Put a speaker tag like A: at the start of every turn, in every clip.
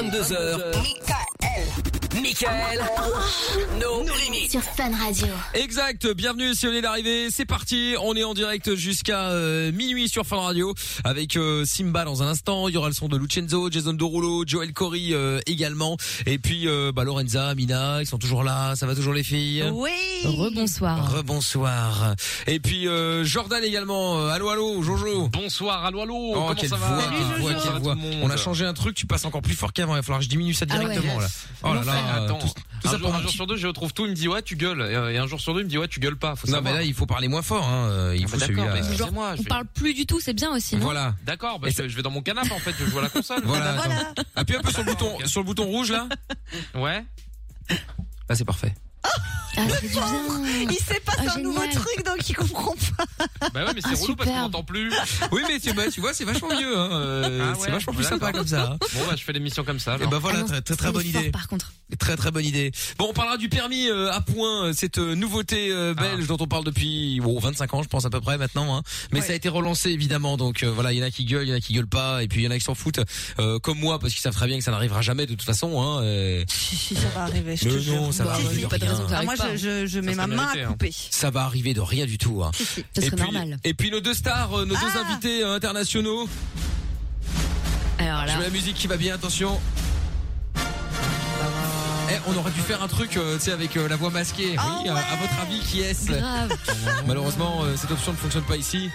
A: 22h. Michael. Michael. No, limites.
B: Sur Fun Radio.
A: Exact. Bienvenue si on est d'arrivée. C'est parti. On est en direct jusqu'à euh, minuit sur Fun Radio avec euh, Simba dans un instant. Il y aura le son de Lucenzo, Jason Derulo, Joel Corey euh, également. Et puis euh, bah, Lorenza, Mina, ils sont toujours là. Ça va toujours les filles.
C: Oui.
D: Rebonsoir.
A: Rebonsoir. Et puis euh, Jordan également. Euh, Allô, allô, Jojo.
E: Bonsoir, allô, allô.
A: Oh,
E: comment
A: quelle
E: ça
A: voix,
E: va
A: quelle voix, quelle voix. On a changé un truc, tu passes encore plus fort qu'avant. Il va falloir que je diminue ça
D: Ah ouais.
A: directement là. Oh là là,
E: attends.
A: tout- tout ça
E: un jour,
A: pour un
E: un jour
A: petit-
E: sur deux, je retrouve tout, il me dit ouais, tu gueules. Et, euh, et un jour sur deux, il me dit ouais, tu gueules pas. Faut
A: Non
E: savoir.
A: mais là il faut parler moins fort. Hein. euh, Il
E: Ah,
A: faut
E: bah, d'accord,
A: celui-là.
E: mais
A: euh,
E: excusez-moi, je
D: On
E: vais-
D: parle plus du tout, c'est bien aussi, non
A: Voilà.
E: D'accord, bah,
A: Et
E: je, je vais dans mon canapé en fait, je joue à la console.
D: Ah,
A: Voilà.
D: bah
C: Voilà.
A: attends. Appuie un peu sur le bouton, sur le bouton rouge là.
E: Ouais.
A: Là c'est parfait.
D: Ah, ça fait du bien.
C: Il sait pas
D: Ah,
C: c'est un nouveau
D: génial.
C: truc donc il comprend pas.
E: Bah ouais, mais c'est
D: Ah,
E: relou parce
D: super.
E: qu'on m'entend plus.
A: Oui mais tu, bah, tu vois c'est vachement mieux. Hein. euh,
E: Ah
A: c'est
E: ouais,
A: vachement plus
E: d'accord.
A: sympa comme ça. hein.
E: Bon, bah je fais l'émission comme ça.
A: Et
E: alors.
A: bah
D: Ah
A: voilà
D: non,
A: très
D: ça,
A: très,
D: il
A: très
D: est
A: bonne
D: fort,
A: idée.
D: par contre.
A: Très très bonne idée. Bon, on parlera du permis euh, à point, euh, cette euh, nouveauté euh,
E: Ah.
A: belge dont on parle depuis bon, 25 ans, je pense à peu près maintenant. Hein. Mais ça a été relancé évidemment, donc euh, voilà, il y en a qui gueulent, il y en a qui gueulent pas, et puis il y en a qui s'en foutent, euh, comme moi, parce qu'ils savent très bien que ça n'arrivera jamais de toute façon. Hein, euh,
E: Ah,
C: Si si ça va arriver. Je
A: Mais
C: te
A: non,
C: jure.
A: ça va
C: Si,
A: arriver.
C: si.
D: il y a Bah, pas de
A: rien.
D: raison que ça
C: Ah, moi
D: arrive
C: je,
D: pas.
C: je, je mets ma
E: serait
C: main
E: mérité,
C: à
E: hein.
C: couper.
A: ça va arriver de rien du tout. Hein.
D: Ça
A: et
D: serait
A: puis,
D: normal.
A: Et puis nos deux stars, euh, nos deux invités euh, internationaux.
D: Alors
A: Je
D: là,
A: mets la musique qui va bien, attention. Eh, on aurait dû faire un truc, euh, tu sais, avec euh, la voix masquée.
C: Ah
A: oui, euh, à
C: ouais.
A: votre avis, qui est-ce
D: grave.
A: Malheureusement, euh, cette option ne fonctionne pas ici.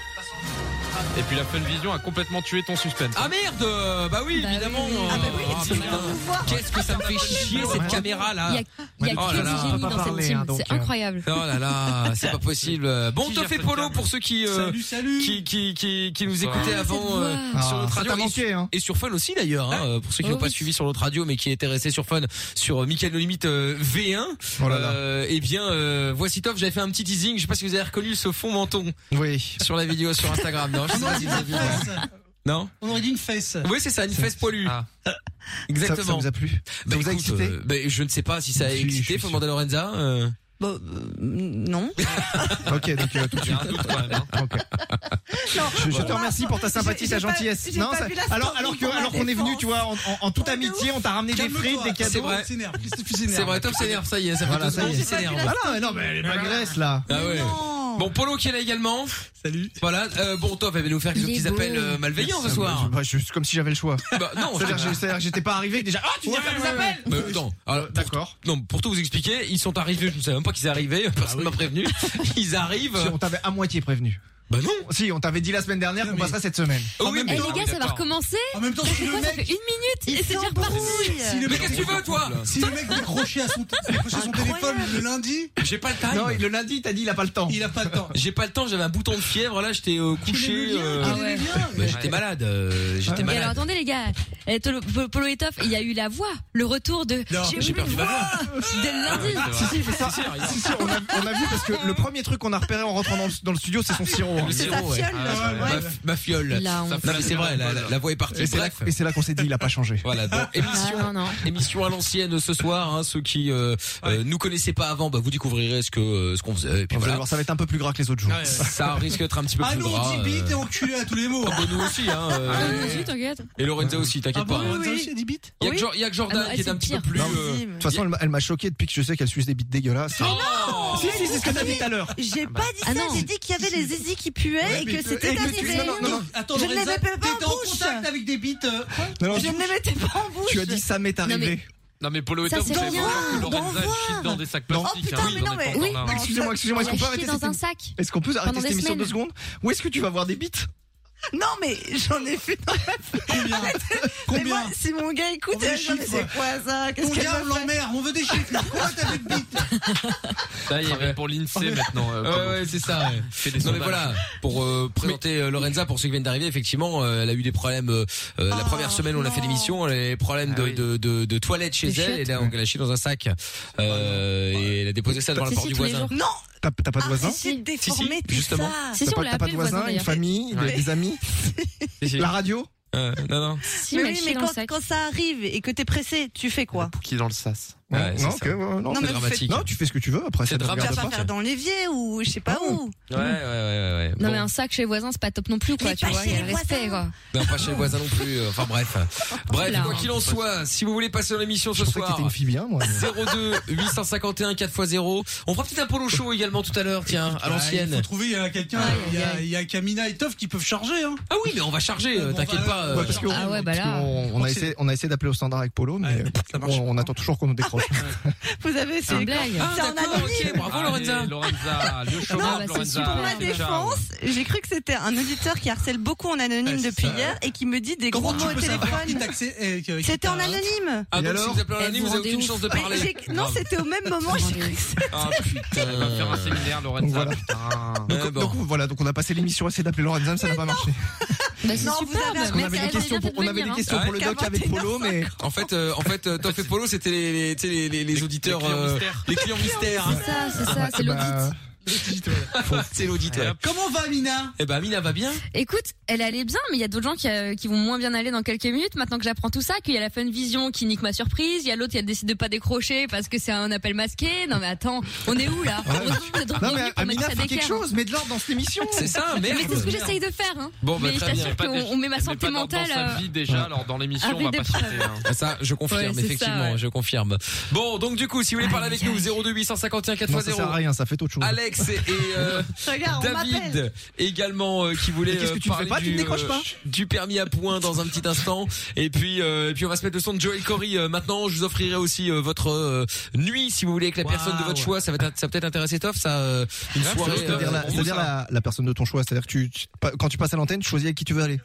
E: Et puis la Fun Vision a complètement tué ton suspense.
A: Ah merde euh, Bah oui,
D: Bah
A: évidemment
D: oui.
A: euh,
C: Ah bah oui,
A: ah,
C: tu
A: putain.
C: viens de nous voir.
A: Qu'est-ce que ça me fait chier cette
F: Ouais.
A: caméra là
D: Il y a, il y a
A: Oh là
D: que
A: là,
D: du
F: on va
D: génie
F: pas
D: dans cette
F: parler,
D: team.
F: hein, donc,
D: c'est
F: euh.
D: incroyable.
A: Oh là là, c'est pas possible. Bon,
E: Qui
A: te
E: gère
A: fait
E: ce
A: polo
E: câble
A: pour ceux qui, euh, qui qui qui qui nous
E: Bonsoir.
A: écoutaient avant euh,
D: Ah,
A: sur notre
F: ça
A: radio
F: t'a
A: et sur-
F: manqué, hein.
A: et sur Fun aussi d'ailleurs. hein, pour ceux qui
D: Oh
A: n'ont pas
D: oui.
A: suivi sur notre radio mais qui étaient restés sur Fun sur euh, Michael No Limite euh, V1.
F: Oh là là.
A: Euh, eh bien, euh, voici Top. J'avais fait un petit teasing. Je sais pas si vous avez reconnu ce fond menton
F: Oui.
A: sur la vidéo sur Instagram. Non, je sais pas si vous avez vu. Non.
G: On aurait dit une fesse.
A: Oui, c'est ça, une fesse poilue.
E: Ah.
A: Exactement.
F: Ça, ça vous a plu
A: Bah,
F: Ça vous a
A: écoute,
F: excité
A: euh, bah, je ne sais pas si ça a
F: Si, je
A: excité,
F: suis
A: faut
F: sûr.
A: demander à Lorenza. euh.
C: Bah, euh, non.
F: Ok, donc euh, tout de
E: J'ai
F: suite.
E: un doute quand même. hein.
F: Ok.
C: Non.
F: Je, je te
C: Moi,
F: remercie pour ta sympathie,
C: j'ai-
F: ta
C: j'ai pas-
F: gentillesse.
C: j'ai pas
F: ça-
C: vu la story
F: alors, alors que,
C: pour ma
F: alors qu'on est venu,
C: défense.
F: tu vois, en, en- en toute
C: Oh, de
F: amitié, on t'a ramené des frites, des
A: C'est
F: cadeaux.
A: vrai.
G: S'énerve, plus tu
A: C'est vrai, Top s'énerve, ça y est, ça fait
F: Voilà,
A: deux
F: ça
A: secondes
F: y est.
A: qu'il s'énerve.
F: Ah non, mais non, mais elle est pas graisse là.
A: Ah ouais. Bon, Polo qui est là également.
G: Salut.
A: Voilà, euh, bon, Top, elle va nous faire quelques
D: Il est
A: petits
D: beau.
A: appels euh, malveillants ce
F: Ah,
A: soir.
F: bah, je- bah, je- comme si j'avais le choix.
A: Bah, non,
F: C'est-à-dire, que j'ai- c'est-à-dire que j'étais pas arrivé déjà. Ah, tu viens faire des appels
A: Mais attends, Euh, alors, pour-
F: D'accord.
A: non, pour tout vous expliquer, ils sont arrivés, je ne savais même pas qu'ils arrivaient, personne
F: Ah
A: ne m'a prévenu. Ils arrivent.
F: Si, on t'avait à moitié prévenu.
A: Bah non.
F: Si, on t'avait dit la semaine dernière
G: Non,
F: qu'on
G: mais-
F: passerait cette semaine.
C: Ah,
A: Oh
G: En
A: oui,
G: même
D: Eh
A: mais
G: temps-
D: les gars, ça va
E: d'accord.
D: recommencer
G: En même temps, si
D: C'est
G: le
D: quoi, ça fait
G: mec,
D: une minute et c'est déjà reparti
C: s'embrouille.
G: le
A: mais
G: mec,
A: qu'est-ce que tu veux, toi
G: si le mec décrochait à son, décrochait à son téléphone le lundi,
A: J'ai pas le time.
F: Non, le lundi, t'as dit il a pas le temps.
G: il a pas le temps.
A: J'ai pas le temps, j'avais un bouton de fièvre, là, j'étais euh, couché. euh,
D: Ah ouais.
A: bah, j'étais malade, euh,
D: Et
A: j'étais
D: alors
A: malade.
D: attendez les gars, Eh, Tolo- Po- Polo et Toff, il y a eu la voix, le retour de
G: Non,
D: j'ai
A: J'ai
D: plus
A: perdu
D: de
A: ma voix.
D: voix dès le lundi.
F: Si, si, il fait ça. Si, si, on a, on a vu parce que le premier truc qu'on a repéré en rentrant dans le, dans le studio, c'est son sirop. hein.
A: Le
C: C'est
A: sirop,
C: sa
A: ouais.
C: fiole.
E: Ah, ouais,
C: ouais.
A: Ma, ma fiole.
D: La honte.
A: Non, mais c'est vrai, la, la- la voix est partie.
F: hein. Et c'est là,
A: Bref.
F: et c'est là qu'on s'est dit, il a pas changé.
A: Voilà, donc
D: Ah,
A: émission,
D: non, non.
A: émission à l'ancienne ce soir. Hein, ceux qui euh, euh, nous connaissaient pas avant, bah, vous découvrirez ce que euh, ce qu'on faisait. Et puis
F: Vous allez
A: voilà,
F: voir, ça va être un peu plus gras que les autres jours.
A: ça risque d'être un petit peu
G: Ah
A: plus
G: non,
A: gras.
G: on dit bite et
A: euh,
G: enculé à tous les mots.
A: ah, bah, nous aussi, hein, euh,
D: Ah, non, si, t'inquiète.
A: et Lorenza aussi, t'inquiète
G: Ah bon,
A: pas.
G: on
A: Il
G: dit aussi des bites
A: y, a que Jo- y a que Jordan
D: Ah, bah,
A: qui est
D: c'est
A: un petit peu
D: pire.
A: plus.
F: Non,
A: euh,
F: De toute façon, elle m'a- elle m'a choqué depuis que je sais qu'elle suce des bites dégueulasses.
A: oh
F: si, si, c'est ce que t'as dit tout à l'heure. bah.
C: J'ai pas dit
D: Ah
C: ça,
D: non.
C: j'ai dit qu'il y avait les zizi qui puaient et que
H: eh,
C: c'était arrivé.
F: Non, non, non.
G: Attends,
C: Je ne
G: Lorenza,
C: les mets pas en
G: t'étais en
C: bouche.
G: contact avec des bites. euh, quoi
F: Non, non,
C: Je ne les mettais pas en bouche.
F: tu as dit ça m'est arrivé.
E: Non mais Polo et
D: Ça,
E: Tom, vous
D: c'est
E: savez
D: rien.
E: bien que Lorenza
C: D'en
E: chie dans des sacs
F: Non.
E: plastiques.
C: Oh, putain,
E: hein,
C: mais
E: dans
C: non,
E: des
C: mais-
E: portes
D: oui.
E: en lin.
C: Non.
F: Excusez-moi,
D: Il
F: excusez-moi, est-ce
D: a
F: qu'on peut
D: chié
F: arrêter cette
D: dans un
F: émission
D: sac.
F: Est-ce qu'on peut arrêter
D: Pendant
F: cette
D: des
F: émission deux
D: semaines.
F: secondes Où est-ce que tu vas voir des bites
C: Non, mais j'en ai fait.
G: Combien
C: Mais moi,
G: Combien
C: si mon gars écoute,
G: On veut des
C: elle va me dire,
G: chiffres.
C: c'est quoi ça Qu'est-ce qu'elle
G: Combien
C: va
G: on
C: faire
G: l'emmerde On veut des chiffres. Combien t'as vu de bites
E: Ça, il travaille Ah, pour l'INSEE maintenant. euh, Polo.
A: Ouais, ouais, c'est ça. ouais.
E: Fais des
A: Non mais
E: sondages.
A: voilà, pour euh, présenter euh, Lorenza pour ceux qui viennent d'arriver, effectivement, euh, elle a eu des problèmes euh, euh, la
C: Oh,
A: première semaine où on a fait
C: non.
A: l'émission, elle a eu des problèmes de,
E: Ah oui. Ah
A: de, de, de toilette chez
D: Des
A: elle, et
D: chiottes.
A: là, donc, elle a chié dans un sac
E: bah
A: euh, et elle a déposé ça devant la
D: Si,
A: porte
D: si,
A: du
D: tous les
A: voisin.
D: jours. Ah,
C: Non,
F: T'as t'as pas de voisin
C: arrêtez de
A: Si, si,
C: déformer tout
A: justement.
C: ça.
D: Si,
F: T'as
D: si, on
F: pas,
D: l'a
F: t'as pas
D: appelé le
F: de
D: voisin
F: voisin, une
D: d'ailleurs.
F: famille, des,
E: Ouais.
F: des amis,
A: Si, si.
F: la radio
A: Euh, non non.
D: Si,
C: Mais
D: mais
C: oui, mais
D: chier dans le
C: quand,
D: sac.
C: quand ça arrive et que t'es pressé, tu fais quoi
E: Pour qui dans le sas
A: Ouais, c'est
F: non,
A: ça.
F: ok, ouais, ouais, non.
C: Non,
A: C'est
C: mais vous
A: dramatique.
F: Non, tu fais ce que tu veux après.
A: C'est
F: ça te
A: dramatique.
F: regarde
C: Faire pas
F: pas.
C: faire dans l'évier ou je sais pas
F: Ah
C: où.
A: Ouais, ouais, ouais, ouais. ouais.
D: Non
A: Bon.
D: mais un sac chez les voisins c'est pas top non plus quoi,
C: Mais
D: tu
C: pas
D: vois,
C: chez
D: il y a
C: les
D: le respect quoi.
C: voisins.
A: Non, Ben, pas chez le voisin non plus. euh, Enfin bref. Bref,
D: Oula.
A: quoi qu'il en soit, si vous voulez passer dans l'émission
F: Je
A: ce
F: pensais que
A: soir,
F: t'étais une fille bien, moi.
A: 02 851 4x0. On fera peut-être un polo show également tout à l'heure, tiens, à
G: Bah, Il faut
A: l'ancienne.
G: trouver, il y a quelqu'un,
D: Aïe,
G: il y
D: aïe,
G: a-
D: aïe.
G: il y a Camina et Toff qui peuvent charger. Hein.
A: Ah oui, mais on va charger, euh,
G: Bon,
A: t'inquiète
G: bah,
A: pas. euh,
G: ouais,
F: parce que-
D: Ah ouais bah
F: Parce
D: là.
F: qu'on- on, a essayé, on a essayé d'appeler au standard avec Polo, mais
G: Ouais, ça marche
F: on, on attend toujours qu'on nous décroche.
C: Vous avez
D: C'est une
C: c'est
D: blague.
A: Ah,
C: C'est un
A: d'accord, ok, bravo
E: Allez,
A: Lorenza.
E: Lorenza,
A: Ah,
E: le chômage,
D: bah, c'est
E: Lorenza.
D: super.
C: Pour ma
E: c'est
C: défense, j'ai cru que c'était un auditeur qui harcèle beaucoup en anonyme
G: Ouais,
C: depuis
G: ça-
C: hier et qui me dit des
G: Comment
C: gros
G: tu
C: mots au
G: peux savoir qui
C: téléphone.
G: t'accé- eh, qui- qui
C: C'était en
G: t'a-
C: anonyme.
A: Ah,
F: Et
A: donc si
F: alors
A: vous appelez en
D: Eh,
A: anonyme,
D: vous
A: vous avez
D: rendez
A: aucune
D: ouf.
A: chance de
C: Mais
A: parler.
C: j'ai- Non,
A: Grave.
C: c'était au même moment. J'ai cru que c'était- Bah,
E: Ah putain.
G: Euh,
E: Elle va faire un séminaire Lorenza.
F: Donc voilà.
E: putain.
F: Donc,
A: Eh bon.
F: donc, voilà, donc on a passé l'émission à essayer d'appeler Lorenzo, ça n'a pas marché.
D: Bah, c'est
C: Non, vous
D: superbe.
C: avez- Parce
F: On
D: Merci,
F: avait
D: elle
F: des
D: a
F: questions
D: bien
F: pour,
D: fait de
F: on avait des
D: venir, hein.
F: questions
A: Ah
F: pour le
C: ouais,
F: doc avec
C: 41
F: Polo, mais
A: En fait, euh, en fait, euh, Top et Polo, c'était les, les, tu sais, les, les, les auditeurs,
E: clients
A: euh,
E: mystères.
A: les clients mystères. hein.
D: C'est ça, c'est ça, c'est
F: Bah,
G: Ah,
D: l'audit.
A: C'est l'auditeur.
G: Comment va Mina
A: Eh ben, Amina va bien.
D: Écoute, elle allait bien, mais il y a d'autres gens qui, euh, qui vont moins bien aller dans quelques minutes. Maintenant que j'apprends tout ça, qu'il y a la Fun Vision qui nique ma surprise, il y a l'autre qui a décidé de pas décrocher parce que c'est un appel masqué. Non mais attends, on est où là Heureusement que vous êtes
F: Non
D: revenus
F: mais
D: pour mettre
F: Amina
D: ça
F: fait quelque
D: d'équerre.
F: chose, mets de l'ordre dans cette émission.
A: C'est ça, merde.
D: Mais c'est ce que j'essaye de faire. Hein.
A: Bon, bah,
D: mais je
A: très bien.
D: t'assure qu'on on met ma
E: Elle n'est
D: santé
E: pas dans-
D: mentale.
E: Dans sa
D: euh,
E: vie déjà, alors dans l'émission, on
D: Avec
E: va
D: des
E: pas
D: preuves.
E: citer. hein.
A: Ah, ça, je confirme,
D: Ouais, c'est ça,
A: effectivement,
D: ouais.
A: je confirme. Bon, donc du coup, si vous voulez parler avec nous, 02 851
F: Non, ça
A: 4x0.
F: sert à rien, ça fait autre chose.
A: Alex et, et, euh,
C: Regarde, on m'appelle.
A: David également euh, qui voulait
F: Mais qu'est-ce que tu ne fais pas, tu ne décroches pas
A: du permis à point dans un petit instant et puis euh, et puis on va se mettre le son de Joel Corey euh, maintenant je vous offrirai aussi euh, votre euh, nuit si vous voulez avec la personne de votre
E: Waouh.
A: choix ça va être- ça va peut-être intéresser Toff ça euh, une
E: Ouais,
A: soirée
E: c'est vrai,
A: euh,
F: C'est-à-dire la,
A: pour vous,
F: c'est-à-dire
A: ça.
F: la- la personne de ton choix, c'est-à-dire que tu, tu- pas- quand tu passes à l'antenne, tu choisis avec qui tu veux aller.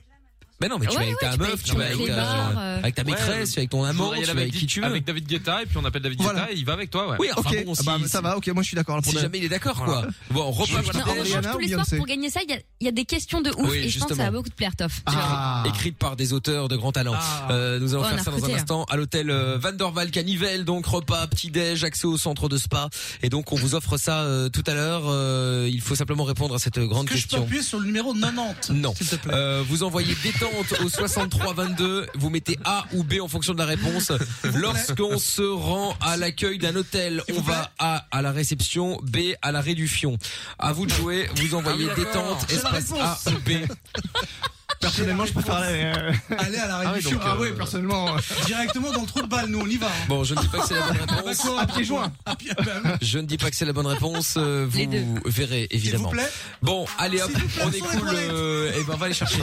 A: mais non mais tu
D: Ouais,
A: vas avec
D: ouais,
A: ta
D: tu vas
A: meuf
D: avec
A: tu vas avec
D: les
A: ta-
D: bars, euh.
A: avec ta
E: Ouais.
A: maîtresse avec ton
E: Je
A: amant
E: voudrais y
A: tu vas
E: aller
A: avec qui
E: Di-
A: tu veux
E: Avec David Guetta, et puis on appelle David
F: Voilà.
E: Guetta, et il va avec toi, ouais.
A: oui enfin
F: ok,
A: bon si,
F: Ah bah, ça va, ok, moi je suis d'accord. alors pour
A: si
F: la-
A: jamais il est d'accord quoi bon on
F: Je-
A: repasse
F: je-
A: la
D: Non, en
A: télé,
F: Rihanna
D: revanche, tous
F: ou
D: les soirs,
F: Beyoncé
D: pour gagner ça, il y a, il y a des questions de ouf.
A: Oui,
D: et je pense que ça
A: justement.
D: va beaucoup te plaire, Toff. Tu verras.
F: Ah.
A: écrite par des auteurs de grand talent.
E: Ah.
A: Euh, nous allons
D: Oh,
A: faire
D: on a
A: ça dans un
D: recruté, hein.
A: instant à l'hôtel euh, Van der Valk à Nivelles, donc repas, petit déj, accès au centre de spa. Et donc on vous offre ça euh, tout à l'heure. Euh, il faut simplement répondre à cette grande
G: Est-ce que je peux
A: question.
G: appuyer sur le numéro 90
A: Non.
G: S'il te plaît.
A: Euh, vous envoyez détente au 6322, vous mettez A ou B en fonction de la réponse. Lorsqu'on se rend à l'accueil d'un hôtel, on va A à la réception, B à la réduction. À vous de jouer, vous envoyez
E: Ah oui, d'accord.
A: détente,
G: J'ai la
A: espace A
G: réponse.
A: ou B.
F: Personnellement, je préfère aller, euh,
G: Allez à la
E: ouais,
G: réduction.
E: donc,
G: Ah
E: euh,
G: ouais, personne.
F: personnellement.
G: Directement dans le trou de balle, nous on y va. hein.
A: Bon, je ne dis pas que c'est la bonne
G: Bah
A: réponse. Ah,
G: quoi, à pieds joints. À pieds- bah, bah,
A: Je ne dis pas que c'est la bonne réponse, euh,
D: Les deux.
A: vous verrez
G: S'il vous
A: évidemment.
G: plaît.
A: Bon, allez hop,
G: S'il vous plaît, sur
A: on
G: les
A: écoute
G: toilettes.
A: et ben on va aller chercher.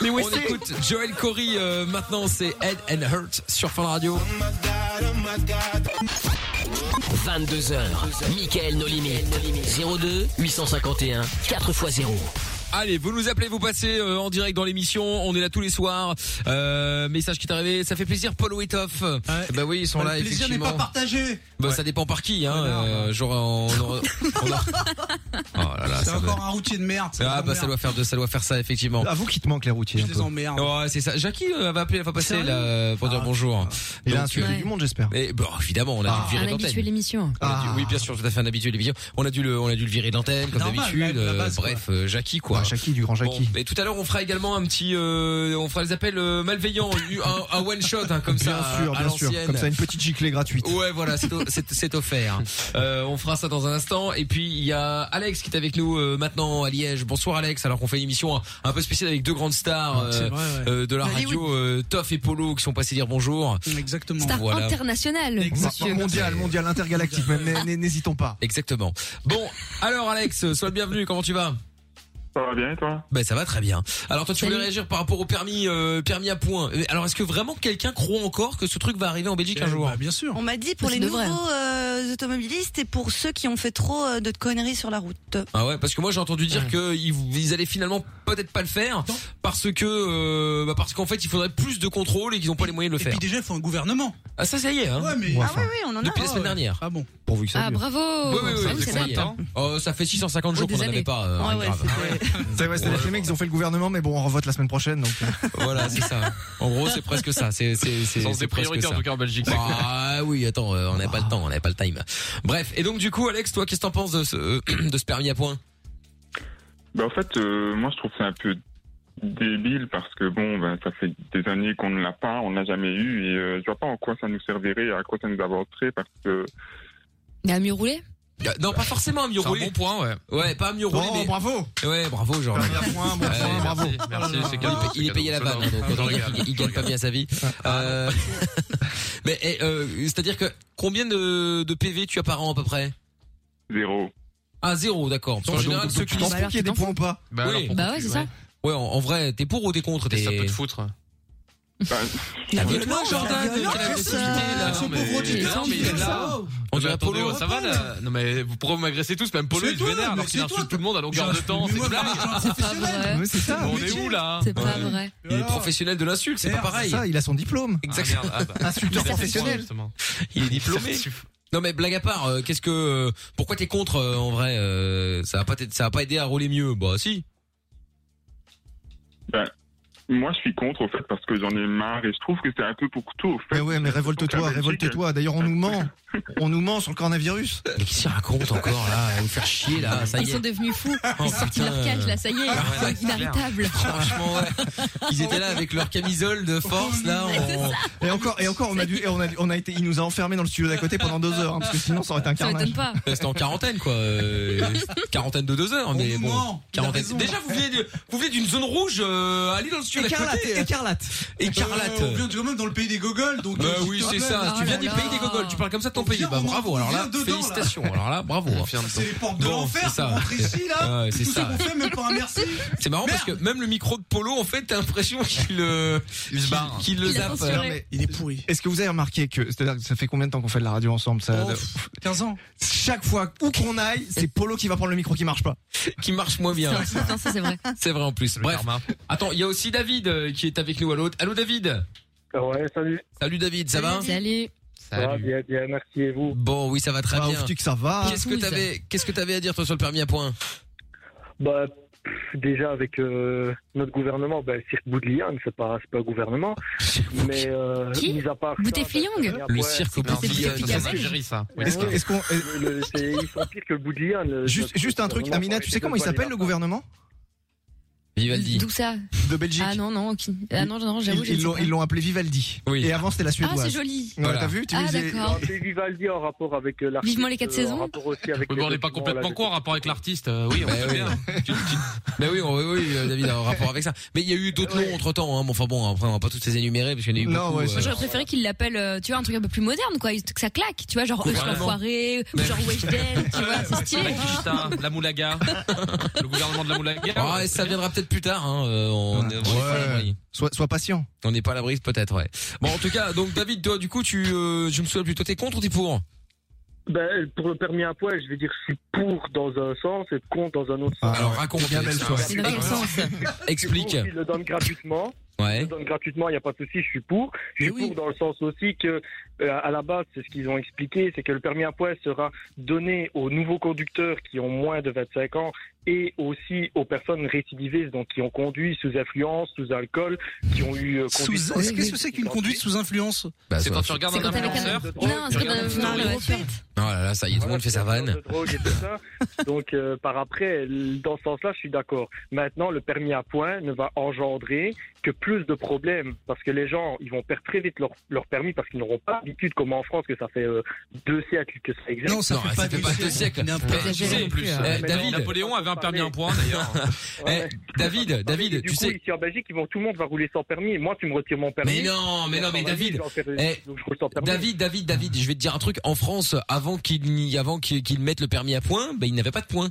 A: on écoute Joel Corey euh, maintenant c'est Head and Hurt sur Fun Radio.
B: 22h, Michael No Limit. 02 851 4x0.
A: Allez, vous nous appelez, vous passez euh, en direct dans l'émission, on est là tous les soirs. Euh, message qui est arrivé, ça fait plaisir Paul Witoff. Bah oui, ils sont là
G: le plaisir n'est
A: effectivement.
G: pas partagé.
A: Bah, ça dépend par qui hein.
G: Ouais, non,
A: euh, genre on, aura- on a- Oh là là,
G: C'est
A: ça doit-
G: encore un routier de merde.
A: Ah bah ça doit faire de ça doit faire ça effectivement.
F: Avoue qu'il te manque les routiers. hein.
G: Je
F: un
G: les
F: peu.
G: emmerde.
A: Ouais, c'est ça. Jackie euh, va appeler la fois passée
G: Sérieux
A: là, euh, pour dire
G: Ah.
A: bonjour.
F: Il a
A: Donc,
F: insulté
D: ouais.
F: du monde, j'espère.
A: Et bon, évidemment, on a dû le
D: Ah. Un
A: virer
D: habitué de
A: d'antenne.
D: l'émission.
A: On a dû-
F: Ah.
A: Oui, bien sûr, tout à fait un habitué l'émission. On a dû le, on a dû le virer d'antenne comme
G: Normal,
A: d'habitude.
G: la- la
A: euh,
G: base, quoi.
A: bref, euh, Jackie quoi.
F: Ah, Jackie, du grand
A: Bon,
F: Jackie.
A: mais tout à l'heure, on fera également un petit, euh, on fera les appels euh, malveillants, un, un one shot hein, comme
F: bien
A: ça
F: sûr,
A: à,
F: bien sûr.
A: l'ancienne.
F: Comme ça, une petite giclée gratuite.
A: Ouais, voilà, c'est o- c'est c'est offert. Euh, on fera ça dans un instant. Et puis il y a Alex qui est avec nous euh, maintenant à Liège. Bonsoir Alex. Alors qu'on fait une émission un, un peu spéciale avec deux grandes stars euh,
G: Ah, C'est vrai, ouais.
A: euh, de la
D: Hollywood.
A: radio, euh, Toff et Polo, qui sont passés dire bonjour.
G: Exactement.
D: Ah. Star
A: Voilà.
D: international.
F: Mon- Mondial, mondial, intergalactique, même n- n- n'hésitons pas.
A: Exactement. Bon, alors Alex, sois le bienvenu. Comment tu vas
I: Ça va bien et toi
A: Ben ça va très bien. Alors toi, tu voulais
D: Salut.
A: réagir par rapport au permis, euh, permis à points. Euh, Alors est-ce que vraiment quelqu'un croit encore que ce truc va arriver en Belgique un jour
G: Bah, bien sûr.
C: On m'a dit pour
D: Mais
C: les
D: c'est de
C: nouveaux
D: vrai.
C: euh, automobilistes et pour ceux qui ont fait trop euh, de conneries sur la route.
A: Ah ouais, parce que moi j'ai entendu dire que ils, ils allaient finalement peut-être pas le faire
G: Non.
A: parce que euh, bah, parce qu'en fait il faudrait plus de contrôle et qu'ils ont pas les moyens de le
G: Et
A: faire.
G: puis déjà, il faut un gouvernement.
A: Ah ça ça y est hein.
G: Ouais, mais.
F: Ouais,
C: Ah oui, oui, on en a.
A: Depuis la semaine
G: ouais.
A: dernière.
G: Ah bon.
F: Pourvu que ça
D: Ah
F: dure.
D: bravo
A: Oui, oui, oui,
D: Bravo,
A: c'est
D: c'est
A: combien
D: dingue.
A: de temps Oh, ça fait 650 jours
D: Oh,
A: qu'on
D: des
A: en avait
D: années.
A: pas. euh,
C: Ah
A: rien de
C: ouais,
A: grave.
C: c'était-
F: C'est vrai, c'est-à-dire que les mecs, ils ont fait le gouvernement, mais bon, on revote la semaine prochaine, donc. euh,
A: voilà, c'est ça. En gros, c'est presque ça. C'est c'est c'est
E: Sans
A: c'est
E: des
A: presque
E: priorités, en
A: ça.
E: tout cas, en Belgique. c'est clair.
A: Ah oui, attends, euh, on n'avait pas le temps, on n'avait pas le time. Bref, et donc du coup, Alex, toi, qu'est-ce que t'en penses de ce, de ce euh, permis à points
I: Bah en fait, euh, moi je trouve que c'est un peu débile parce que bon, ben, ça fait des années qu'on ne l'a pas, on ne l'a jamais eu et euh, je vois pas en quoi ça nous servirait, à quoi ça nous avancerait parce que
D: Mais à mieux rouler
A: Euh, Non, pas forcément un mieux
E: C'est un
A: roulé.
E: bon point, ouais.
A: Ouais, pas un mieux roulé,
F: Oh,
A: mais...
F: bravo
A: Ouais, bravo, genre.
F: Dernier point, bon
A: Ouais,
F: point, bravo.
E: Merci, c'est
A: Oh Il,
E: cadeau,
A: paye- il est
E: c'est
A: payé la
E: cadeau.
A: vanne, hein, donc
E: Je
A: autant dire
E: regarde.
A: qu'il il gagne pas bien sa vie. Euh, mais eh, euh, c'est-à-dire que combien de, de PV tu as par an à peu près
I: zéro.
A: Ah zéro, d'accord. Parce qu'en
F: Donc,
A: général,
F: donc,
A: ceux
F: donc,
A: qui
F: tu t'en
A: disent,
F: fous qu'il y ait des points ou pas
E: Bah,
A: Oui.
E: alors, pour
D: Bah
E: ton
D: ouais,
E: cul,
D: c'est ça.
A: ouais, en, en vrai, t'es pour ou t'es contre
E: Qu'est-ce que ça peut
A: t'es-
E: te foutre
I: Ben,
A: T'as vu
C: Mais
A: le
C: non,
A: nom, Jordan
C: mais
A: de
C: non,
A: quelle
C: mais
A: agressivité,
C: ça-
A: là
G: Son
E: mais-
G: pauvre Jimmy
E: Non,
G: qui
E: mais
G: fait
E: là-
G: ça.
A: On
E: Mais
A: dirait
E: attendez,
A: Polo.
E: ça va là Non mais vous- pourquoi vous m'agressez tous Même Polo
G: C'est
E: il se
G: toi,
E: vénère
G: mais
E: alors qu'il
G: c'est toi,
E: insulte tout le monde à longueur
G: Genre-
E: de temps,
G: Mais
E: c'est
G: moi,
E: une blague
G: moi, je suis un
D: C'est pas
G: professionnel.
D: vrai.
F: Mais c'est ça.
E: On est où là
D: C'est pas
A: Ouais.
D: vrai.
A: Il est professionnel de l'insulte, c'est pas
G: Merde,
A: pareil.
F: C'est ça, il a son diplôme.
A: Exactement.
E: Ah, merde, ah, bah.
F: Insulteur
E: C'est un point,
F: professionnel.
E: justement.
A: Il est diplômé. Non mais blague à part, euh, qu'est-ce que euh, pourquoi t'es contre euh, en vrai euh, ça va pas t'aider- ça va pas aider à rouler mieux. Bah si.
I: ben, moi, je suis contre, au fait, parce que j'en ai marre et je trouve que c'est un peu pour tout, au fait.
F: Mais ouais, mais révolte-toi, révolte-toi. D'ailleurs, on nous ment. On nous ment sur le coronavirus.
A: Mais qu'est-ce qu'il raconte encore là, à nous faire chier
H: Ah,
A: là, ça
D: Ils
A: y est.
D: sont devenus fous.
A: Oh,
D: Ils sont sortis de
A: putain,
D: leur cage, là, ça y est. Ils
A: ouais,
D: sont inarrêtables.
A: Franchement, ouais. ils étaient là avec leur camisole de force là. en-
F: Et encore, et encore, on a dû, et on a, on a été, il nous a enfermés dans le studio d'à côté pendant deux heures, hein, parce que sinon, ça aurait été un
D: Ça m'étonne pas.
F: carnage.
A: C'était en quarantaine quoi, euh, quarantaine de deux heures,
G: On
A: mais
G: nous
A: bon.
G: ment, Oh, il a
A: quarantaine.
G: raison.
A: Déjà vous venez, de- vous venez d'une zone rouge, euh, allez dans le studio d'à côté.
F: écarlate.
A: Écarlate.
G: Euh, on vient quand même dans le pays des gogoles, donc.
A: Bah
G: euh, je
A: oui,
G: te
A: c'est
G: rappelle,
A: ça.
D: Oh
A: tu viens
D: là
A: du
D: là.
A: pays des gogoles, tu parles comme ça de ton
G: On
A: pays.
G: vient,
A: Bah
G: on en-
A: bravo.
G: on
A: Alors là,
G: vient dedans, là.
A: félicitations. Alors là, bravo. hein.
E: Confirme.
G: C'est les portes de
A: Bon,
G: l'enfer
A: c'est ça.
G: pour rentrer ici, là.
A: Ouais, c'est
G: Tout ce
A: ça.
G: qu'on fait, même pas un merci.
A: C'est marrant parce que même le micro de Polo, en fait, t'as l'impression qu'il euh,
E: Il se barre.
A: qu'il le
D: Il a
A: zappe.
D: censuré.
G: Il est pourri.
F: Est-ce que vous avez remarqué que, c'est-à-dire que ça fait combien de temps qu'on fait de la radio ensemble ça,
G: Oh, 15 ans.
F: Chaque fois où qu'on aille, c'est Polo qui va prendre le micro qui marche pas.
A: qui marche moins bien.
D: Ça, ça, Ah, ça, c'est vrai.
A: C'est vrai en plus.
E: Le
A: Bref,
E: karma.
A: attends, il y a aussi David euh, qui est avec nous à l'autre. Allô David.
J: Ouais, salut.
A: Salut David, ça va
D: Salut.
J: Ça va
E: Salut.
J: Ah, bien, bien, merci et vous.
A: Bon, oui, ça va très
F: Ah,
A: bien.
F: tu que ça va.
A: Qu'est-ce que
D: Oui, ça-
A: t'avais qu'est-ce que t'avais à dire toi sur le permis à point
J: Bah, pff, déjà avec euh, notre gouvernement, bah, Cirque Boudlian, c'est pas, c'est pas un gouvernement, mais euh,
D: Qui
J: mis à part
D: Boutéfliang
J: ça, bah,
A: Le
J: ouais,
A: cirque au
E: Non,
A: bout
D: c'est
A: de
D: du
E: ça,
A: l'île.
E: c'est en
D: belge.
E: Algérie,
A: Ah.
E: ça.
F: Est-ce que- est-ce qu'on, est-
J: le- le- c'est- Ils sont pires que le Boudlian. le-
F: juste,
J: notre
F: juste un truc,
J: gouvernement,
F: Amina,
J: faut
F: tu sais comment
J: arrêter
F: il
J: de
F: s'appelle le
J: voler
F: gouvernement
A: Vivaldi.
D: D'où ça
F: de Belgique
D: Ah non, non. ok. Ah non, non,
F: Ils
D: j'avoue, j'ai
F: ils
D: dit
F: l'ont,
D: ça.
F: ils l'ont appelé Vivaldi.
A: Oui.
F: Et avant, c'était la
D: Ah, c'est
F: suédoise.
D: joli.
F: Ouais,
A: Voilà.
F: T'as vu tu
D: Ah,
F: disais-
D: d'accord.
J: l'argent. C'est Vivaldi en rapport avec euh, l'artiste,
D: Vivement les quatre
J: euh,
D: saisons.
J: En rapport aussi avec.
E: Oui,
J: les
E: bon, on n'est pas
J: documents,
E: complètement
J: là,
E: con en
J: de-
E: rapport avec l'artiste. euh, Oui, on
A: Bah
E: sait
A: oui.
E: bien. Tu- tu-
A: Ben oui, on- oui, oui, euh, David, en rapport avec ça. Mais il y a eu d'autres noms entre temps. Hein. Bon, enfin bon, après on va pas tous les énumérer parce qu'il y en a eu
F: Non,
A: beaucoup.
F: ouais,
A: euh,
F: c'est-
D: Moi, j'aurais préféré qu'il l'appelle, euh, tu vois, un truc un peu plus moderne, quoi. Que ça claque, tu vois, genre Euch
A: Gouvernement.
D: l'enfoiré, ou genre Weshden, tu vois, c'est stylé. hein.
E: Putain, la moulaga. Le gouvernement de la moulaga.
A: Ah, et ça viendra peut-être plus tard. Hein. euh, on
F: Ouais.
A: on est pas à l'abri.
F: Sois, sois patient.
A: On n'est pas à la brise peut-être, ouais. Bon, en tout cas, donc David, toi, du coup, tu, euh, je me souviens plus, toi, t'es contre ou t'es pour
J: Ben, pour le permis à poids, je vais dire, je suis pour dans un sens et contre dans un autre sens.
A: Alors raconte.
F: Bien belle
A: ça,
F: toi.
D: C'est dans quel sens
J: Je suis pour
A: Explique.
J: qu'il le donne gratuitement. Je
A: Ouais.
J: donne gratuitement, il n'y a pas de souci, je suis pour. Je
G: Eh
J: suis
B: Mais oui.
J: pour dans le sens aussi que, euh, à la base, c'est ce qu'ils ont expliqué, c'est que le permis à poids sera donné aux nouveaux conducteurs qui ont moins de 25 ans et aussi aux personnes récidivistes, donc qui ont conduit sous influence, sous alcool, qui ont eu euh, conduite
G: Sous-
J: sans
G: Qu'est-ce que
J: permis,
G: c'est qu'une
J: sans
G: conduite sous influence
A: Bah,
E: C'est
A: ça-
E: quand tu regardes
D: C'est
E: un
D: quand t'avais
E: influenceur.
D: un. Non, c'est quand t'avais un
C: Non,
D: dans
C: le
D: la voiture.
A: Oh là là, ça y est, tout le
J: Voilà,
A: monde fait sa vanne.
J: de drogue et tout ça. Donc, euh, par après, l- dans ce sens-là, je suis d'accord. Maintenant, le permis à points ne va engendrer que plus de problèmes parce que les gens, ils vont perdre très vite leur, leur permis parce qu'ils n'auront pas l'habitude, comme en France, que ça fait euh, deux siècles que ça existe.
G: Non, ça
A: Non,
G: fait
A: ça
G: pas
A: fait
G: deux
A: pas deux siècles.
G: siècles. N'importe.
A: Mais tu sais,
E: en plus.
A: euh,
J: Mais
A: David,
J: non.
E: Napoléon avait un permis à point d'ailleurs.
J: Ouais.
A: eh, David,
J: Et
A: David,
J: du
A: tu
J: coup,
A: sais.
J: ici en Belgique, ils vont, tout le monde va rouler sans permis. Et moi, tu me retires mon permis.
A: Mais non, mais non, mais
J: Sans permis,
A: David.
J: je vais en faire-
A: eh,
J: donc je roule sans permis.
A: David, David, David, je vais te dire un truc. En France, avant qu'ils n'y- avant qu'ils qu'ils mettent le permis à point, ben ils n'avaient pas de point.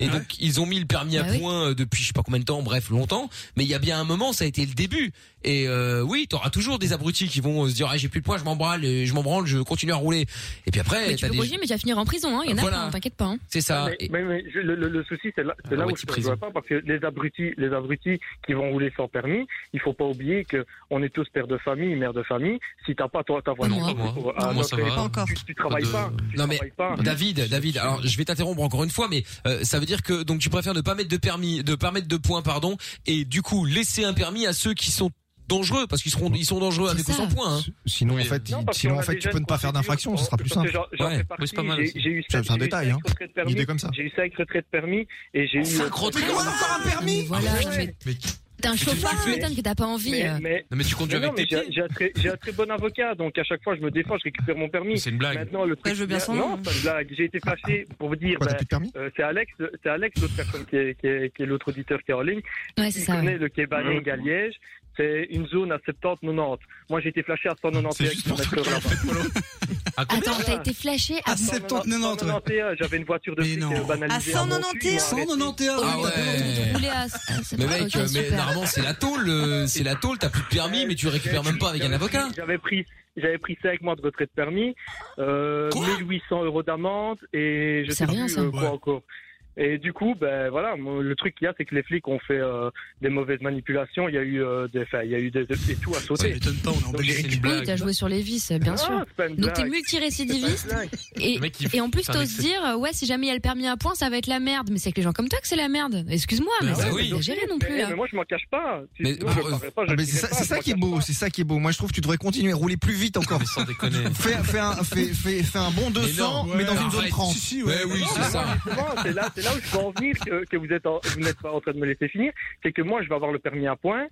A: Et donc ils ont mis le permis à
D: Bah oui.
A: point euh, depuis je sais pas combien de temps, bref longtemps. Mais il y a bien un moment, ça a été le début. Et euh, oui, t'auras toujours des abrutis qui vont euh, se dire ah, j'ai plus de points, je m'en branle, euh, je m'en branle, je continue à rouler. Et puis après,
D: Mais tu
A: t'as
D: peux
A: des-
D: bouger, mais tu vas finir en prison, hein. Il y en a
A: Voilà.
D: plein, t'inquiète pas. hein.
A: c'est ça.
J: Ah, Mais,
A: Et-
J: mais- mais je- le, le- le souci, c'est là, c'est
A: Ah,
J: là
A: ouais,
J: où
A: tu
J: je ne
A: prison.
J: vois pas, parce que les abrutis, les abrutis qui vont rouler sans permis, il faut pas oublier que on est tous père de famille, mère de famille. Si t'as pas toi, ta voiture,
D: non,
E: pas moi.
J: pour-
E: Non,
J: à
E: moi, ça
J: notre
E: va.
J: époque,
C: Pas encore.
J: Tu, tu travailles
E: Pas de-
J: pas. Tu
A: Non, mais-
J: travailles pas.
A: David, David, alors je vais t'interrompre encore une fois, mais euh, ça veut dire que donc tu préfères ne pas mettre de permis, de pas mettre de points, pardon, et du coup laisser un permis à ceux qui sont dangereux parce qu'ils seront, ils sont dangereux
D: C'est
A: avec ou
D: ça.
A: sans points. hein.
F: Sinon, en
E: Oui.
F: fait,
J: Non,
F: il-
J: parce
F: sinon,
J: qu'on
F: en
J: a
F: fait, tu
J: déjà
F: peux
J: une
F: ne pas faire
J: procédure,
F: d'infraction, ce sera plus
J: parce que
F: simple.
J: j'en- j'en fais
A: Ouais. Oui,
E: c'est pas
J: partie,
E: mal
J: j'ai-
E: aussi.
J: J'ai eu
F: C'est un
J: cinq- j'ai eu
F: détail,
J: cinq
F: hein.
J: retraits de permis,
F: L'idée comme ça.
J: J'ai eu 5 retraits de permis et j'ai eu.
A: Cinq retraits
J: Mais
A: encore
J: voilà,
D: Mais voilà, mais- T'es un chauffard, tu m'étonnes que t'as pas envie.
J: Mais-
D: euh.
J: mais-
E: Non, mais tu conduis
J: mais non,
E: avec tes
J: mais j'ai-
E: pieds.
J: J'ai un, très- j'ai un très bon avocat, donc à chaque fois je me défends, je récupère mon permis.
E: C'est une blague. Ah.
J: Maintenant, le truc,
C: Ouais, je veux bien son nom.
J: non, pas de blague. J'ai été fâché pour vous dire,
F: Quoi, t'as
J: ben,
F: plus de permis
J: euh, c'est Alex, c'est Alex, l'autre personne qui est, qui est- qui est l'autre auditeur qui est en ligne.
D: Ouais, c'est
J: Il
D: ça. ouais.
J: connaît le Québaning à Liège. C'est une zone à 70-90. Moi, j'ai été flashé à 191
G: C'est juste pour ça
J: km/h
G: qu'on
J: là-bas.
D: Attends,
J: Combien,
D: t'as
J: là
D: été flashé à
G: À 70-90, ouais.
J: 191, J'avais une voiture de
G: Mais
J: flic
G: non.
J: euh, banalisée.
C: À
J: mon cul, ils m'ont
G: 191,
C: 191.
J: arrêté.
A: Ah
G: oui,
A: ouais.
G: t'as raison.
D: de rouler à.
A: Mais mec,
D: Ah, Ok,
A: euh, mais
D: super.
A: normalement c'est la tôle, euh, c'est la tôle, t'as plus de permis mais tu récupères même pas avec un
J: J'avais pris-
A: avocat.
J: J'avais pris, j'avais pris 5 mois de retrait de permis, euh, 1800 euros d'amende et je
D: C'est
J: sais
D: rien,
J: plus
D: ça.
J: euh, quoi
G: Ouais.
J: encore. Et du coup, ben voilà, moi, le truc qu'il y a, c'est que les flics ont fait euh, des mauvaises manipulations. Il y a eu euh, des, enfin, il y a eu des, des- des tout à
G: Ça
J: sauter.
G: m'étonne pas, on est en
J: Donc, j'ai-
G: Belgique.
D: Oui, t'as joué sur les vis, bien sûr.
J: Ah, c'est pas une
D: Donc t'es
J: blague.
D: multirécidiviste
J: C'est pas une blague.
D: et,
E: Le mec, il-
D: et en plus
E: c'est un
D: t'oses
E: excès.
D: dire euh, ouais si jamais il y a le permis à point ça va être la merde mais c'est que les gens comme toi que c'est la merde excuse-moi mais
A: Bah
D: c'est
A: oui.
D: pas exagéré non plus hein.
J: Mais,
D: là.
J: mais moi, je m'en cache pas. Tu-
A: Mais-
J: moi, je
A: euh,
J: parlerai pas, je
F: Ah, mais
J: le
F: c'est
J: dirai
F: ça,
J: pas,
F: c'est
J: je
F: ça
J: m'en
F: qui est
J: cache
F: beau,
J: pas.
F: c'est ça qui est beau. Moi, je trouve que tu devrais continuer, rouler plus vite encore.
E: Mais sans déconner.
F: Fais, fais un, fais, fais, fais un bon 200,
A: non,
F: mais dans
A: ouais,
F: une zone
A: arrête.
F: 30.
G: Si, si, ouais.
A: Ouais Eh oui
J: Non,
A: c'est
J: mais moi,
A: ça.
J: justement, C'est là, c'est là où je veux en venir que, que vous êtes en- vous n'êtes pas en train de me laisser finir. C'est que moi, je vais avoir le permis à point.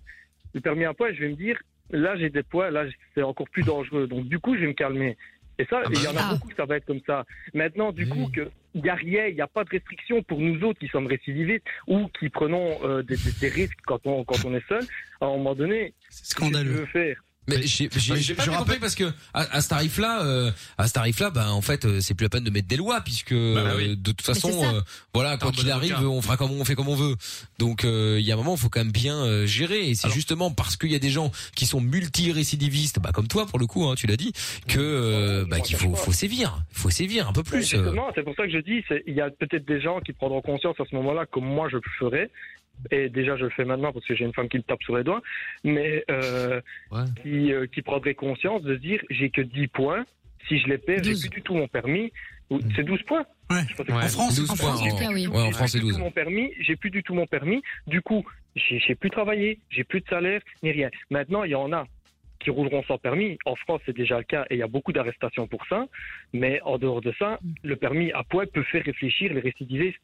J: Le permis à point, je vais me dire, là, j'ai des poids, là, c'est encore plus dangereux. Donc, du coup, je vais me calmer. Et ça,
E: Ah
J: il y en a
D: bah.
J: beaucoup que ça va être comme ça. Maintenant, du
A: Oui.
J: coup, que il n'y a rien, il n'y a pas de restriction pour nous autres qui sommes récidivistes ou qui prenons euh, des, des- des risques quand on, quand on est seul. À un moment donné,
G: C'est
J: qu'est-ce que tu
G: scandaleux.
J: veux faire
A: Mais j'ai j'ai-
F: Mais
A: j'ai pas
F: je
A: bien compris parce que à, à ce tarif là, à ce tarif là, ben en fait euh, c'est plus la peine de mettre des lois puisque
E: bah oui.
A: euh, de toute
D: c'est
A: façon
D: ça.
A: euh, voilà
E: un
A: quoi
E: bon
A: qu'il arrive
E: avocat.
A: on fera comme on fait comme on veut. Donc euh, il y a un moment il faut quand même bien euh, gérer et c'est justement parce qu'il y a des gens qui sont multirécidivistes, bah comme toi pour le coup hein, tu l'as dit que euh, bah qu'il faut faut sévir, faut sévir un peu
J: Ben,
A: plus. euh.
J: justement, c'est pour ça que je dis, c'est- il y a peut-être des gens qui prendront conscience à ce moment-là, comme moi je le ferais. Et déjà, je le fais maintenant parce que j'ai une femme qui me tape sur les doigts, mais euh,
E: Ouais.
J: qui, euh, qui prendrait conscience de se dire j'ai que 10 points, si je les perds, j'ai
D: 12.
J: plus du tout mon permis. Ou-
A: Mm.
J: C'est 12 points
G: Ouais.
J: Je pensais que-
E: Ouais.
G: En France,
A: 12
G: en
A: points.
G: France,
D: En tout cas, oui.
A: Ouais, en
J: J'ai
A: France c'est
J: plus du
A: 12.
J: tout mon permis, j'ai plus du tout mon permis. Du coup, j'ai j'ai plus travaillé, j'ai plus de salaire, ni rien. Maintenant, il y en a qui rouleront sans permis. En France, c'est déjà le cas et il y a beaucoup d'arrestations pour ça. Mais en dehors de ça, le permis à poids peut faire réfléchir les récidivistes.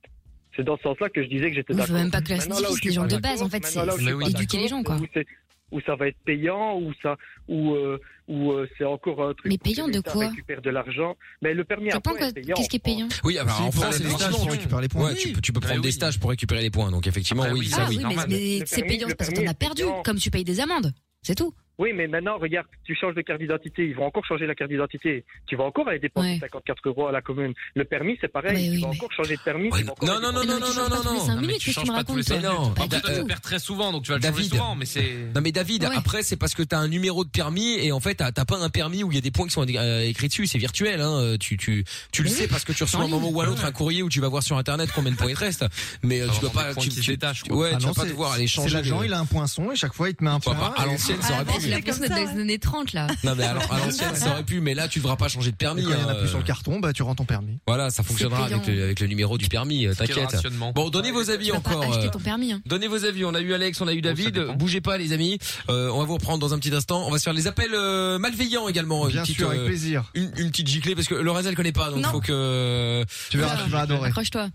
J: C'est dans ce sens-là que je disais que j'étais
D: Oui,
J: d'accord.
D: faut même pas que les
J: Maintenant, là où
D: récidivistes,
J: je suis
D: les gens
J: pas
D: de
J: d'accord,
D: base, en fait,
J: maintenant, là où
E: c'est
J: je suis pas
D: éduquer les gens,
J: d'accord, c'est où c'est- Où ça va être payant, où ça, où, euh, où euh, c'est encore un truc.
D: Mais
J: où
D: payant de
J: l'État
D: quoi
J: récupère de l'argent. Mais le permis
D: Ça
J: à
D: dépend
J: poids
D: quoi-
J: est payant.
D: qu'est-ce qui est
J: en France.
D: payant
A: Oui, ah, bah,
F: Si,
A: en
F: pour
A: France
F: les
A: c'est
F: stages,
A: effectivement,
F: tu récupères les points.
A: Ouais, tu, peux- tu peux prendre
E: oui.
A: des stages pour récupérer les points, donc effectivement,
E: Après,
A: oui,
E: oui,
A: ça
D: Ah oui
A: oui.
D: mais-
E: normal.
D: mais
J: Le
D: c'est
J: permis-
D: payant
J: le
D: parce que t'en as
J: permis est
D: perdu
J: payant.
D: comme tu payes des amendes c'est tout.
J: Oui, mais maintenant, regarde, tu changes de carte d'identité, ils vont encore changer la carte d'identité. Tu vas encore aller dépenser
D: Ouais.
J: 54 euros à la commune. Le permis, c'est pareil,
D: Ouais,
J: tu
D: oui,
J: vas
D: mais-
J: encore changer de permis.
A: Ouais,
J: tu vas encore
A: non,
J: aller
A: non,
J: dépenser-
A: non, non, non, non, non.
D: C'est un
E: Non, mais
D: minutes que
E: tu
D: tu
E: changes
D: me
E: pas tous les
D: racontes.
E: cinq
D: toi.
A: minutes.
D: Pas
A: Non,
D: du
A: bah, euh,
D: tout.
E: Tu perds très souvent, donc tu vas le changer
A: David.
E: souvent, mais c'est.
A: Non mais David,
D: Ouais.
A: après c'est parce que t'as un numéro de permis et en fait t'as t'as pas un permis où il y a des points qui sont euh, écrits dessus, c'est virtuel. Hein. euh, Tu tu tu le
D: Mais
A: sais
D: oui,
A: parce que tu reçois
D: en
A: à un moment
D: ligne.
A: ou à l'autre un courrier où tu vas voir sur internet combien de points il te reste. Mais euh,
E: Ça
A: tu dois
E: va prendre
A: pas
E: des points
A: tu,
E: qui
A: tu-
E: se détachent, quoi.
A: ouais
F: Ah
A: tu
F: non,
A: vas pas
F: c'est- hein.
A: devoir aller
F: C'est
A: changer.
F: l'agent,
A: les-
F: il a un poinçon et chaque fois il te met un
A: Enfin,
F: point.
A: pas- à
F: et-
A: l'ancienne ça aurait
C: Ah,
A: pu.
D: J'ai
C: bon,
A: mais-
C: comme
D: l'impression d'être
C: ça,
D: dans les années 30 là.
A: Non mais alors à l'ancienne ça aurait pu, mais là tu devras pas changer de
F: et
A: permis.
F: quand il y en a
A: hein,
F: plus sur le
A: euh,
F: carton, bah tu rends ton permis.
A: Voilà, ça fonctionnera
D: payant.
A: avec le, avec le numéro du permis. euh,
E: Quel
A: T'inquiète.
E: rationnement.
A: Bon, donnez vos avis
D: Tu vas pas
A: encore. euh,
D: acheter ton permis. hein.
A: Donnez vos avis. On a eu Alex, on a eu
E: ça
A: David.
E: dépend.
A: Bougez pas, les amis. Euh, on va vous reprendre dans un petit instant. On va se faire les appels euh, malveillants également.
F: Bien
A: une petite,
F: sûr, avec
A: euh,
F: plaisir.
A: une, une petite giclée parce que Lorenza elle connaît pas, donc
C: Non.
A: faut que.
F: Tu verras, tu vas adorer.
D: Ah, Accroche-toi.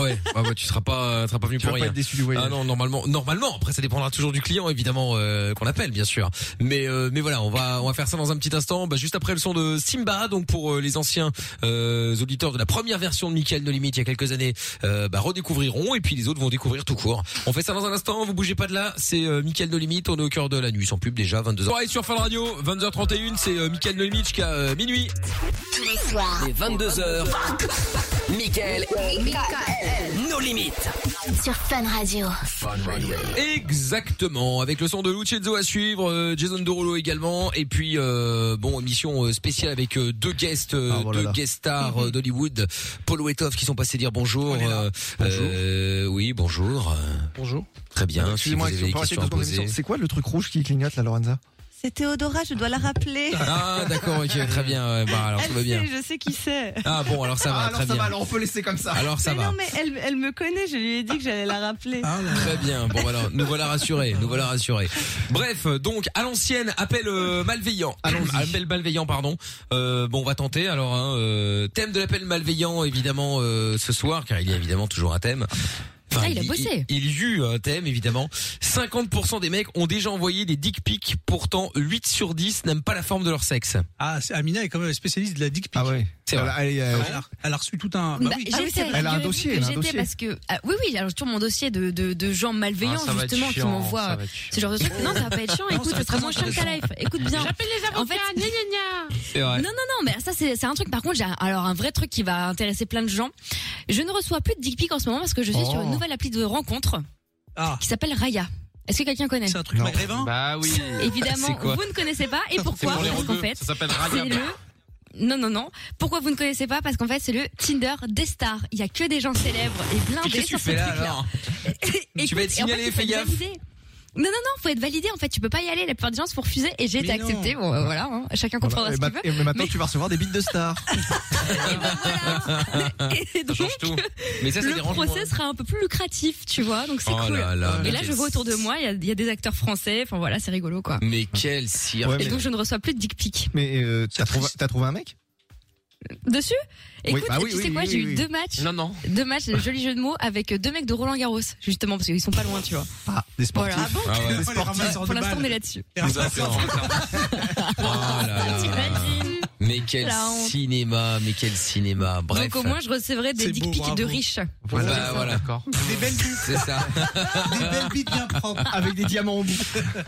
A: Ouais, bah, ouais, tu seras pas, tu seras pas venu
F: Tu
A: pour
F: vas pas
A: rien.
F: être déçu du voyage.
A: Ah non, normalement, normalement. Après, ça dépendra toujours du client, évidemment, euh, qu'on appelle, bien sûr. Mais, euh, mais voilà, on va, on va faire ça dans un petit instant, bah, juste après le son de Simba, donc pour euh, les anciens euh, auditeurs de la première version de Michael No Limite il y a quelques années, euh, bah, redécouvriront, et puis les autres vont découvrir tout court. On fait ça dans un instant. Vous bougez pas de là. C'est euh, Michael No Limite. On est au cœur de la nuit, sans pub déjà, 22h. Pareil sur Fun Radio, 22h31, c'est euh, Michael No Limite jusqu'à euh, minuit.
B: Les 22h. Michael. Nos limites.
K: Sur Fun Radio.
A: Exactement, avec le son de Lucenzo à suivre, euh, Jason Derulo également, et puis euh, bon émission euh, spéciale avec euh, deux guests, euh,
F: Ah, voilà.
A: deux guest stars euh, d'Hollywood, Paul Wetov qui sont passés dire bonjour. euh, euh, oui, bonjour. euh,
F: Bonjour.
A: Très bien. si vous
F: Excusez-moi,
A: avez
F: ils sont
A: des
F: pas restés
A: questions
F: deux
A: à
F: secondes
A: poser.
F: d'émission. C'est quoi le truc rouge qui clignote là, Lorenza
C: C'est Théodora, je dois la rappeler.
A: Ah d'accord, ok, très bien. ouais, Bah alors tout
C: elle
A: va bien.
C: sait, je sais qui c'est.
A: Ah bon, alors ça va, très bien.
F: alors on peut laisser comme ça.
A: Alors ça
C: mais
A: va.
C: non, mais elle, elle me connaît, je lui ai dit que j'allais la rappeler.
A: Très bien. Bon voilà, nous voilà rassurés, nous voilà rassurés. Bref, donc à l'ancienne, appel euh, malveillant. Appel malveillant, pardon. Euh, bon, on va tenter. Alors, hein, euh, thème de l'appel malveillant évidemment euh, ce soir, car il y a évidemment toujours un thème. Enfin,
D: Ah, il a bossé.
A: Il, il y eut un thème, évidemment. 50% des mecs ont déjà envoyé des dick pics. Pourtant, 8 sur 10 n'aiment pas la forme de leur sexe.
G: Ah, c'est- Amina est quand même spécialiste de la dick pic. Ah ouais.
A: C'est vrai.
G: Elle, a, elle a reçu tout un. bah
D: Bah,
G: oui.
D: j'étais, figurez-vous que j'étais parce que ah, oui oui alors sur mon dossier de, de, de gens malveillants
G: Ah, ça va être
D: justement qui
G: chiant, ça
D: m'envoient
G: va être
D: ce genre de truc non ça va pas être chiant
G: Non,
D: écoute
G: ça va
D: ce
G: être
D: sera
G: très
D: moins chiant que ta life
G: intéressant.
D: écoute bien
K: J'appelle les
D: en fait
K: avocats, gna, gna, gna.
A: C'est vrai.
D: non non non mais ça c'est c'est un truc par contre j'ai un- alors un vrai truc qui va intéresser plein de gens je ne reçois plus de dick pic en ce moment parce que je suis
E: Oh.
D: sur une nouvelle appli de rencontre
G: Ah.
D: qui s'appelle Raya est-ce que quelqu'un connaît c'est un
G: truc maghrébin
E: Bah oui.
D: évidemment vous ne connaissez pas et pourquoi
E: pour les
D: parce qu'en
E: rebeux.
D: fait
E: Ça s'appelle
D: c'est
E: Ragab.
D: le non, non, non. Pourquoi vous ne connaissez pas Parce qu'en fait, c'est le Tinder des stars. Il y a que des gens célèbres et blindés.
A: Qu'est-ce que tu
D: sur ce
A: fais là
D: truc-là.
A: alors Tu
D: Écoute,
A: vas être
D: et en fait,
A: signalé,
D: il faut
A: fais
D: être
A: gaffe.
D: validé. Non, non, non, faut être validé. En fait, tu peux pas y aller. La plupart des gens se font refuser et j'ai été acceptée. Bon, euh, voilà, hein. chacun comprendra
F: Voilà, et
D: ce
F: ma-
D: qu'il veut.
F: et- mais maintenant, tu vas recevoir des bits de stars.
D: Et donc,
A: Mais ça, ça
D: le
A: dérange moins.
D: procès sera un peu plus lucratif, tu vois. Donc c'est
A: Oh
D: cool.
A: là là, mais
D: et là, je
A: qu'est-ce-
D: vois autour de moi, il y a- il y, a des acteurs français. Enfin voilà, c'est rigolo, quoi.
A: Mais quel cirque.
D: et donc, je ne reçois plus de dick pic.
F: Mais euh, t'as trouvé, t'as trouvé un mec
D: Dessus
F: Oui,
D: Écoute,
F: bah oui,
D: tu
F: oui,
D: sais quoi,
F: oui,
D: j'ai
F: oui,
D: eu
F: oui.
D: deux matchs.
F: Non, non.
D: Deux matchs, le joli jeu de mots avec deux mecs de Roland Garros, justement, parce qu'ils sont pas loin, tu vois.
F: Ah, des sportifs.
D: Voilà. Ah bon
F: Ah ouais.
D: Des
F: Des sportifs.
D: sportifs. Pour l'instant, on est là-dessus.
A: Oh là là. Mais quel
D: La honte.
A: cinéma, mais quel cinéma. Bref.
D: Donc au moins, je recevrai des
A: C'est
D: dick
A: beau,
D: pics de
A: bravo.
D: riches.
A: Voilà, voilà. D'accord.
G: Des belles bites.
A: C'est ça.
G: Des belles bites bien propres.
F: Avec des diamants au bout.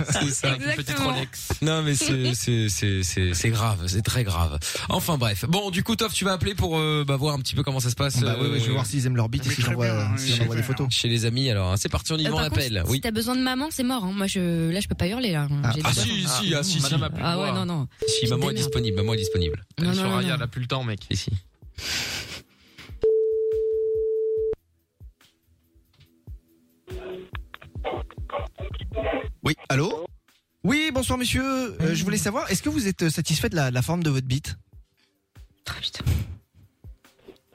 A: C'est ça.
G: Avec une petite Exactement. Rolex.
A: Non, mais c'est, c'est, c'est, c'est, c'est grave, c'est très grave. Enfin bref. Bon, du coup, Toff, tu vas appeler pour euh, bah, voir un petit peu comment ça se passe. euh,
F: Bah oui, oui, je vais voir s'ils aiment leur bite et s'ils envoient euh, s'ils envoient des photos.
A: Chez les amis, alors. hein. C'est parti, on y
D: Euh,
A: va, on
D: par contre,
A: appelle.
D: si
A: Oui.
D: t'as besoin de maman, c'est mort. hein. Moi, je, là, je peux pas hurler là. J'ai
A: Ah
D: des
A: si,
D: enfants.
A: si, ah si, si.
D: Ah ouais, non, non.
A: Si, maman est disponible, maman est disponible.
D: Non, Elle est non, sur non, Raya, non.
A: elle a plus le temps, mec. Ici.
F: Oui, allô Oui, bonsoir monsieur. Euh, je voulais savoir, est-ce que vous êtes euh, satisfait de la, la forme de votre bite
C: Ah,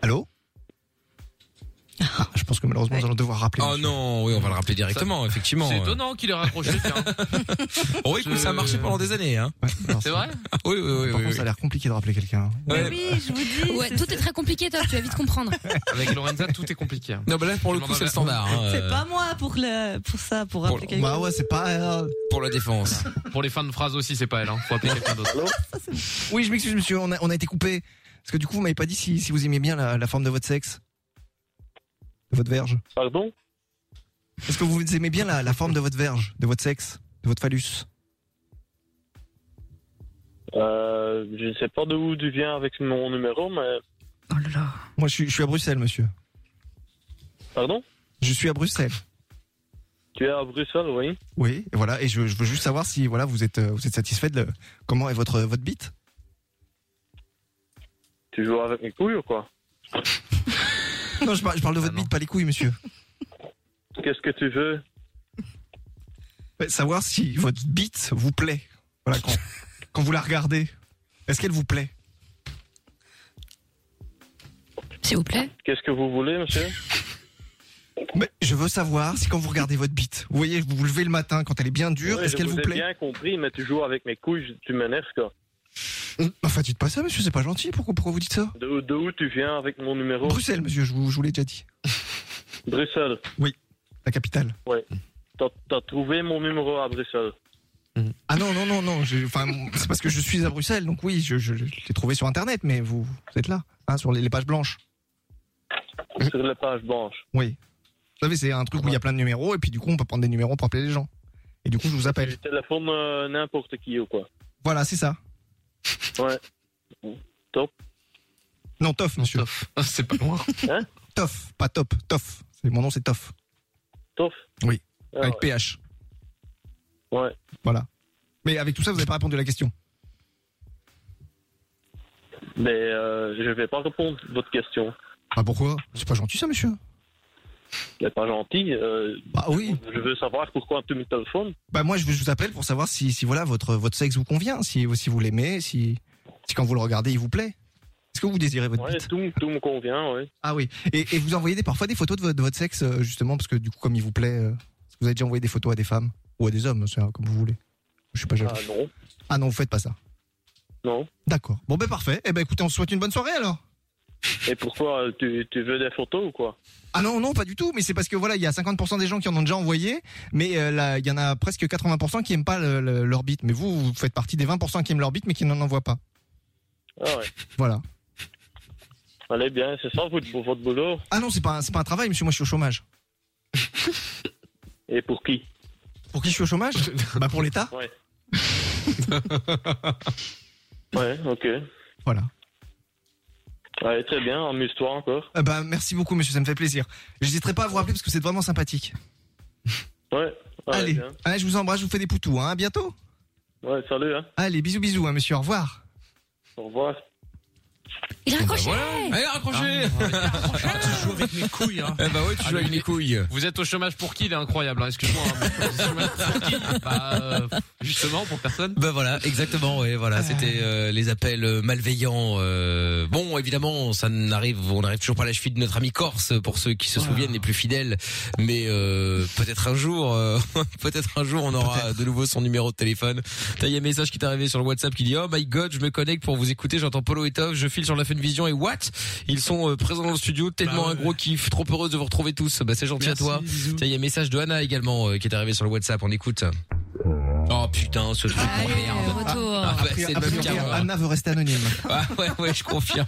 F: Allô Ah, Je pense que malheureusement, nous allons devoir rappeler.
A: Oh non, oui, on va le rappeler directement, effectivement.
E: C'est
A: Euh,
E: étonnant qu'il ait raccroché. tiens.
A: Oh, écoute, ça a marché pendant des années, hein.
E: C'est vrai
A: Ah Oui, oui, oui.
F: Par
A: oui,
F: contre, ça a l'air compliqué de rappeler quelqu'un. hein.
A: Ouais.
D: Ah je vous dis. Ouais, tout est très compliqué, toi. Tu vas vite comprendre.
E: Avec Lorenza, tout est compliqué. hein.
A: Non, bah là, pour le
E: Je
A: coup,
E: m'en
A: c'est le
E: vais.
A: standard. hein.
C: C'est pas moi pour le, pour ça, pour rappeler quelqu'un.
F: Bah ouais, c'est pas euh,
A: Pour la défense.
E: Pour les fins de phrase aussi, c'est pas elle. Hein. Faut appeler quelqu'un d'autre.
F: Oui, je m'excuse, monsieur, on a, on a été coupé. Parce que du coup, vous m'avez pas dit si, si vous aimiez bien la, la forme de votre sexe. De votre verge.
J: Pardon
F: Est-ce que vous aimez bien la, la forme de votre verge, de votre sexe, de votre phallus
J: euh, Je ne sais pas d'où tu viens avec mon numéro, mais.
D: Oh
F: Moi, je suis, je suis à Bruxelles, monsieur.
J: Pardon
F: Je suis à Bruxelles.
J: Tu es à Bruxelles, oui
F: Oui, et voilà, et je, je veux juste savoir si voilà, vous êtes, euh, vous êtes satisfait de le- comment est votre, votre bite.
J: Tu joues avec mes couilles ou quoi
F: Non, je, par- je
J: Ah
F: parle de votre bite, pas les couilles, monsieur.
J: Qu'est-ce que tu veux
F: Ouais, Savoir si votre bite vous plaît. Voilà, quand, quand vous la regardez, est-ce qu'elle vous plaît
D: S'il vous plaît.
J: Qu'est-ce que vous voulez, monsieur
F: Mais je veux savoir si quand vous regardez votre bite, vous voyez, vous vous levez le matin quand elle est bien dure,
J: Ouais,
F: est-ce
J: je
F: qu'elle
J: vous
F: vous
J: ai
F: plaît
J: bien compris, mais tu joues avec mes couilles, je- tu m'énerves, quoi.
F: Enfin, dites Bah, pas ça, monsieur, c'est pas gentil. Pourquoi, pourquoi vous dites ça
J: De, de où tu viens avec mon numéro
F: Bruxelles, monsieur, je vous, je vous l'ai déjà dit.
J: Bruxelles.
F: Oui, la capitale.
J: Ouais. T'as t'as trouvé mon numéro à Bruxelles.
F: Ah non, non, non, non. je- Enfin, c'est parce que je suis à Bruxelles, donc oui, je, je- je l'ai trouvé sur Internet, mais vous, vous êtes là, hein, sur les, les pages blanches.
J: Sur la page blanche.
F: Oui. Vous savez, c'est un truc où il y a plein de numéros, et puis du coup, on peut prendre des numéros pour appeler les gens. Et du coup, je vous appelle.
J: Je téléphone euh, n'importe qui ou quoi.
F: Voilà, c'est ça.
J: Ouais. Top.
F: Non, Toff, monsieur.
E: Ah, c'est pas loin.
J: Hein
F: Toff, pas Top, Toff. C'est- Mon nom, c'est Toff.
J: Toff
F: Oui,
J: Ah
F: avec
J: ouais.
F: PH.
J: Ouais.
F: Voilà. Mais avec tout ça, vous n'avez pas répondu à la question.
J: Mais euh, je vais pas répondre à votre question.
F: Ah pourquoi C'est pas gentil ça, monsieur.
J: C'est pas gentil. euh,
F: Bah oui.
J: Je veux savoir pourquoi tu me téléphones.
F: Bah moi je vous je vous appelle pour savoir si, si voilà votre votre sexe vous convient, si si vous l'aimez, si si quand vous le regardez il vous plaît. Est-ce que vous désirez votre
J: Ouais,
F: bite
J: tout, tout me convient, ouais.
F: Ah oui. Et, et vous envoyez des, parfois des photos de votre, de votre sexe euh, justement parce que du coup comme il vous plaît, euh, est-ce que vous avez déjà envoyé des photos à des femmes ou à des hommes, c'est, euh, comme vous voulez. Je suis pas jaloux.
J: Ah non,
F: Ah non, vous faites pas ça.
J: non.
F: D'accord. Bon ben parfait. Eh ben écoutez, on se souhaite une bonne soirée alors.
E: Et pourquoi euh, tu, tu veux des photos ou quoi
F: Ah non, non, pas du tout, mais c'est parce que voilà, il y a 50% des gens qui en ont déjà envoyé, mais euh, là, il y en a presque 80% qui aiment pas le- le- l'orbite. Mais vous, vous faites partie des 20% qui aiment l'orbite, mais qui n'en envoient pas.
E: Ah ouais.
F: Voilà.
E: Allez bien, c'est ça votre, votre boulot.
F: Ah non, c'est pas, un- c'est pas un travail, monsieur, moi je suis au chômage.
E: Et pour qui
F: Pour qui je suis au chômage Bah pour l'État.
E: Ouais. ouais, ok.
F: Voilà.
E: Allez, très bien, amuse-toi encore.
F: Euh, bah merci beaucoup, monsieur, ça me fait plaisir. J'hésiterai pas à vous rappeler parce que c'est vraiment sympathique.
E: Ouais, allez.
F: Allez,
E: bien.
F: allez, je vous embrasse, je vous fais des poutous, hein, à bientôt.
E: Ouais, salut, hein.
F: Allez, bisous, bisous, hein, monsieur, au revoir. Eh ben
E: Au revoir.
D: Il a
A: raccroché Allez, raccroché
L: Ah, Tu joues avec mes couilles, hein.
A: Eh bah ouais, tu joues avec mes couilles.
L: Vous êtes au chômage pour qui Il est incroyable, hein, excuse-moi. hein. Vous êtes au chômage pour qui Bah, euh, justement, pour personne. Ah.
A: Ben voilà, exactement, ouais, voilà, c'était euh, les appels euh, malveillants. euh, bon, évidemment, ça n'arrive, on n'arrive toujours pas à la cheville de notre ami Corse, pour ceux qui se souviennent les plus fidèles, mais euh, peut-être un jour, euh, peut-être un jour, on aura de nouveau son numéro de téléphone. T'as, Il y a un message qui t'est arrivé sur le WhatsApp qui dit « Oh my God, je me connecte pour vous écouter, j'entends Polo et Tov, je file sur la Funvision et what Ils sont euh, présents dans le studio, tellement un gros kiff, trop heureuse de vous retrouver tous. Bah, c'est gentil
L: Bah Merci,
A: à toi. Tiens, Il y a un message de Anna également euh, qui est arrivé sur le WhatsApp, on écoute. Oh putain, ce truc de merde.
D: Retour.
A: Ah, bah,
F: A priori-
A: c'est
F: a
A: le même
F: priori,
A: qu'à moi.
F: Anna veut rester anonyme.
A: Ah, ouais, ouais, je confirme.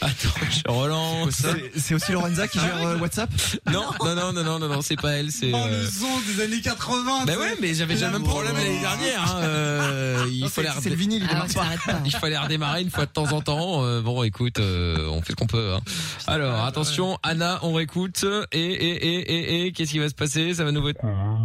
A: Attends, je relance.
F: C'est- C'est aussi Lorenza qui gère euh, WhatsApp
A: Non, non, non, non, non, non, non, c'est pas elle, c'est.
G: Oh,
A: euh,
G: le son des années 80. tu
A: Bah
G: sais.
A: ouais, mais j'avais déjà le même problème l'année dernière. hein, euh, Il
F: Non, c'est-
A: fallait
F: C'est le
A: redé-
F: vinyle, il
M: Ah
F: démarre
M: ouais,
F: pas.
M: t'arrêtes pas.
A: il fallait redémarrer une fois de temps en temps. Euh, bon, écoute, euh, on fait ce qu'on peut. hein. Alors, attention, Anna, on réécoute. Et, et, et, et, et, qu'est-ce qui va se passer Ça va nous...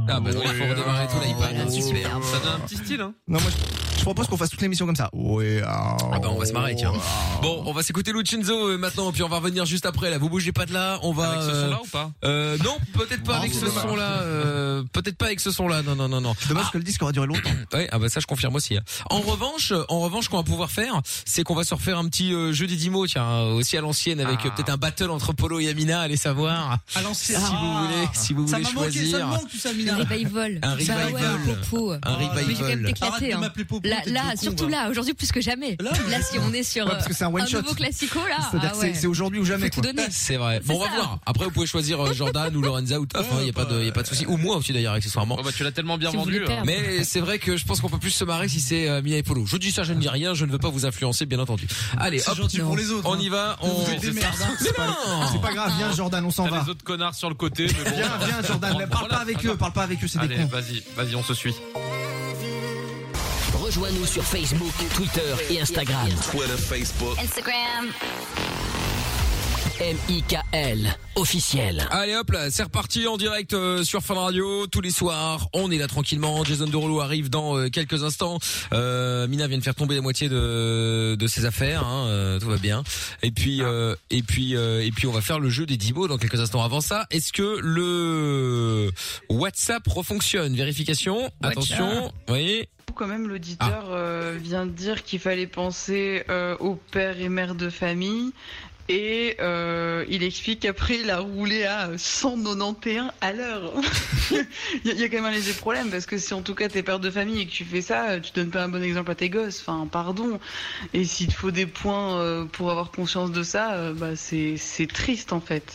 A: Ah bah non, il faut redémarrer tout
F: Oh.
A: l'iPad. Super.
L: Ça donne un petit style, hein.
F: Non, moi je, je propose qu'on fasse toute l'émission comme ça. Ouais, ah,
A: Ah bah on va se marrer tiens.
G: Oh.
A: Bon, on va s'écouter Lucenzo euh, maintenant puis on va revenir juste après là. Vous bougez pas de là, on va
L: Avec ce
A: euh,
L: son-là ou pas
A: euh, non, peut-être
G: Oh,
A: pas
F: Non,
A: avec
F: c'est
A: ce
F: dommage.
A: son là, euh, peut-être pas avec ce son là. Non non non non.
F: Dommage que le disque aurait duré longtemps.
A: Ouais, ah bah ça je confirme aussi. hein. En revanche, euh, en revanche, ce qu'on va pouvoir faire, c'est qu'on va se refaire un petit euh, jeu des dix mots, tiens, euh, aussi à l'ancienne avec euh, peut-être un battle entre Polo et Amina, allez savoir.
G: Ah. À l'ancienne.
A: Si vous voulez, si vous
G: Ah. Ça
A: voulez
G: m'a manqué, ça me
A: choisir.
G: manque, tout ça,
D: Un
G: Mina.
D: revival.
A: Un
D: Bah ouais,
A: revival.
D: le popo.
A: Un
D: Mais j'ai quand même
A: revival.
G: Arrête
D: t'éclaté.
G: de
D: hein.
G: m'appeler Popo.
D: Là,
G: t'es
D: là,
G: con,
D: surtout
G: va.
D: là, aujourd'hui plus que jamais. Là, si on est sur
F: Ouais,
D: euh,
F: parce que c'est un
D: un
F: one shot.
D: nouveau classico là,
F: C'est-à-dire
D: ah
F: que
D: ouais.
F: c'est- c'est aujourd'hui ou
D: faut
F: jamais.
D: tout
F: Quoi.
D: donner.
A: C'est vrai.
D: C'est
A: Bon, on va
D: ça.
A: voir. Après, vous pouvez choisir euh, Jordan ou Lorenza ou Taf. Il y a pas de, y a pas de souci. Ou moi aussi d'ailleurs avec ce soir.
L: Oh, bah, tu l'as tellement bien
D: Si vous
L: vendu.
D: voulez perdre.
A: Mais c'est vrai que je pense qu'on peut plus se marrer si c'est euh, Mia et Polo. Je dis ça, je ne dis rien, je ne veux pas vous influencer, bien entendu. Allez,
G: C'est
A: hop,
G: gentil pour les autres.
A: on
G: hein.
A: y va, on.
G: Vous êtes des merdes.
A: Mais non
F: hein. C'est pas grave, viens Jordan, on s'en
L: T'as
F: va.
L: les autres connards sur le côté, mais bon. euh,
F: Viens, viens Jordan, mais parle
L: Voilà.
F: pas avec eux, parle pas avec eux, c'est des
L: Allez,
F: cons.
L: vas-y, vas-y, on se suit.
B: Ah. Rejoins-nous sur Facebook, Twitter et Instagram.
D: Instagram.
B: M.I.K.L. Officiel.
A: Allez hop là, c'est reparti en direct euh, sur Fun Radio tous les soirs. On est là tranquillement. Jason Derulo arrive dans euh, quelques instants. Euh, Mina vient de faire tomber la moitié de de ses affaires. hein, euh, tout va bien. Et puis euh, et puis euh, et puis on va faire le jeu des 10 mots dans quelques instants. Avant ça, est-ce que le WhatsApp refonctionne Vérification. Attention. Oui.
H: Quand même, l'auditeur
A: Ah.
H: euh, vient de dire qu'il fallait penser euh, aux pères et mères de famille. Et euh, il explique qu'après, il a roulé à 191 à l'heure. Il y, a- il y a quand même un léger problème, parce que si en tout cas t'es père de famille et que tu fais ça, euh, tu donnes pas un bon exemple à tes gosses. Enfin, pardon. Et s'il te faut des points euh, pour avoir conscience de ça, euh, bah, c'est c'est triste en fait.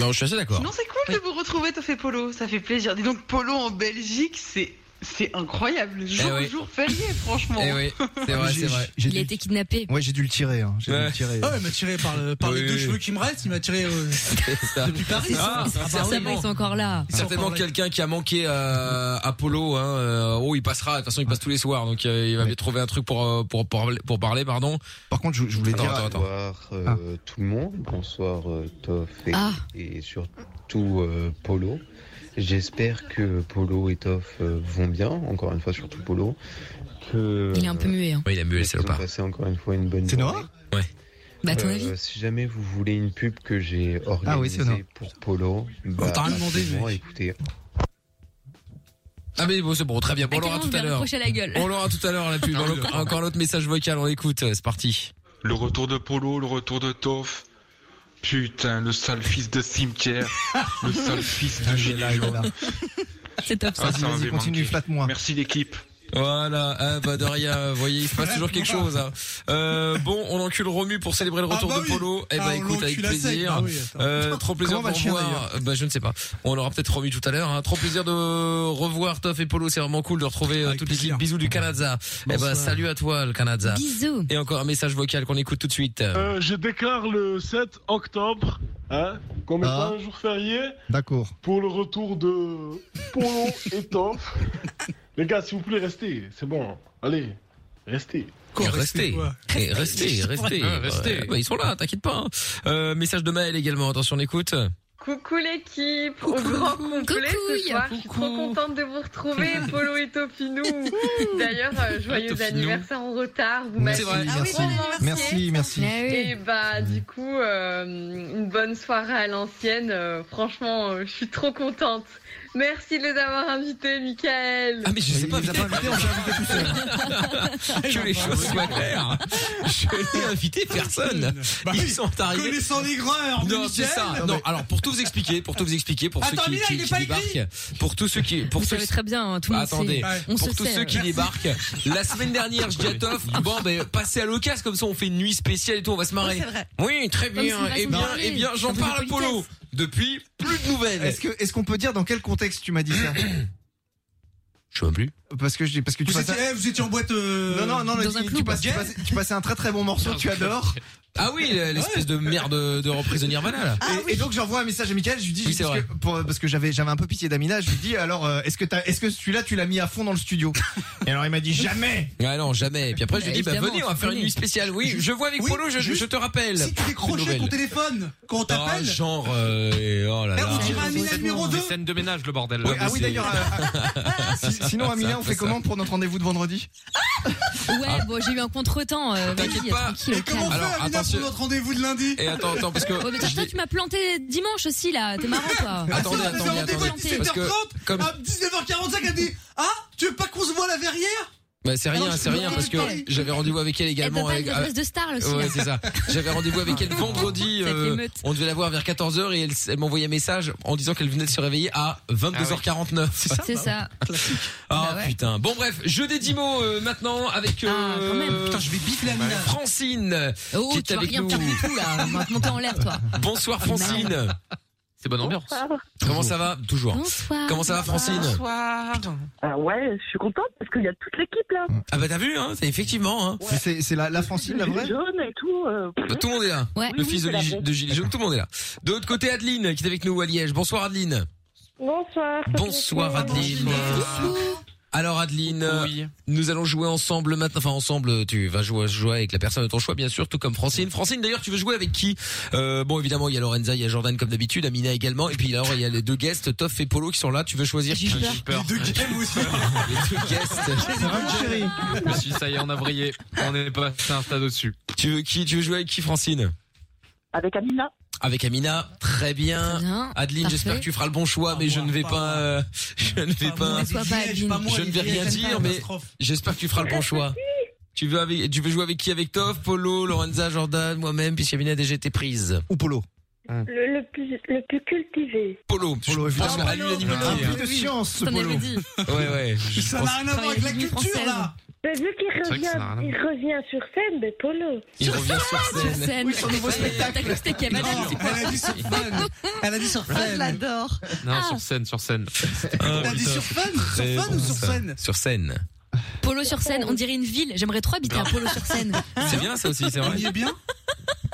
A: Non, je suis assez d'accord.
H: Non, c'est cool de vous retrouver, t'as fait Polo, ça fait plaisir. Dis donc, Polo en Belgique, c'est c'est incroyable. Jour,
A: Eh oui.
H: jour férié, franchement.
A: Eh oui, c'est vrai,
F: J'ai-
A: c'est vrai.
F: j'ai
D: Il a
F: dû-
D: été kidnappé.
F: Ouais, j'ai dû le tirer. hein, J'ai dû
A: Ouais.
F: le tirer.
G: Ah ouais, il m'a tiré par, le, par
A: Oui,
G: les deux
A: oui.
G: cheveux qui me restent, il m'a tiré euh,
A: C'est ça.
G: depuis Paris.
A: Ah,
G: hein. Ah, bah
D: Ça
G: oui,
D: va, ils
G: bon.
D: sont encore là.
G: Ils sont
A: Certainement
G: encore là.
A: quelqu'un qui a manqué euh, à Polo. Hein, euh, oh, il passera. De toute façon, il passe tous les soirs, donc euh, il va
F: Ouais.
A: bien trouver un truc pour euh, pour pour, parler- pour parler, pardon.
F: Par contre, je, je voulais
A: Attends,
F: dire.
A: attends, attends.
N: Bonsoir
F: Ah.
N: euh, tout le monde, bonsoir euh, Toff et,
D: Ah.
N: et surtout euh, Polo. J'espère que Polo et Toff euh, vont bien, encore une fois surtout Polo. Que,
D: Il est un peu muet. Hein.
A: Oui, il a mué, le
N: Ils ont
A: salopard.
N: passé encore une fois une bonne
F: C'est
N: journée.
F: Nora
D: Bah, à ton
N: Euh,
D: avis.
N: si jamais vous voulez une pub que j'ai
F: Ah oui,
N: organisée
F: c'est Nora.
N: pour Polo, bah,
A: t'a rien demandé,
N: absolument,
A: mec.
N: écoutez,
A: Ah mais bon, c'est bon, très bien. Bon, on l'aura tout à l'heure.
D: Accroché la gueule.
A: On l'aura tout à l'heure la pub. On l'aura- Encore l'autre message vocal. On écoute. euh, C'est parti.
O: Le retour de Polo, le retour de Toff. Putain, le sale fils de cimetière. le sale fils de
F: Il est là, il est là.
D: C'est top ça.
O: Ah, ça
F: Vas-y, vas-y,
O: m'avait
F: continue,
O: manqué.
F: flatte-moi.
O: Merci l'équipe.
A: Voilà, ah bah de rien, euh, voyez, il se passe toujours quelque chose. hein. Euh, bon, on encule Romu pour célébrer le retour
G: Ah bah
A: de
G: oui.
A: Polo. Eh
G: Ah,
A: bah
G: on
A: écoute, avec
G: l'encule à sec,
A: plaisir.
G: bah oui, attends.
A: Euh, trop plaisir
G: Comment
A: de
G: va le chien,
A: revoir. Euh, Bah je ne sais pas. On l'aura peut-être revu tout à l'heure. hein. Trop plaisir de revoir Toff et Polo. C'est vraiment cool de retrouver euh, toute l'équipe. Bisous du Canadza. Eh bah
P: Bonsoir.
A: salut à toi le Canadza.
P: Bisous.
A: Et encore un message vocal qu'on écoute tout de suite.
P: Euh, je déclare le 7 octobre, hein, qu'on met
F: Ah.
P: pas un jour férié
F: D'accord.
P: pour le retour de Polo et Toff. Les gars, s'il vous plaît, restez, c'est bon. Allez, restez.
A: Quoi, restez, Eh, restez, restez,
G: Ah,
E: Ouais, restez.
A: Ouais, bah, ils sont là, t'inquiète pas. hein. Euh, message de Maël également. Attention, on écoute.
Q: Coucou l'équipe, au grand complet ce soir. Je suis trop contente de vous retrouver, Polo et Topinou. D'ailleurs, euh, joyeux
F: Topinou.
Q: anniversaire en retard, vous m'avez
F: Merci,
Q: ah oui,
F: merci.
Q: vraiment
F: Merci, merci.
D: Ah
Q: Et bah
A: Mmh.
Q: du coup, euh, une bonne soirée à l'ancienne. euh, franchement, euh, je suis trop contente. Merci de les avoir invités, Michael.
A: Ah mais je sais pas, vous pas invité, on s'est invité tout seul. que les choses soient claires. Je n'ai invité personne. Ils sont arrivés.
G: connaissant l'aigreur de
A: Non, c'est
G: Michel.
A: ça. Non, alors pour tout vous expliquer, pour tout vous expliquer, pour
G: Attends,
A: ceux qui,
G: mais là,
A: qui-
G: il est
A: qui
G: pas écrit.
A: débarquent, pour tous ceux qui, pour
D: Vous
A: tous Bah,
D: savez très bien, hein, tout le monde
A: Attendez,
D: sait. On
A: pour
D: se
A: tous
D: sait,
A: ceux qui
D: euh.
A: débarquent, la semaine dernière, je dis à Toff, bon ben passez à l'occasion comme ça on fait une nuit spéciale et tout, on va se marrer.
F: Oui, c'est vrai.
A: Oui, très
F: Comme c'est
A: bien.
F: une
A: Et
F: façon de
A: bien,
F: parler.
A: et bien,
F: Un
A: j'en
F: peu de
A: parle à Polo
F: politesse.
A: depuis plus de nouvelles.
F: Est-ce que est-ce qu'on peut dire dans quel contexte tu m'as dit ça
A: Je sais plus.
F: Parce que je dis parce que tu
G: Vous
F: passes.
G: étiez, eh, vous étiez en boîte. euh,
F: Non non non,
G: dans
F: tu-
G: un
F: tu,
G: club,
F: passes, tu,
G: gay.
F: passes, tu passes un très très bon morceau, tu adores.
A: Ah oui, l'espèce de merde de reprise de Nirvana Ah
D: Ah,
A: là.
F: et, et donc j'envoie un message à Michael, je lui dis
A: Oui,
F: je-
A: c'est
F: parce,
A: vrai.
F: que, pour- parce que j'avais j'avais un peu pitié d'Amina, je lui dis alors euh, est-ce que t'as- est-ce que celui-là tu l'as mis à fond dans le studio Et alors il m'a dit jamais.
A: Ah non, jamais. Et puis après, je lui dis, bah,
F: Évidemment,
A: venez, on va
F: tu
A: faire une
F: connais.
A: nuit spéciale. Oui, je vois avec
G: Oui,
A: Polo, je,
G: juste,
A: je te rappelle.
G: Si tu décrochais ton
A: Nouvelle.
G: téléphone quand on
A: Ah,
G: t'appelle.
A: genre, euh, oh là
G: Eh,
A: là.
G: on dirait Amina numéro 2.
E: Des scènes de ménage, le bordel.
A: Ouais, ah oui, d'ailleurs,
F: ah, Si- sinon Amina, on fait comment pour notre rendez-vous de vendredi
D: Ouais, bon, j'ai eu un contretemps. Euh,
A: Ah. T'inquiète
D: vas-y,
A: pas.
D: tranquille, au calme.
A: Alors, attention.
G: notre rendez-vous de lundi.
A: Et attends, attends, parce que.
D: Ouais, mais toi, toi, tu m'as planté dimanche aussi, là. T'es marrant, toi.
A: Attendez,
G: Ah,
A: attendez,
G: j'avais
A: attendez.
G: rendez-vous à
A: Parce que,
G: 17h30,
A: comme-
G: À 19h45, elle dit Ah, tu veux pas qu'on se voit à la verrière
A: Bah, c'est
G: Non,
A: rien,
G: je
A: c'est
G: me
A: rien,
G: rappelle
A: parce que
G: pas.
A: j'avais rendez-vous avec elle également.
D: Elle donne pas
A: avec-
D: les adresses de Star, là, aussi,
A: Ouais,
D: là.
A: c'est ça. J'avais rendez-vous avec elle vendredi.
D: Avec
A: euh,
D: l'émeute.
A: on devait la voir vers 14h et elle, elle m'envoyait un message en disant qu'elle venait de se réveiller
E: Ah
A: à 22h49.
E: Bah
D: C'est ça.
A: Ah putain. Bon bref, je des 10 mots euh, maintenant avec euh,
G: Putain, je vais bifler la mina.
A: Francine
D: Oh,
A: qui est
D: tu vas
A: avec
D: rien
A: nous.
D: faire du tout, là. On va te monter en l'air, toi. Ah,
A: Bonsoir Francine. C'est bonne ambiance. Comment ça va Toujours.
R: Bonsoir.
A: Comment ça va Francine
R: Bonsoir. Ah ouais, je suis contente parce qu'il y a toute l'équipe là.
A: Ah bah t'as vu hein, c'est effectivement hein.
F: C'est c'est la, la Francine la vraie
R: Les jaunes et tout. euh,
A: Bah, tout le monde est là.
R: Ouais.
A: Le
R: Oui, oui,
A: fils de,
R: c'est la
A: Ligi-
R: vraie.
A: de Gilet jaune, tout le monde est là. De l'autre côté Adeline qui est avec nous à Liège. Bonsoir Adeline.
R: Bonsoir.
A: Bonsoir Adeline. Alors Adeline, nous allons jouer ensemble maintenant. Enfin ensemble, tu vas jouer, jouer avec la personne de ton choix, bien sûr, tout comme Francine. Francine, d'ailleurs, tu veux jouer avec qui Euh, Bon, évidemment, il y a Lorenza, il y a Jordan comme d'habitude, Amina également, et puis alors il y a les deux guests, Toff et Polo, qui sont là. Tu veux choisir qui
E: J'ai peur.
G: Les deux
A: guests.
E: Je me suis dit, ça y est, on a brillé. On est passé un stade au-dessus.
A: Tu veux qui Tu veux jouer avec qui, Francine
R: Avec Amina.
A: Avec Amina, très bien. Adeline,
R: parfait.
A: j'espère que tu feras le bon choix, mais je ne vais pas, euh, je ne vais pas,
D: moi, sois pas Adeline.
G: pas moi,
A: je ne vais
G: les
A: rien
G: vieilles,
A: dire,
G: elles
A: mais
G: catastrophes.
A: j'espère que tu feras le bon choix. Tu veux avec, tu veux jouer avec qui Avec Toff, Polo, Lorenza, Jordan, moi-même, puisqu'Amina a déjà été prise.
F: Ou Polo.
R: Le, le plus, le plus cultivé.
A: Polo. Polo,
F: évidemment.
A: Ah, lui, l'animal
F: Un
A: qui est,
F: prix de science, ce
R: T'en avais
F: Polo.
R: dit.
A: Ouais, ouais. je
G: Ça
A: pense-
G: n'a rien à voir avec la culture là.
R: Mais vu qu'il
A: vrai que ça n'a rien à
R: revient, il revient sur scène, mais Polo.
A: Il revient sur scène.
D: Scène.
G: Oui, son nouveau spectacle.
D: T'as cru que c'était Kamel,
G: Non,
D: c'est quoi
G: elle a dit sur fun. Elle a dit sur fun.
C: Je l'adore.
E: Non,
D: Ah,
E: sur scène, sur scène.
G: Elle a dit sur fun. Sur
A: Très
G: fun
A: bon,
G: ou sur
A: ça.
G: scène
A: Sur scène.
D: Polo sur scène, on dirait une ville. J'aimerais trop habiter à Polo sur scène.
A: C'est bien ça aussi, c'est vrai.
G: On y Ah. est bien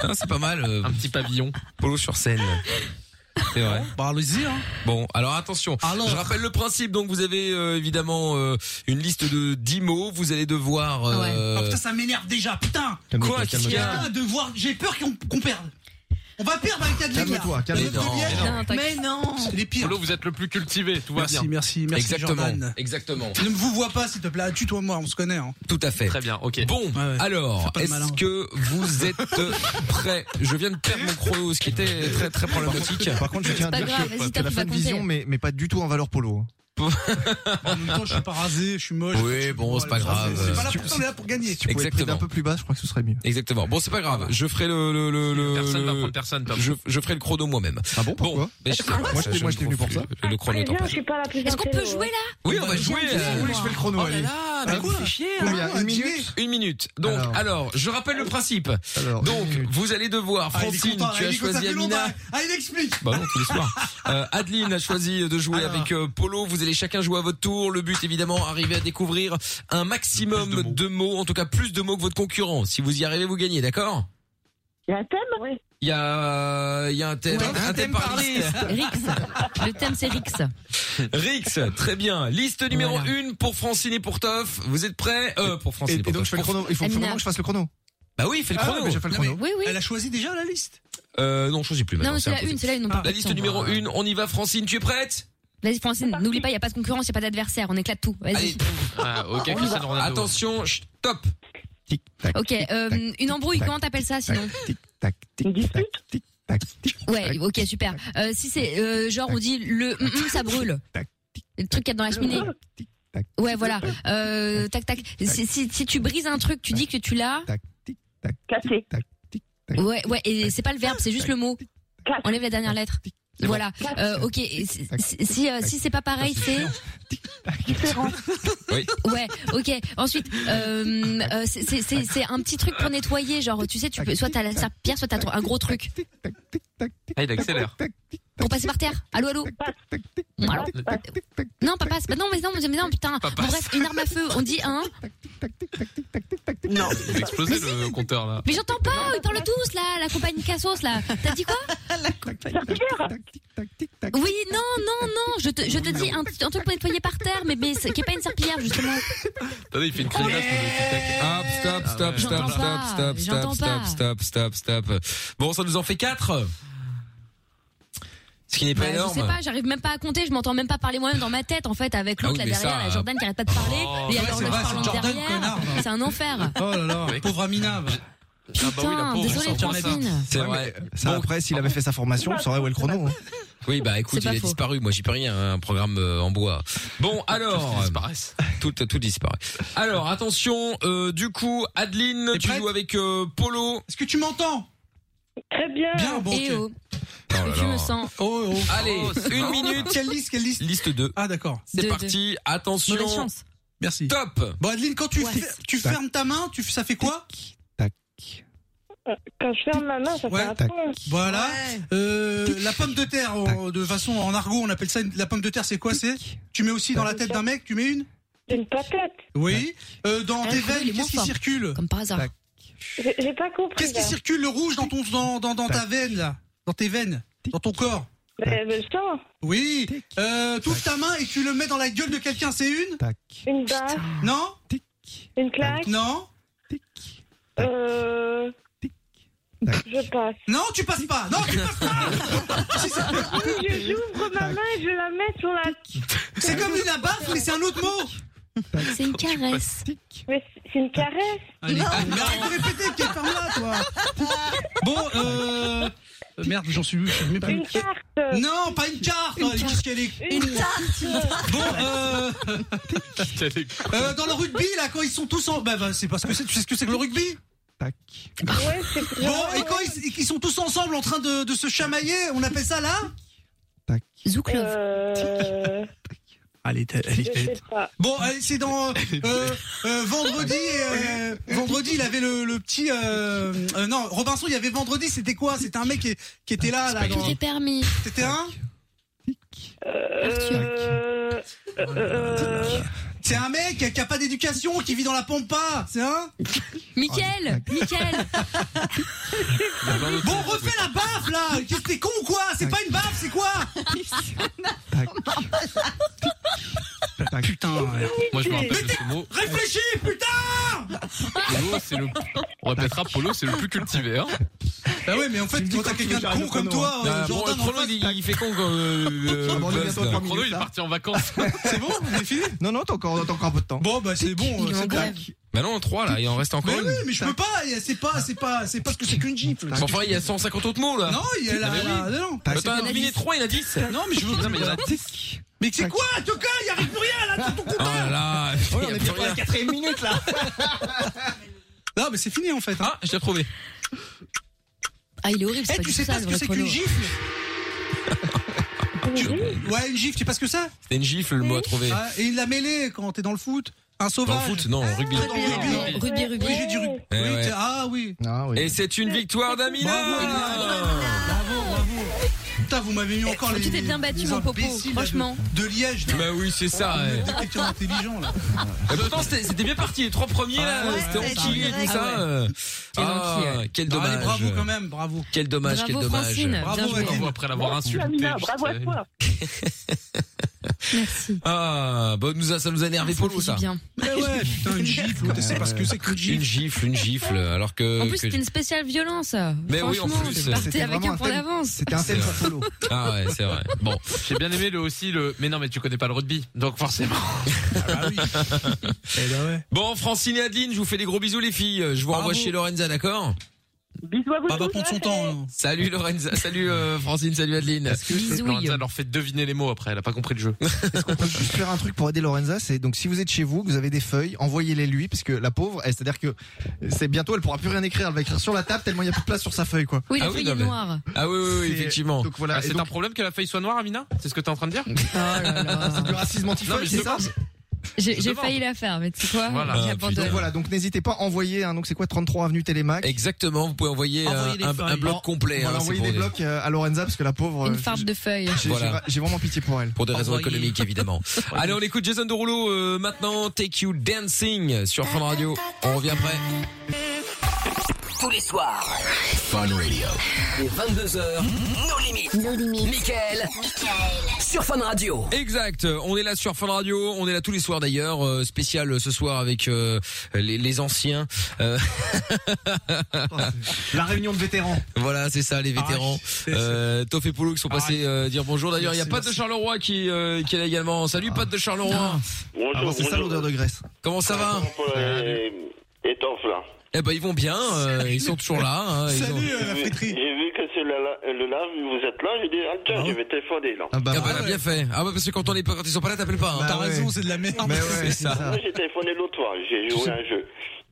A: Non, c'est pas mal. Un petit pavillon. Polo sur scène. C'est vrai.
G: Bah, allons-y, hein.
A: Bon, alors attention. Je rappelle le principe. Donc, vous avez euh, évidemment euh, une liste de 10 mots. Vous allez devoir. euh,
G: Ah putain, ça m'énerve déjà, putain.
A: Calme-toi, Quoi, qu'est-ce qu'il y a
G: Putain, de voir, j'ai peur qu'on qu'on perde. On va perdre avec Adeline.
F: Calme-toi,
G: là. Les
F: calme-toi.
G: meufs de Liège. Mais non. C'est les pires.
E: Polo, vous êtes le plus cultivé, tout va
G: Merci,
E: bien.
G: merci, merci,
E: Exactement.
G: Jordan.
A: Exactement.
G: Ne me vous vois pas, s'il te plaît. Tue-toi-moi, on se connaît. Hein.
A: Tout à fait.
E: Très bien, ok.
A: Bon, alors,
G: Fais pas le malin.
A: est-ce que vous êtes prêts Je viens de perdre mon chrono, ce qui était très très problématique.
F: Par contre, je tiens à dire que- que, la fin de vision, mais, mais pas du tout en valeur polo. hein.
G: En même temps, je suis pas rasé, je suis moche.
A: Oui, bon, c'est pas grave.
G: C'est pas là pour ça, on est là pour gagner.
F: Euh, Tu pouvais être pris d'un peu plus bas, je crois que ce serait mieux.
A: Exactement. Bon, c'est pas grave. Je ferai le le le le. Personne va prendre
E: personne.
A: Je je ferai le chrono moi-même. Ah bon Pourquoi
F: Moi, j'étais- moi, j'étais venu pour ça.
A: Le chrono.
R: Très
A: t'en
R: bien,
A: prie.
R: je suis pas la plus
D: Est-ce qu'on peut jouer là
A: Oui, on va jouer. euh,
F: Oui, je fais le chrono, allez.
A: Ah, mais vous faites chier, hein.
F: Combien Une minute
A: Une minute. Donc, alors, je rappelle le principe. Donc, vous allez devoir,
G: Ah, il est
A: Francine,
G: content,
A: tu
G: il
A: as
G: dit que ça
A: choisi
G: fait longtemps.
A: Amina.
G: Ah, il explique
A: Bah non, tous les soirs. Euh, Adeline a choisi de jouer
F: Ah.
A: avec euh, Polo. Vous allez chacun jouer à votre tour. Le but, évidemment, arriver à découvrir un maximum de mots. en tout cas plus de mots que votre concurrent. Si vous y arrivez, vous gagnez, d'accord
R: Il y a un thème Oui.
A: Il y a, il y a un thème, un thème par liste.
D: Rix. Le thème c'est Rix.
A: Rix, très bien. Liste numéro 1 pour Francine et pour Toff. Vous êtes prêts Euh, pour Francine et,
F: Et
A: pour
F: donc,
A: Toff.
F: je fais le
A: Pour-
F: chrono. Il faut faut vraiment que je fasse le chrono.
A: Bah oui, fais le
F: Ah,
A: chrono.
F: mais j'ai fait le
A: Non, mais-
F: chrono.
D: Oui, oui.
G: Elle a choisi déjà la liste
A: Euh, non, choisis plus maintenant.
D: Non, c'est la
A: impossible.
D: une, c'est la une. on peut
A: La
D: pas
A: liste
D: s'en
A: numéro
D: voir.
A: 1, on y va Francine, tu es prête
D: Vas-y, Francine, n'oublie pas, il n'y a pas de concurrence, il n'y a pas d'adversaire, on éclate tout. Vas-y.
A: Ah,
E: Ah,
A: ok,
E: Cristiano Ronaldo.
A: Attention, chut, top.
D: Ok, euh, une embrouille, comment t'appelles ça sinon
R: Une dispute
D: Ouais, ok, super. Euh, si c'est euh, genre, on dit le hum, hum, ça brûle. Le truc qu'il y a dans la cheminée. Ouais, voilà. Euh, tac, tac. Si, si, si tu brises un truc, tu dis que tu l'as.
R: Cassé.
D: Ouais, ouais, et c'est pas le verbe, c'est juste le mot. Enlève la dernière lettre. Voilà. Euh, ok, et si, si, si, euh, si c'est pas pareil, c'est.
A: Oui.
D: Ouais, ok. Ensuite, euh, euh, c'est- c'est c'est- c'est un petit truc pour nettoyer, genre, tu sais, tu peux, soit t'as la serpillière, soit t'as un gros truc.
E: Ah, il accélère.
D: Pour passer par terre. Allô, allô Allô Non, pas passe. Bah non, mais non, mais non, putain. Bon, bref, une arme à feu, on dit un.
E: Non. Il a explosé le compteur là.
D: Mais j'entends pas, ils parlent tous, là, la compagnie Cassos, là. T'as dit quoi La compagnie. Oui, non, non, non, je te, je te dis un, un truc pour nettoyer par terre, mais, mais c'est- qui est pas une serpillière, justement.
E: Attendez, il fait une crise de
A: Hop,
E: Ah,
A: stop, stop, stop,
D: J'entends
A: stop,
D: pas,
A: stop, stop,
D: j'entends
A: stop,
D: pas.
A: stop, stop, stop. Bon, ça nous en fait 4. Ce qui n'est pas
D: Ouais, Bah, je
A: énorme.
D: sais pas, j'arrive même pas à compter, je m'entends même pas parler moi-même dans ma tête, en fait, avec l'autre
A: Ah oui,
D: là
A: mais
D: derrière,
A: ça,
D: la Jordan qui arrête pas de parler,
A: Oh,
D: il y a la
A: ouais, c'est
D: Jordan
A: vrai, c'est
D: parlant
A: Jordan,
D: derrière.
A: connard,
D: C'est un enfer.
G: Oh là là, pauvre Amina.
E: Ah bah oui, la pauvre,
D: désolé,
E: on s'en prend ça.
D: Francine.
A: C'est vrai.
F: Ça, après, s'il avait fait sa formation, on saurait où est le chrono. hein.
A: Oui, bah écoute,
F: C'est
A: il
F: pas
A: a
F: faux.
A: disparu. Moi, j'y peux rien. hein, Un programme euh, en bois. Bon, alors. Tout, tout disparaît. Alors, attention. euh, du coup, Adeline, tu joues avec euh, Polo.
G: Est-ce que tu m'entends
R: Très bien.
G: Bien, bon.
D: Et oh,
A: Oh là
D: je
A: là.
D: me sens.
G: bah. Oh, oh.
A: Allez, une minute.
G: Quelle liste Quelle liste
A: Liste 2.
G: Ah, d'accord.
A: C'est parti. Attention.
D: Mauvaise chance. Bah.
G: Merci.
A: Top.
G: Bon, Adeline, quand tu, fer- tu
F: Tac.
G: fermes ta main, tu, ça fait quoi
R: Quand je ferme ma main, ça
G: Ouais.
R: fait un pont.
G: Voilà. Euh, la pomme de terre, en- de façon en argot, on appelle ça une- la pomme de terre. C'est quoi C'est tu mets aussi dans la tête d'un mec, tu mets une
R: Une patate.
G: Oui. Euh, dans
D: Eh,
G: tes
D: le chrono, il
G: veines,
D: est moins
G: qu'est-ce qui
D: fort.
G: circule
D: Comme par hasard.
R: J'ai j'ai pas compris.
G: Qu'est-ce qui
R: là.
G: circule le rouge dans ton dans, dans, dans ta veine là, dans tes veines, dans ton corps
R: Mais, mais Ben, je sens.
G: Oui. Euh, t'ouvres ta main et tu le mets dans la gueule de quelqu'un. C'est une
R: Une baffe,
G: Non
R: une claque.
G: Non
R: Euh... Je passe.
G: Non, tu passes pas. Non, tu passes pas. Si c'est-
R: Oui, je- J'ouvre ma main et je la mets sur la...
G: C'est comme une abaffe, mais c'est un autre mot.
D: C'est une caresse.
R: Mais c'est une caresse.
G: Allez, mais arrête de répéter, quelle ferme là, toi Bon, euh... euh, Merde, j'en suis, je suis même plus.
R: Une carte.
G: Non, pas une carte Oh, qu'est-ce qu'elle est-
R: Euh. Une carte.
G: Bon, euh... euh, Dans le rugby, là, quand ils sont tous en... Bah, bah, c'est parce que c'est... Tu sais ce que c'est que le rugby
R: Ouais, c'est...
G: Bon, et quand ils, et qu'ils sont tous ensemble en train de, de se chamailler, on appelle ça, là
D: Zouklov.
R: Euh...
G: Allez,
R: Je sais pas.
G: Bon, allez, c'est dans euh, euh, euh, vendredi. euh, vendredi, il avait le, le petit. euh, euh, non, Robinson, il y avait vendredi. C'était quoi C'était un mec qui, qui était là. là
D: Tout
G: dans-
D: est permis.
G: C'était un.
R: Euh... Euh...
G: C'est un mec qui a pas d'éducation, qui vit dans la pampa. C'est un.
D: Mickaël, Mickaël.
G: Bon, refais la baffe là. Qu'est-ce que t'es con ou quoi C'est pas une baffe, c'est quoi Putain.
E: Moi, je me rappelle de
G: Mais
E: ce mot.
G: Réfléchis, putain.
E: Polo, c'est le. On répétera, Polo, c'est le plus cultivé. Hein. Bah,
G: Bah ouais, mais en fait, quand t'as quelqu'un de con comme toi,
A: Ah,
G: euh,
A: bon, le
G: Jordan, en
A: chrono,
G: face,
A: il, il fait con. quand, euh, euh,
F: on est
A: Buzz,
F: bientôt
A: là.
F: à trois
E: Chrono,
F: minutes,
E: il est
F: là.
E: parti en vacances.
G: c'est bon, on est fini.
F: Non, non, t'as encore, t'as encore un peu de temps.
G: Bon, bah c'est bon,
D: Il est
G: c'est
D: en
G: bon.
D: grève.
A: Bah non, 3 là, il en reste encore
G: Mais oui,
A: une.
G: mais je peux pas, y a- c'est pas, c'est pas, c'est parce que c'est qu'une gifle.
A: Bon, enfin, il y a 150 autres mots là.
G: Non, il y a la,
A: Ah, mais oui.
G: la- non.
A: Mais T'en as deviné 3, il y en a 10.
G: Non, mais je veux.
E: Non, mais il y en a
G: Mais c'est quoi, en tout cas, y arrive plus rien, là, tout ton
A: Oh
G: compteur.
A: là là. il y a plus rien.
F: quatrième minute là.
G: Non, mais c'est fini, en fait. hein.
A: Ah, je l'ai trouvé.
D: Ah, il est horrible, c'est
G: Eh,
D: pas
G: tu
D: du
G: sais
D: tout
G: pas
D: ça,
G: ce
D: le
G: que
D: vrai
G: c'est qu'une
D: chrono.
G: gifle? Tu- Ouais, une gifle, tu sais pas ce que c'est?
A: C'était une gifle le mot à trouver.
G: Ah, Et la mêlée quand t'es dans le foot. Un sauvage.
A: Dans le foot, non, rugby.
G: Ah, Rugby, rugby. Oui, j'ai dit rugby.
A: Eh
G: Oui,
A: ouais.
G: t'es- Ah oui.
A: Et c'est une victoire d'Amina.
D: Ah,
G: Putain, vous m'avez mis encore les.
D: tu t'es bien battu,
G: les
D: mon popo,
G: imbéciles, là, de-
D: franchement.
G: De Liège, là. Oh,
A: Bah oui, c'est ça.
G: On
A: ouais.
G: me dit que t'es intelligent, là.
A: Et pourtant, c'était c'était bien parti. Les trois premiers, là,
G: Ah Ouais,
A: c'était
G: ouais,
A: enquillé et
G: direct.
A: tout
G: Ah
A: ça.
G: ouais.
A: euh.
G: Quel
A: Ah,
G: enquillé, ouais.
A: quel
G: Non, allez,
A: dommage.
G: bravo quand même, bravo.
A: Quel dommage,
G: Bravo,
A: quel dommage.
G: Francine, bien Bravo, joué. Adine.
E: après l'avoir
G: Merci,
E: insulté.
G: Amina,
E: juste,
G: bravo à
E: euh,
G: toi.
A: Ah, bah, nous a, ça nous a énervé Polo, ça. Euh,
G: Mais ouais, putain, une gifle. Tu sais pas ce que c'est qu'une gifle.
A: Une gifle, une gifle, alors que.
D: En plus,
A: que-
D: c'était une spéciale violence.
A: Mais oui, en
D: Franchement,
A: plus.
D: vous partez
A: C'était
D: avec
A: vraiment
D: un
A: un
D: point
A: thème-
D: d'avance.
F: C'était un
A: C'est
F: thème
A: vrai.
F: pour Polo.
A: Ah ouais, c'est vrai. Bon.
E: J'ai bien aimé le aussi le. Mais non, mais tu connais pas le rugby, donc forcément.
A: Ah, bah Bon, Francine et Adeline, je vous fais des gros bisous, les filles. Je vous renvoie chez Lorenza, d'accord
R: Bisous à vous.
A: Pas va prendre son temps. hein. Salut Lorenza, salut euh, Francine, salut Adeline.
E: Lorenza leur fait deviner les mots après, elle a pas compris le jeu.
F: juste faire un truc pour aider Lorenza, c'est donc si vous êtes chez vous, que vous avez des feuilles, envoyez-les lui parce que la pauvre, elle, c'est-à-dire que c'est bientôt elle pourra plus rien écrire, elle va écrire sur la table tellement il y a plus de place sur sa feuille quoi.
D: Oui, la feuille est noire.
A: Ah oui, oui, oui
F: C'est-
A: effectivement.
F: donc voilà,
E: Ah,
F: et
E: c'est
F: donc-
E: un problème que la feuille soit noire, Amina C'est ce que t'es en train de dire
F: C'est du racisme anti-feuille, c'est ça
D: J'ai j'ai
F: demande.
D: failli la faire, mais tu sais quoi
A: Voilà.
D: J'ai
A: Ah,
D: abandonné.
F: Donc voilà, donc n'hésitez pas à envoyer, hein, donc c'est quoi 33 avenue Télémac
A: Exactement, vous pouvez envoyer
F: Envoyez
A: un,
F: les
A: un-
F: feuilles.
A: un bloc complet.
F: On va
A: hein,
F: envoyer
A: c'est
F: des
A: pour
F: blocs euh, à Lorenza parce que la pauvre. euh,
D: Une farde de feuilles.
F: j'ai-
A: Voilà.
F: j'ai vra- J'ai vraiment pitié pour elle. Ah,
A: Pour des raisons économiques, évidemment. Allez, on écoute Jason Derulo euh, maintenant. Take You Dancing sur Fun Radio. On revient après.
B: Tous les soirs,
A: Fun Radio.
B: les 22h, nos limites. Nos limites. Michael. Sur Fun Radio.
A: Exact. On est là sur Fun Radio. On est là tous les soirs d'ailleurs. Euh, spécial euh, ce soir avec euh, les, les anciens. Euh,
F: La réunion de vétérans. Ah
A: Voilà, c'est ça, les vétérans. Euh, Toff et Polo qui sont passés euh, dire bonjour. D'ailleurs, il y a
F: Merci,
A: Pat de Charleroi qui, euh, qui est là également. Salut Pat de Charleroi.
F: Ah bon, c'est ça l'odeur de graisse.
A: Comment ça va
K: Étoffe là.
A: Eh ben, ils vont bien. euh, ils sont toujours là. hein, ils ont-
K: J'ai vu- J'ai vu que c'est le, la- le lave, vous êtes là, j'ai dit, ah tiens, je vais téléphoner là.
A: Ah bah, elle a bien fait. Ah bah parce que quand on est pas, quand ils sont pas là, t'appelles
F: Bah
A: pas. hein.
G: T'as raison, c'est de la merde.
A: c'est ça.
K: Moi j'ai téléphoné l'autre fois, j'ai joué à un jeu.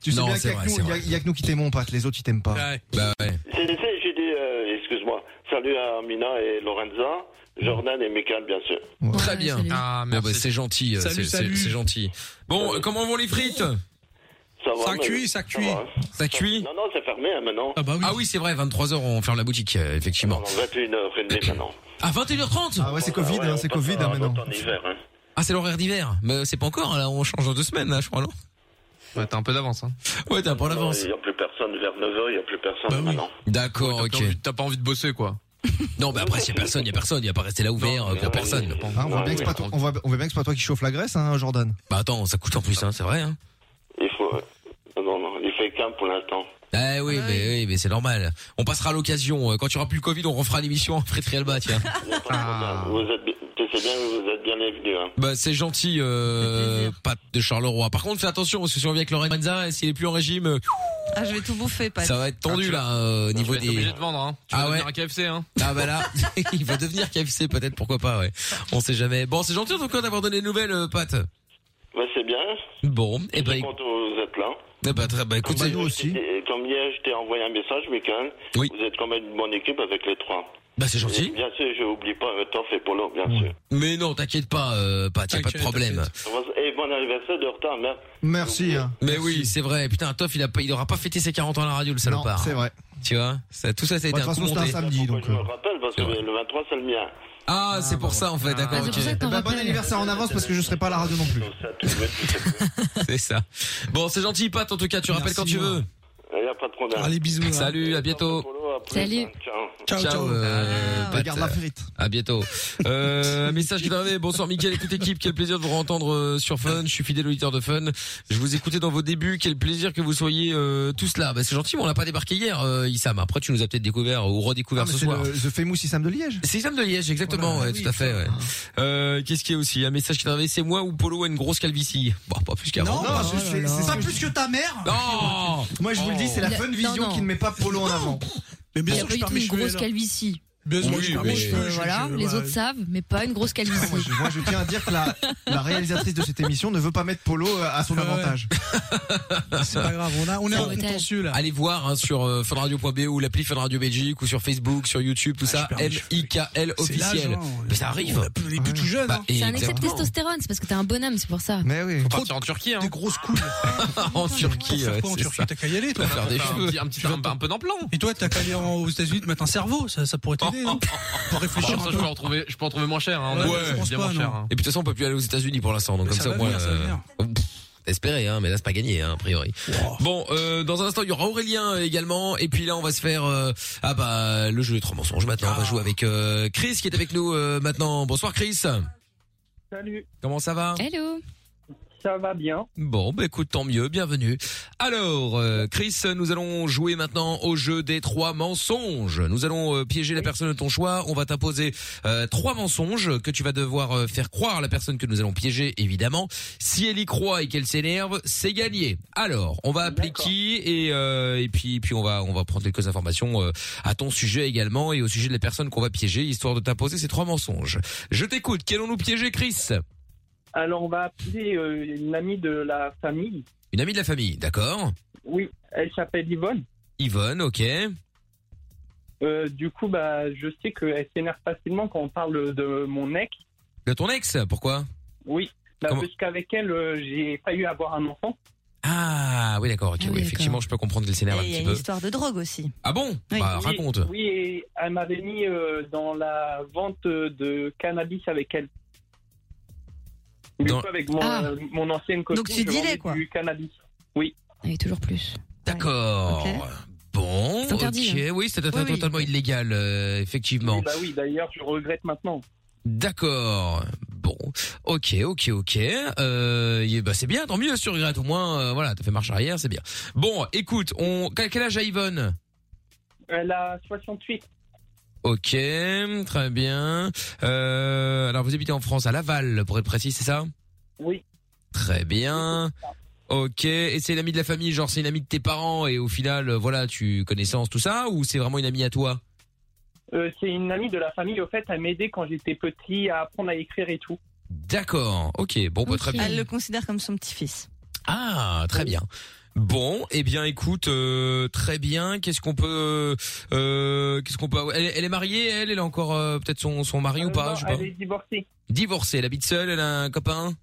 F: Tu sais
A: Non,
F: bien qu'il
A: c'est
F: y a
A: vrai,
F: que nous-
A: c'est
F: il y, a- il y a que nous qui t'aimons, Pat. Les autres, ils t'aiment pas.
A: Bah ouais.
K: C'est- c'est- J'ai dit, euh, excuse-moi, salut à Mina et Lorenza, Jordan et Michael bien sûr.
A: Très bien. Ah, bah, c'est gentil. euh,
K: Salut,
A: c'est- C'est
K: salut.
A: c'est gentil. Bon, euh, comment vont les frites
K: Ça va
A: Ça
K: mais-
A: cuit, ça cuit.
K: va.
A: Ça cuit
K: Non, non, c'est fermé hein, maintenant.
A: Ah oui, c'est vrai, 23h on ferme la boutique, euh, effectivement.
K: On va être une heure et demie maintenant.
A: À 21h30
F: Ah ouais, c'est Covid, hein, c'est Covid hein, maintenant.
K: En hiver, hein.
A: Ah c'est l'horaire d'hiver, mais c'est pas encore, hein, là on change dans deux semaines, là, je crois, non Ouais, t'as un peu d'avance. Hein. Ouais, t'as un peu d'avance. Bah
K: Il n'y a plus personne vers 9h, il n'y a plus personne maintenant.
A: D'accord, ok.
E: T'as pas envie de bosser quoi
A: Non, mais après, s'il y a personne, il y a personne, il y a pas rester là ouvert euh, pour personne.
F: Hein, on, voit bien que c'est pas toi, on voit- on voit bien que c'est pas toi qui chauffe la graisse, hein, Jordan.
A: Bah attends, ça coûte en plus, hein, c'est vrai. Hein.
K: Il faut. euh, Non, non, il fait qu'un pour l'instant.
A: Ah oui, mais, oui, mais c'est normal. On passera à l'occasion. euh, Quand il n'y aura plus le Covid, on refera l'émission en Fred Rialba, tiens.
K: Il y a pas de problème. Vous êtes, bi- tu sais bien, que vous êtes bien les venus. Hein.
A: Bah, c'est gentil, euh, Pat de Charleroi. Par contre, fais attention, parce que si on vient avec Lorenza, et s'il est plus en régime, euh,
C: Ah, je vais tout bouffer, Pat.
A: ça va être
E: Ah,
A: tendu,
E: tu-
A: là, euh, au niveau
E: Tu vas être
A: des...
E: obligé de vendre, hein. Tu
A: Ah
E: vas
A: ouais.
E: devenir un KFC, hein.
A: Ah bah là, il va devenir KFC, peut-être, pourquoi pas, ouais. On sait jamais. Bon, c'est gentil, en tout cas, d'avoir donné des nouvelles, euh, Pat.
K: Bah, c'est bien.
A: Bon,
K: Je
A: et
K: suis
A: bah,
K: content que vous êtes là.
A: eh bah, très, bah, écoute, c'est-
K: Et Comme hier, je t'ai envoyé un message, Michael. Vous êtes quand même une bonne équipe avec les trois.
A: Bah, c'est gentil.
K: Et bien sûr, je n'oublie pas euh, Toff et Polo, bien sûr.
A: Mais non, t'inquiète pas, euh, Pat, y a pas de problème.
K: Et bon anniversaire de retard, merde.
F: Merci. hein.
A: Mais oui, c'est vrai. Putain, Toff, il a pas, il aura pas fêté ses 40 ans à la radio, le salopard.
F: c'est vrai.
A: Tu vois, ça, tout ça, ça a
F: Bah,
A: été
F: de
A: un
F: toute
A: coup
F: façon, c'était un
A: monté.
F: samedi, donc.
K: Je
F: euh.
K: me rappelle parce que le 23, c'est le mien.
A: Ah, c'est pour ça en fait, d'accord. ok.
F: Eh ben, bon anniversaire en avance parce que je serai pas à la radio non plus. Ah,
A: C'est ça. Bon, c'est gentil, Pat. En tout cas, tu rappelles quand tu veux.
K: Il n'y a pas de problème.
A: Allez, bisous, hein. Salut, à bientôt.
K: Polo, à plus.
D: Salut.
K: Ciao.
A: euh, Pat.
F: Ah, regarde la frite.
A: À bientôt. Euh, un message qui t'arrive. Bonsoir, Mickaël et toute équipe. Quel plaisir de vous entendre sur Fun. Je suis fidèle auditeur de Fun. Je vous écoutais dans vos débuts. Quel plaisir que vous soyez euh, tous là. Bah, c'est gentil, mais on n'a pas débarqué hier, euh, Issam. Après, tu nous as peut-être découvert ou redécouvert
F: Ah, mais
A: ce
F: c'est
A: soir.
F: le The Famous Issam de Liège.
A: C'est Sam de Liège, exactement, ouais, tout à fait. ouais. Euh, Qu'est-ce qu'il y a aussi Un message qui est arrivé, c'est moi ou Polo a une grosse calvitie Bon, pas plus qu'avant.
G: Non, pas- c'est c'est pas plus que ta mère.
A: Oh Non Oh.
F: Moi, je vous le dis, c'est la
D: Il a-
F: fun
D: non,
F: vision
D: Oh. non.
F: qui ne met pas Polo en avant.
G: Mais
D: Il
G: bien
D: n'y a
G: sûr que
D: pas
G: je
D: eu
G: perds
D: tout
G: mes
D: une
G: cheveux.
D: grosse
G: là.
D: calvitie.
G: Bien sûr,
F: Oui,
G: moi,
F: mais-
G: je fais- je-
D: Voilà,
G: je-
D: les
G: bah,
D: autres savent, mais pas une grosse calvitie.
F: Je- Moi, je tiens à dire que la, la réalisatrice de cette émission ne veut pas mettre Polo euh, à son avantage.
G: C'est pas grave, on, a, on est en contentieux là.
A: Allez voir hein, sur euh, funradio.be ou l'appli Fun Radio Belgique ou sur Facebook, sur YouTube,
F: Ah,
A: tout ça. M-I-K-L officiel.
G: l'âge, hein,
A: Mais ça arrive.
G: On est plus tout jeune.
F: hein.
A: Bah,
D: C'est un excès de
A: exactement.
D: testostérone, c'est parce que t'es un bonhomme, c'est pour ça.
F: Mais oui.
E: Faut partir en Turquie, hein. Des
G: grosses couilles.
A: en Turquie,
G: Faire
A: ouais,
G: quoi en
A: c'est
G: Turquie
A: ça.
G: T'as qu'à y aller, toi.
A: Faire des
G: Enfin,
A: cheveux.
G: un petit- un petit- un-
E: un peu d'emploi.
G: Et toi, t'as qu'à aller en- aux États-Unis te mettre un cerveau, ça, ça pourrait t'aider.
A: hein.
G: non Pour réfléchir
A: Ah,
E: Bon, ça,
G: un
E: je
G: peu.
E: peux en trouver, je peux en trouver moins cher, hein.
A: Ouais.
E: C'est bien moins cher, hein.
A: Et puis de toute façon, on peut plus aller aux États-Unis pour l'instant, donc
E: Mais
A: comme
E: ça
A: ça, au
E: va
A: moins.
E: venir, ça va venir.
A: pff, Espérer, hein, mais là c'est pas gagné, hein, a priori. Bon, euh, dans un instant, il y aura Aurélien euh, également, et puis là, on va se faire euh, ah bah le jeu des trois mensonges. Maintenant,
E: Ah.
A: on va jouer avec euh, Chris qui est avec nous euh, maintenant. Bonsoir, Chris.
O: Salut.
A: Comment ça va
D: Hello.
O: Ça va bien.
A: Bon, bah écoute, tant mieux, bienvenue. Alors, euh, Chris, nous allons jouer maintenant au jeu des trois mensonges. Nous allons euh, piéger la personne de ton choix. On va t'imposer euh, trois mensonges que tu vas devoir euh, faire croire à la personne que nous allons piéger, évidemment. Si elle y croit et qu'elle s'énerve, c'est gagné. Alors, on va appeler qui et euh, et puis puis on va on va prendre quelques informations euh, à ton sujet également et au sujet de la personne qu'on va piéger, histoire de t'imposer ces trois mensonges. Je t'écoute. Qu'allons-nous piéger, Chris
O: Alors, on va appeler euh, une amie de la famille.
A: Une amie de la famille, d'accord
O: Oui, elle s'appelle Yvonne.
A: Yvonne, ok.
O: Euh, du coup, bah, je sais qu'elle s'énerve facilement quand on parle de mon ex.
A: De ton ex, pourquoi
O: Oui, bah,
A: Comment-
O: parce qu'avec elle, euh, j'ai failli avoir un enfant.
A: Ah oui d'accord, ok, oui, effectivement je peux comprendre qu'elle s'énerve Ah, bah, un
C: Et
O: Eh,
C: il y a
A: petit
C: une
A: peu.
C: histoire de drogue aussi.
A: Ah bon Bah
O: Oui,
A: raconte.
O: Oui, et elle m'avait mis euh, dans la vente de cannabis avec elle. Du
A: Dans-
O: coup, avec mon,
A: Ah.
O: euh, mon ancienne copine.
A: Donc tu
O: je
A: dealais,
O: vendais
A: quoi.
O: Du cannabis. Oui.
D: Et toujours plus.
A: D'accord. Bon,
O: C'est interdit,
A: ok,
O: hein.
A: oui c'est
O: Oui, oui.
A: totalement illégal, euh, effectivement.
O: Oui, bah oui, d'ailleurs, je regrette maintenant.
A: D'accord. Bon, ok, ok, ok. Euh, et bah c'est bien, tant mieux, sur regrette au moins. euh, voilà, t'as fait marche arrière, c'est bien. Bon, écoute, on quel quel âge a Yvonne
O: Elle a 68.
A: Ok, très bien. Euh, alors vous habitez en France, à Laval, pour être précis, c'est ça
O: Oui.
A: Très bien. Ok, et c'est une amie de la famille, genre c'est une amie de tes parents et au final, euh, voilà, tu connaissances tout ça ou c'est vraiment une amie à toi
O: Euh, c'est une amie de la famille, au fait, elle m'aidait quand j'étais petit à apprendre à écrire et tout.
A: D'accord, ok, bon, bah, très bien.
C: Elle le considère comme son petit-fils.
A: Ah, très bien. Bon, eh bien, écoute, euh, très bien. Qu'est-ce qu'on peut, euh, qu'est-ce qu'on peut elle, elle est mariée, elle, elle a encore euh, peut-être son son mari ou pas,
O: Non,
A: je sais pas.
O: elle est divorcée.
A: Divorcée, elle habite seule, elle a un copain.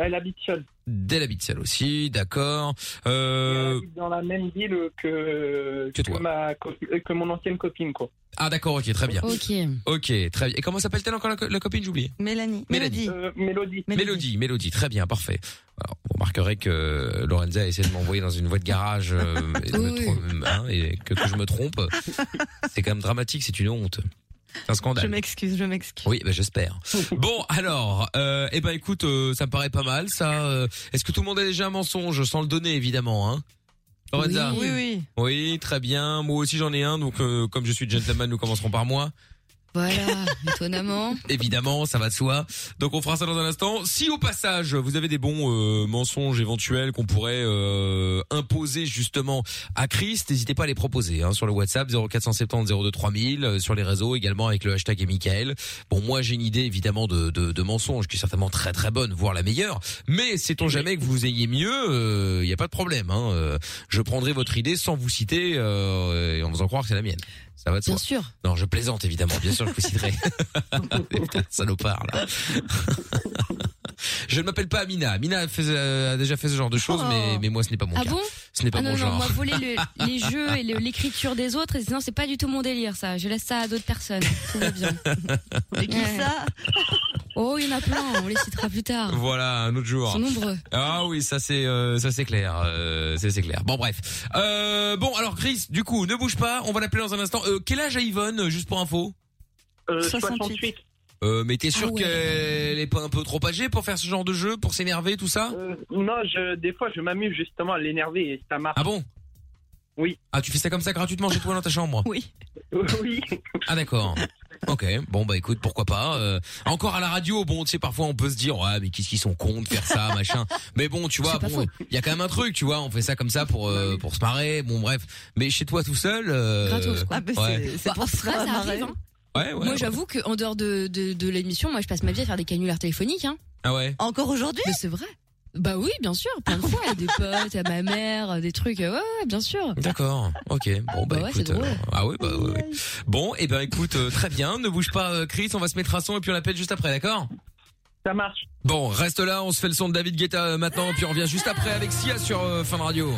O: Elle habite seule.
A: Elle habite seule aussi, d'accord. Euh,
O: Elle habite dans la même ville que, que, ma copi- euh, que mon ancienne copine, quoi.
A: ah, d'accord, ok, très bien.
D: Ok.
A: Ok, très bien. Et comment s'appelle-t-elle encore la, co- la copine J'ai oublié.
C: Mélanie.
A: Mélodie.
O: Euh, Mélodie.
A: Mélodie, Mélodie, très bien, parfait. Alors, vous remarquerez que Lorenza essaie de m'envoyer dans une voie de garage euh, et, de me
C: Oui.
A: trom- hein, et que, que je me trompe. C'est quand même dramatique, c'est une honte. C'est un
C: Je
A: scandale.
C: m'excuse, je m'excuse.
A: Oui, ben j'espère. Bon, alors, euh, eh ben écoute, euh, ça me paraît pas mal, ça. euh, Est-ce que tout le monde a déjà un mensonge sans le donner, évidemment, hein Lorenza
C: Oui, oui.
A: Oui, très bien. Moi aussi j'en ai un, donc euh, comme je suis gentleman, nous commencerons par moi.
D: Voilà, étonnamment.
A: Évidemment, ça va de soi. Donc on fera ça dans un instant. Si au passage vous avez des bons euh, mensonges éventuels qu'on pourrait euh, imposer justement à Chris, n'hésitez pas à les proposer hein, sur le WhatsApp 0470 02 3000, euh, sur les réseaux également avec le hashtag et Michael. Bon moi j'ai une idée évidemment de, de, de mensonge qui est certainement très très bonne, voire la meilleure. Mais sait-on jamais que vous ayez mieux, il n'y a pas de problème. Hein, Euh, je prendrai votre idée sans vous citer euh, et en faisant croire que c'est la mienne. Ça va de
D: Bien
A: soi.
D: sûr.
A: Non, je plaisante évidemment. Bien sûr, que je vous citerai. Putain, salopard là. je ne m'appelle pas Amina. Amina a, fait- euh, a déjà fait ce genre de choses, mais, mais moi ce n'est pas Bah, mon
D: Ah
A: cas.
D: bon
A: ce n'est pas
D: ah
A: mon
D: non,
A: genre.
D: non, moi, voler le- les jeux et le- l'écriture des autres, et sinon, c'est pas du tout mon délire, ça. Je laisse ça à d'autres personnes. Tout va bien.
C: Et qui ça
D: Oh, il y en a plein, on les citera plus tard.
A: Voilà, un autre jour.
D: Ils sont nombreux.
A: Ah oui, ça c'est euh, ça c'est clair, euh, c'est c'est clair. Bon bref. Euh, bon alors Chris, du coup, ne bouge pas, on va l'appeler dans un instant. Euh, quel âge a Yvonne, euh, juste pour info
O: Euh, 68.
A: euh, Mais t'es sûr
O: Ah ouais.
A: qu'elle est pas un peu trop âgée pour faire ce genre de jeu, pour s'énerver, tout ça
O: Euh, non, je, des fois, je m'amuse justement à l'énerver et ça marche.
A: Ah bon
O: Oui.
A: Ah tu fais ça comme ça gratuitement chez toi dans ta chambre
C: Oui.
O: Oui.
A: Ah d'accord. Ok, bon bah écoute, pourquoi pas. euh, encore à la radio, bon, tu sais, parfois on peut se dire, ouais, mais qu'est-ce qu'ils sont cons de faire ça, machin. Mais bon, tu vois,
E: C'est pas
A: bon,
E: faux.
A: il y a quand même un truc, tu vois, on fait ça comme ça pour euh, pour se marrer, bon bref. Mais chez toi tout seul, euh,
D: Gratos, quoi.
C: Ah,
A: ouais.
D: Bah, après, ça arrive, hein.
A: Ouais, Eh ouais.
D: Moi, j'avoue qu'en dehors de, de, de l'émission, moi, je passe ma vie à faire des canulars téléphoniques. Hein.
A: Ah ouais.
D: Encore aujourd'hui Mais c'est vrai. Bah oui, bien sûr, plein de fois, à des potes, à ma mère, euh, des trucs, ouais, ouais, bien sûr.
A: D'accord. Ok. Bon
D: Bah
A: bah,
D: ouais,
A: écoute.
D: c'est drôle.
A: euh, ah ouais, bah ouais, ouais. Bon, et ben écoute, euh, très bien. Ne bouge pas, euh, Chris. On va se mettre un son et puis on l'appelle juste après, d'accord
O: Ça marche.
A: Bon, reste là. On se fait le son de David Guetta euh, maintenant, puis on revient juste après avec Sia sur euh, Fun Radio.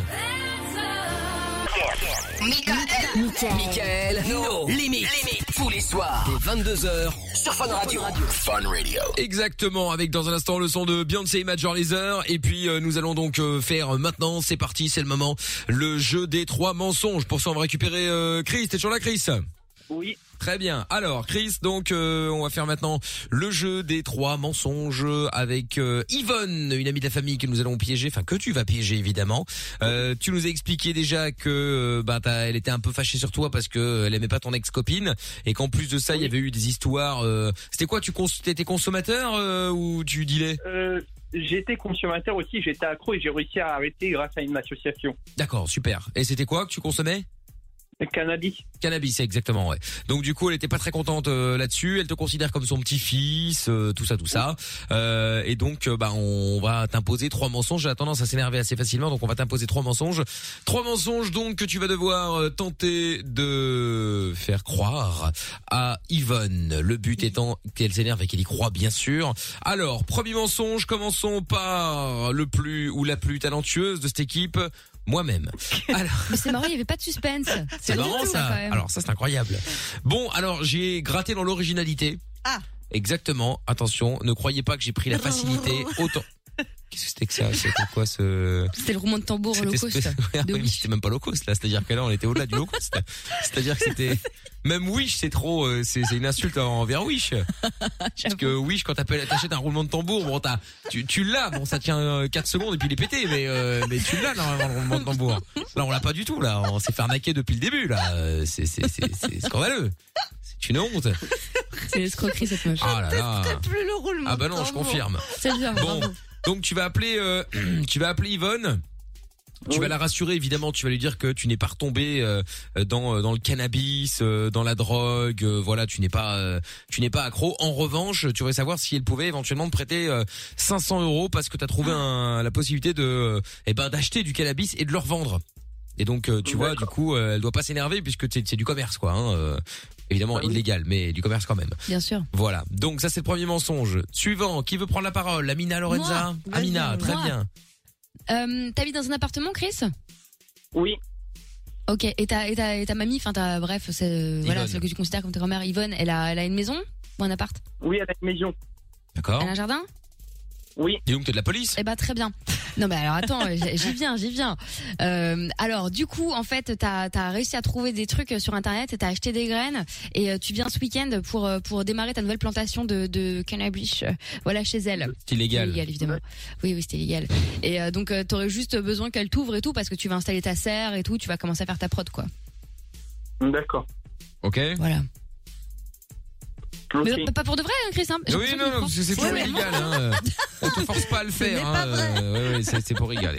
B: Michael. Michael. No limit. Tous les soirs dès 22h sur Fun Radio. Fun Radio.
A: Exactement, avec dans un instant le son de Beyoncé et Major Lazer. Et puis euh, nous allons donc euh, faire euh, maintenant, c'est parti, c'est le moment, le jeu des trois mensonges. Pour ça, on va récupérer euh, Chris. T'es toujours là, Chris
O: Oui.
A: Très bien. Alors, Chris, donc euh, on va faire maintenant le jeu des trois mensonges avec euh, Yvonne, une amie de la famille que nous allons piéger, enfin que tu vas piéger évidemment. Euh, tu nous as expliqué déjà que euh, bah, t'as- elle était un peu fâchée sur toi parce que euh, elle aimait pas ton ex-copine et qu'en plus de ça, il y avait eu des histoires. euh, C'était quoi Tu cons étais consommateur euh, ou tu dealais
O: Euh, j'étais consommateur aussi, j'étais accro et j'ai réussi à arrêter grâce à une association.
A: D'accord, super. Et c'était quoi que tu consommais
O: Cannabis.
A: Cannabis, exactement, ouais. Donc du coup, elle était pas très contente euh, là-dessus. Elle te considère comme son petit-fils, euh, tout ça, tout ça. Euh, et donc, euh, bah, on va t'imposer trois mensonges. J'ai tendance à s'énerver assez facilement, donc on va t'imposer trois mensonges. Trois mensonges, donc, que tu vas devoir euh, tenter de faire croire à Yvonne. Le but étant qu'elle s'énerve et qu'elle y croit, bien sûr. Alors, premier mensonge, commençons par le plus ou la plus talentueuse de cette équipe, moi-même.
D: Mais c'est marrant, il y avait pas de suspense.
A: C'est
D: drôle,
A: marrant ça.
D: quand même.
A: Alors ça c'est incroyable. Bon, alors j'ai gratté dans l'originalité.
C: Ah.
A: Exactement. Attention, ne croyez pas que j'ai pris la facilité autant. Qu'est-ce que c'était que ça C'était quoi ce
D: C'était le roulement de tambour
A: cette
D: holocauste.
A: espèce- Ouais, mais c'était même pas low cost là, c'est-à-dire que là on était au-delà du low cost. C'est-à-dire que c'était même Wish, c'est trop euh, c'est c'est une insulte envers Wish. Parce que Wish quand t'appelles- t'achètes un roulement de tambour, bon t'as tu, tu l'as, bon ça tient euh, 4 secondes et puis il est pété mais euh, mais tu l'as normalement le roulement de tambour. Là on l'a pas du tout là, on s'est fait arnaquer depuis le début là, Euh, c'est c'est c'est c'est scandaleux. C'est une honte.
D: C'est l'escroquerie, cette meuf.
A: Ah là là.
C: plus le roulement.
A: Ah bah non, je confirme.
D: C'est bien.
A: Bon, donc tu vas appeler, euh, tu vas appeler Yvonne. Tu vas la rassurer évidemment. Tu vas lui dire que tu n'es pas retombé euh, dans euh, dans le cannabis, euh, dans la drogue. euh, voilà, tu n'es pas euh, tu n'es pas accro. En revanche, tu voudrais savoir si elle pouvait éventuellement te prêter euh, 500 euros parce que tu as trouvé un- la possibilité de euh, eh ben d'acheter du cannabis et de le revendre. Et donc euh, tu vois, du coup, euh, elle doit pas s'énerver puisque c'est c'est du commerce quoi. hein, euh, évidemment illégal, mais du commerce quand même.
D: Bien sûr.
A: Voilà. Donc ça c'est le premier mensonge. Suivant, qui veut prendre la parole Amina Lorenza
D: Moi.
A: Amina,
D: Vas-y,
A: très
D: moi.
A: bien.
D: Euh, T'habites dans un appartement, Chris
O: Oui.
D: Ok, et ta, et ta, et ta mamie, enfin, ta- bref, c'est, euh, voilà,
A: Yvonne.
D: celle que tu considères comme ta grand-mère, Yvonne, elle a, elle a une maison ou un appart
O: Oui, elle a une maison.
A: D'accord.
D: Elle a un jardin
O: Oui.
A: Et donc t'es de la police
D: Eh ben très bien. Non mais alors attends, euh, j'y j'y viens, j'y viens. Euh, alors du coup, en fait, t'as as réussi à trouver des trucs euh, sur internet, t'as acheté des graines et euh, tu viens ce week-end pour euh, pour démarrer ta nouvelle plantation de, de cannabis. euh, Voilà chez elle.
A: C'est illégal.
D: Illégal évidemment. Oui oui c'était illégal. Et euh, donc euh, t'aurais juste besoin qu'elle t'ouvre et tout parce que tu vas installer ta serre et tout, tu vas commencer à faire ta prod quoi.
O: D'accord.
A: Ok.
D: Voilà.
O: Ok.
D: Mais pas- pas pour de vrai, hein, Chris. Hein J'ai
A: Oui,
D: l'impression
A: non,
D: qu'il
A: non,
D: prend-
A: c'est c'est toujours illégal. Hein. On te force pas à le faire. hein. Euh, ouais, ouais, c'est c'est pour rigoler.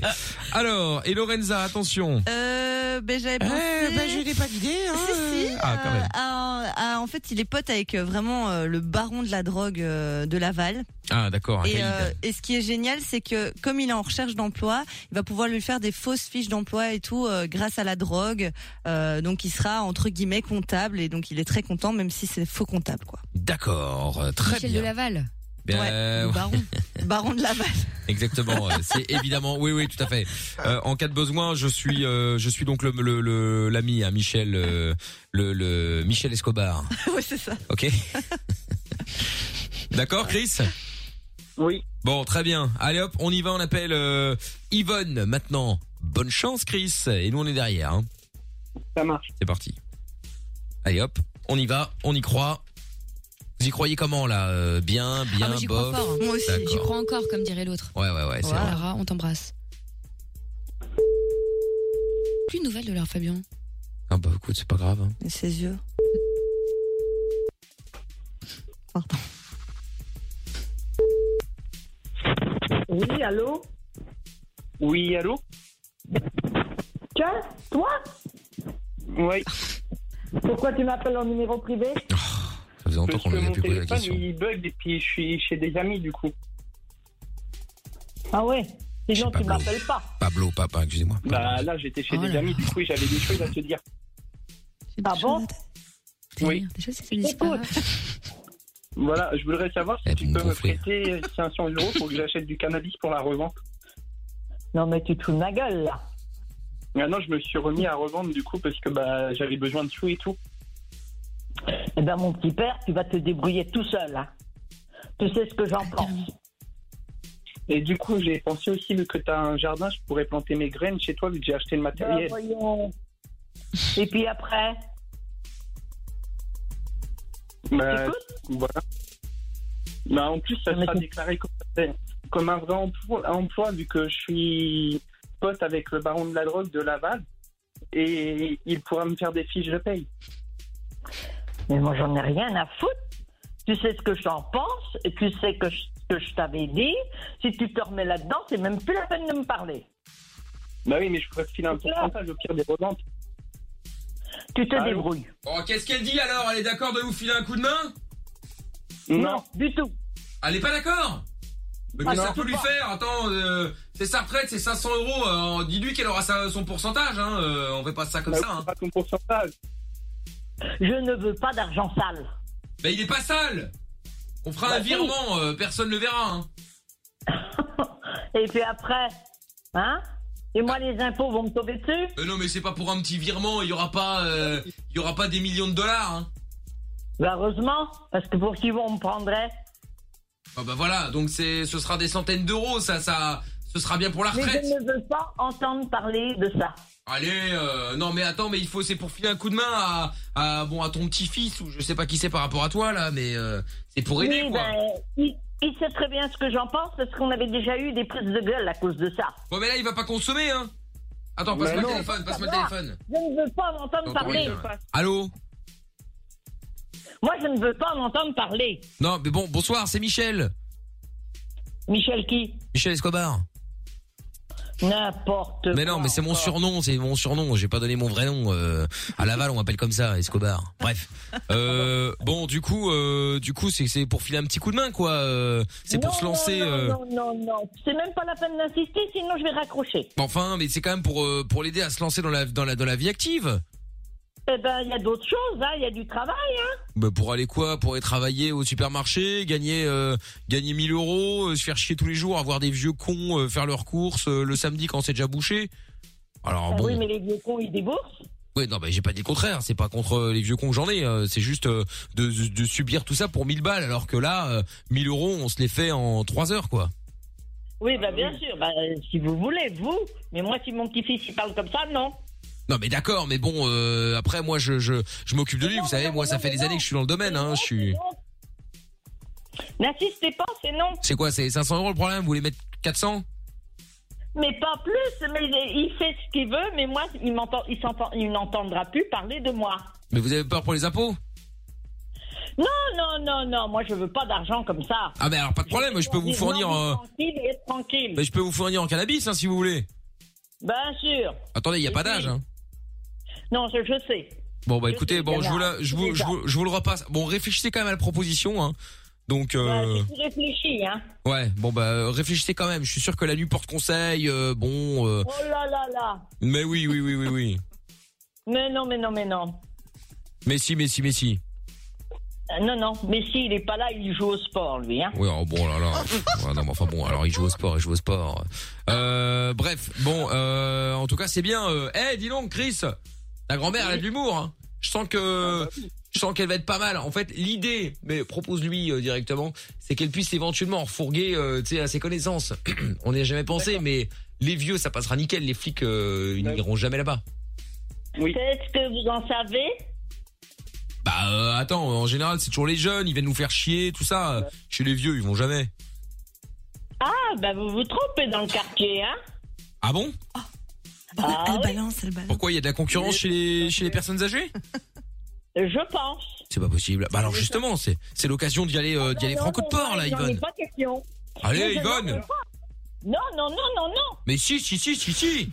A: Alors, et Lorenza, attention.
C: Euh, ben
A: Eh,
C: j'avais pensé. ben je n'ai pas d'idée. Hein, si, si,
A: Ah, quand même.
C: à- à- en fait, il est pote avec euh, vraiment euh, le baron de la drogue euh, de Laval.
A: Ah, d'accord. un
C: Et,
A: caïd.
C: euh, et ce qui est génial, c'est que comme il est en recherche d'emploi, il va pouvoir lui faire des fausses fiches d'emploi et tout euh, grâce à la drogue. Euh, donc il sera entre guillemets comptable et donc il est très content même si c'est faux comptable quoi.
A: D'accord, euh, très
D: Michel
A: bien.
D: de Laval.
A: Ben, euh,
C: Le baron, baron de Laval.
A: Exactement, euh, c'est évidemment, oui, oui, tout à fait. Euh, en cas de besoin, je suis, euh, je suis donc le le- le l'ami, hein, Michel, euh, le, le Michel Escobar.
C: oui c'est ça.
A: Ok. D'accord, Chris.
O: Oui.
A: Bon, très bien. Allez hop, on y va. On appelle euh, Yvonne maintenant. Bonne chance, Chris. Et nous, on est derrière. hein.
O: Ça marche.
A: C'est parti. Allez hop, on y va. On y croit. Vous y croyez comment là Euh, Bien,
D: Ah,
A: bien,
D: mais j'y
A: bof.
D: crois fort. hein. J'y
A: D'accord.
D: crois encore, comme dirait l'autre.
A: Ouais, ouais, ouais. c'est
D: Voilà,
A: vrai.
D: Lara, on t'embrasse. Plus de nouvelles de leur Fabien.
A: Ah bah écoute, c'est pas grave. hein.
C: Ses yeux. Pardon.
R: Oui, allô
O: Oui, allô
R: Tiens, toi
O: Oui.
R: Pourquoi tu m'appelles en numéro privé
A: Ça faisait longtemps qu'on lui avait
O: Mon
A: plus posé la
O: téléphone,
A: question.
O: il bug et puis je suis chez des amis, du coup.
R: Ah ouais Sinon, tu
A: Pablo.
R: m'appelles pas.
A: Pablo, papa, excusez-moi.
O: Bah là, j'étais chez des amis, du coup, j'avais des choses à te dire.
R: Ah bon
O: Oui.
D: Déjà, c'est hein.
R: Écoute,
O: Voilà, je voudrais savoir
A: Eh,
O: si tu peux me prêter 500 euros pour que j'achète du cannabis pour la revente.
R: non mais tu te fous de ma gueule là.
O: Maintenant, je me suis remis à revendre, du coup, parce que bah, j'avais besoin de sous et tout.
R: Eh ben mon petit père, tu vas te débrouiller tout seul. hein. Tu sais ce que j'en
D: Ah,
R: pense.
O: Et du coup, j'ai pensé aussi, vu que tu as un jardin, je pourrais planter mes graines chez toi, vu que j'ai acheté le
R: Ah,
Q: Bah,
O: matériel.
R: voyons. Et puis après,
O: Bah, voilà. Bah, en plus, ça sera déclaré comme, comme un vrai emploi, emploi, vu que je suis pote avec le baron de la drogue de Laval. Et il pourra me faire des fiches de paye.
R: mais moi j'en ai rien à foutre. Tu sais ce que j'en pense et tu sais que je, que je t'avais dit. Si tu te remets là-dedans, c'est même plus la peine de me parler.
O: Bah oui, mais je pourrais te filer un pourcentage au pire des reventes.
R: Tu te
O: Allô
R: débrouilles.
A: Bon, Oh, qu'est-ce qu'elle dit alors Elle est d'accord de vous filer un coup de main
O: Non,
R: du tout.
A: Elle est pas d'accord Mais
R: Ah
A: que ça
R: non,
A: peut lui faire Attends, euh, c'est sa retraite, c'est 500 euros. euh, Dis-lui qu'elle aura sa- son pourcentage. Hein. euh, on fait pas ça
R: Bah
A: comme ça. Hein.
O: Pas ton pourcentage.
R: Je ne veux pas d'argent sale.
A: Bah, il est pas sale. On fera un
R: Bah, si.
A: virement. euh, personne le verra. Hein.
R: Et puis après, hein Et moi les impôts vont me tomber dessus
A: Euh, non, mais c'est pas pour un petit virement. Il y aura pas, euh, il y aura pas des millions de dollars. Hein.
R: Bah, heureusement, parce que pour qui on me hein. prendrait
A: Ah bah voilà. Donc c'est, ce sera des centaines d'euros. Ça, ça, ce sera bien pour la
R: Mais
A: retraite.
R: je ne veux pas entendre parler de ça.
A: Allez, euh, non mais attends, mais il faut c'est pour filer un coup de main à, à bon à ton petit-fils ou je sais pas qui c'est par rapport à toi là, mais euh, c'est pour aider
R: Oui,
A: quoi.
R: ben, il, il sait très bien ce que j'en pense parce qu'on avait déjà eu des prises de gueule à cause de ça.
A: Bon mais là il va pas consommer hein. Attends,
R: Mais ben
A: passe-moi le
R: non.
A: téléphone, passe-moi le
R: Ça va.
A: téléphone.
R: Je ne veux pas en entendre
A: Non,
R: parler.
A: pour lui, Allô
R: Moi, je ne veux pas en entendre parler.
A: Non mais bon, bonsoir, c'est Michel.
R: Michel qui
A: Michel Escobar.
R: N'importe
A: Mais non, mais c'est mon surnom, c'est mon surnom. J'ai pas donné mon vrai nom. euh, à Laval, on m'appelle comme ça, Escobar. Bref. Euh, bon, du coup, euh, du coup, c'est c'est pour filer un petit coup de main, quoi. euh, C'est pour
R: Non,
A: se lancer.
R: Non, non,
A: euh,
R: non, non, non. C'est même pas la peine d'insister, sinon je vais raccrocher.
A: Mais Enfin, mais c'est quand même pour euh, pour l'aider à se lancer dans la dans la dans la vie active.
R: Eh ben, il y a d'autres choses, hein. Il y a du travail, hein.
A: Bah, pour aller quoi Pour aller travailler au supermarché, gagner euh, gagner 1000 euros, euh, se faire chier tous les jours, avoir des vieux cons euh, faire leurs courses euh, le samedi quand c'est déjà bouché. Alors
R: Ah
A: bon.
R: Oui, mais les vieux cons, ils déboursent.
A: Ouais, non, mais j'ai pas dit le contraire. C'est pas contre euh, les vieux cons que j'en ai. euh, C'est juste euh, de, de- de subir tout ça pour 1000 balles, alors que là, euh, 1000 euros, on se les fait en 3 heures, quoi.
R: Oui, bah,
A: Ah
R: bien sûr. Bah, euh, si vous voulez, vous. Mais moi, si mon petit-fils, il parle comme ça, non.
A: Non, mais d'accord, mais bon, euh, après, moi, je, je, je m'occupe de lui. Vous savez, moi, ça fait des années que je suis dans le domaine. Hein, je suis.
R: N'insistez pas, c'est non.
A: C'est quoi C'est 500 euros le problème Vous voulez mettre 400
R: Mais pas plus. Mais il fait ce qu'il veut, mais moi, il m'entend, il s'entend, il n'entendra plus parler de moi.
A: Mais vous avez peur pour les impôts
R: Non, non, non, non. Moi, je veux pas d'argent comme ça.
A: Ah, mais alors, pas de problème. Je peux vous fournir. euh,
R: Tranquille et tranquille.
A: mais je peux vous fournir en cannabis, hein, si vous voulez. Bah,
R: Bien sûr.
A: Attendez, il y a pas d'âge. Hein.
R: Non, je, je sais.
A: Bon bah écoutez, bon
R: c'est
A: je vous
R: là,
A: la, je vous,
R: c'est
A: je
R: ça.
A: vous, je vous le repasse. Bon réfléchissez quand même à la proposition. Hein. Donc euh,
R: Bah, Tu réfléchis, hein.
A: ouais, bon bah euh, réfléchissez quand même. Je suis sûr que la nuit porte conseil. euh, bon, euh,
R: Oh là là là.
A: mais oui, oui, oui, oui, oui.
R: Mais non, mais non, mais non.
A: Mais si, mais si, mais si.
R: Euh, Non, non, Messi, il est pas là, il joue au sport, lui. Hein.
A: Oui, oh, bon là là. Ouais, non mais enfin bon, alors il joue au sport, il joue au sport. Euh, bref, bon, euh, en tout cas c'est bien. Euh, Eh dis donc Chris, ta grand-mère elle a de l'humour. Hein. Je sens que je sens qu'elle va être pas mal. En fait, l'idée, mais propose-lui euh, directement, c'est qu'elle puisse éventuellement refourguer euh, tu sais, à ses connaissances. On n'y a jamais pensé, mais les vieux, ça passera nickel. Les flics, euh, ils n'iront jamais là-bas.
R: Qu'est-ce que vous en savez
A: Bah euh, attends, en général, c'est toujours les jeunes, ils viennent nous faire chier, tout ça. Chez les vieux, ils vont jamais.
R: Ah, bah vous vous trompez dans le quartier, hein.
A: Ah bon
R: Ah,
C: elle
R: oui.
C: balance, elle balance.
A: Pourquoi il y a de la concurrence chez les, chez les personnes âgées
R: Je pense.
A: C'est pas possible. Bah alors justement, c'est c'est l'occasion d'y aller euh, d'y aller franco de port là,
R: Ah, Il n'en est
A: Yvonne.
R: pas question.
A: Allez,
R: Mais je n'en
A: Yvonne.
R: veux pas. Non, non, non, non, non.
A: Mais si si si si si.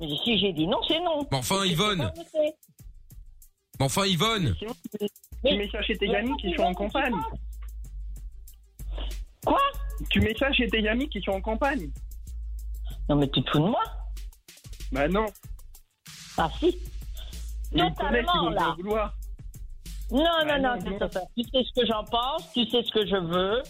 R: Mais si j'ai dit non, c'est non.
A: Mais enfin, Yvonne.
R: Je sais.
A: Mais enfin, Yvonne.
R: Mais-
O: Tu mets chez tes
R: mais
O: amis
R: non,
O: qui
R: c'est
O: sont
R: non,
O: en
R: c'est
O: campagne.
R: non.
O: Quoi Tu mets ça chez tes amis qui sont en campagne.
R: Non, mais tu te fous de moi
O: Bah non.
R: Ah si.
O: Mais les collègues, ils
R: Totalement,
O: vont bien
R: là.
O: vouloir.
R: Non,
O: Bah
R: non, non,
O: non,
R: Christopher. Tu sais ce que j'en pense, tu sais ce que je veux.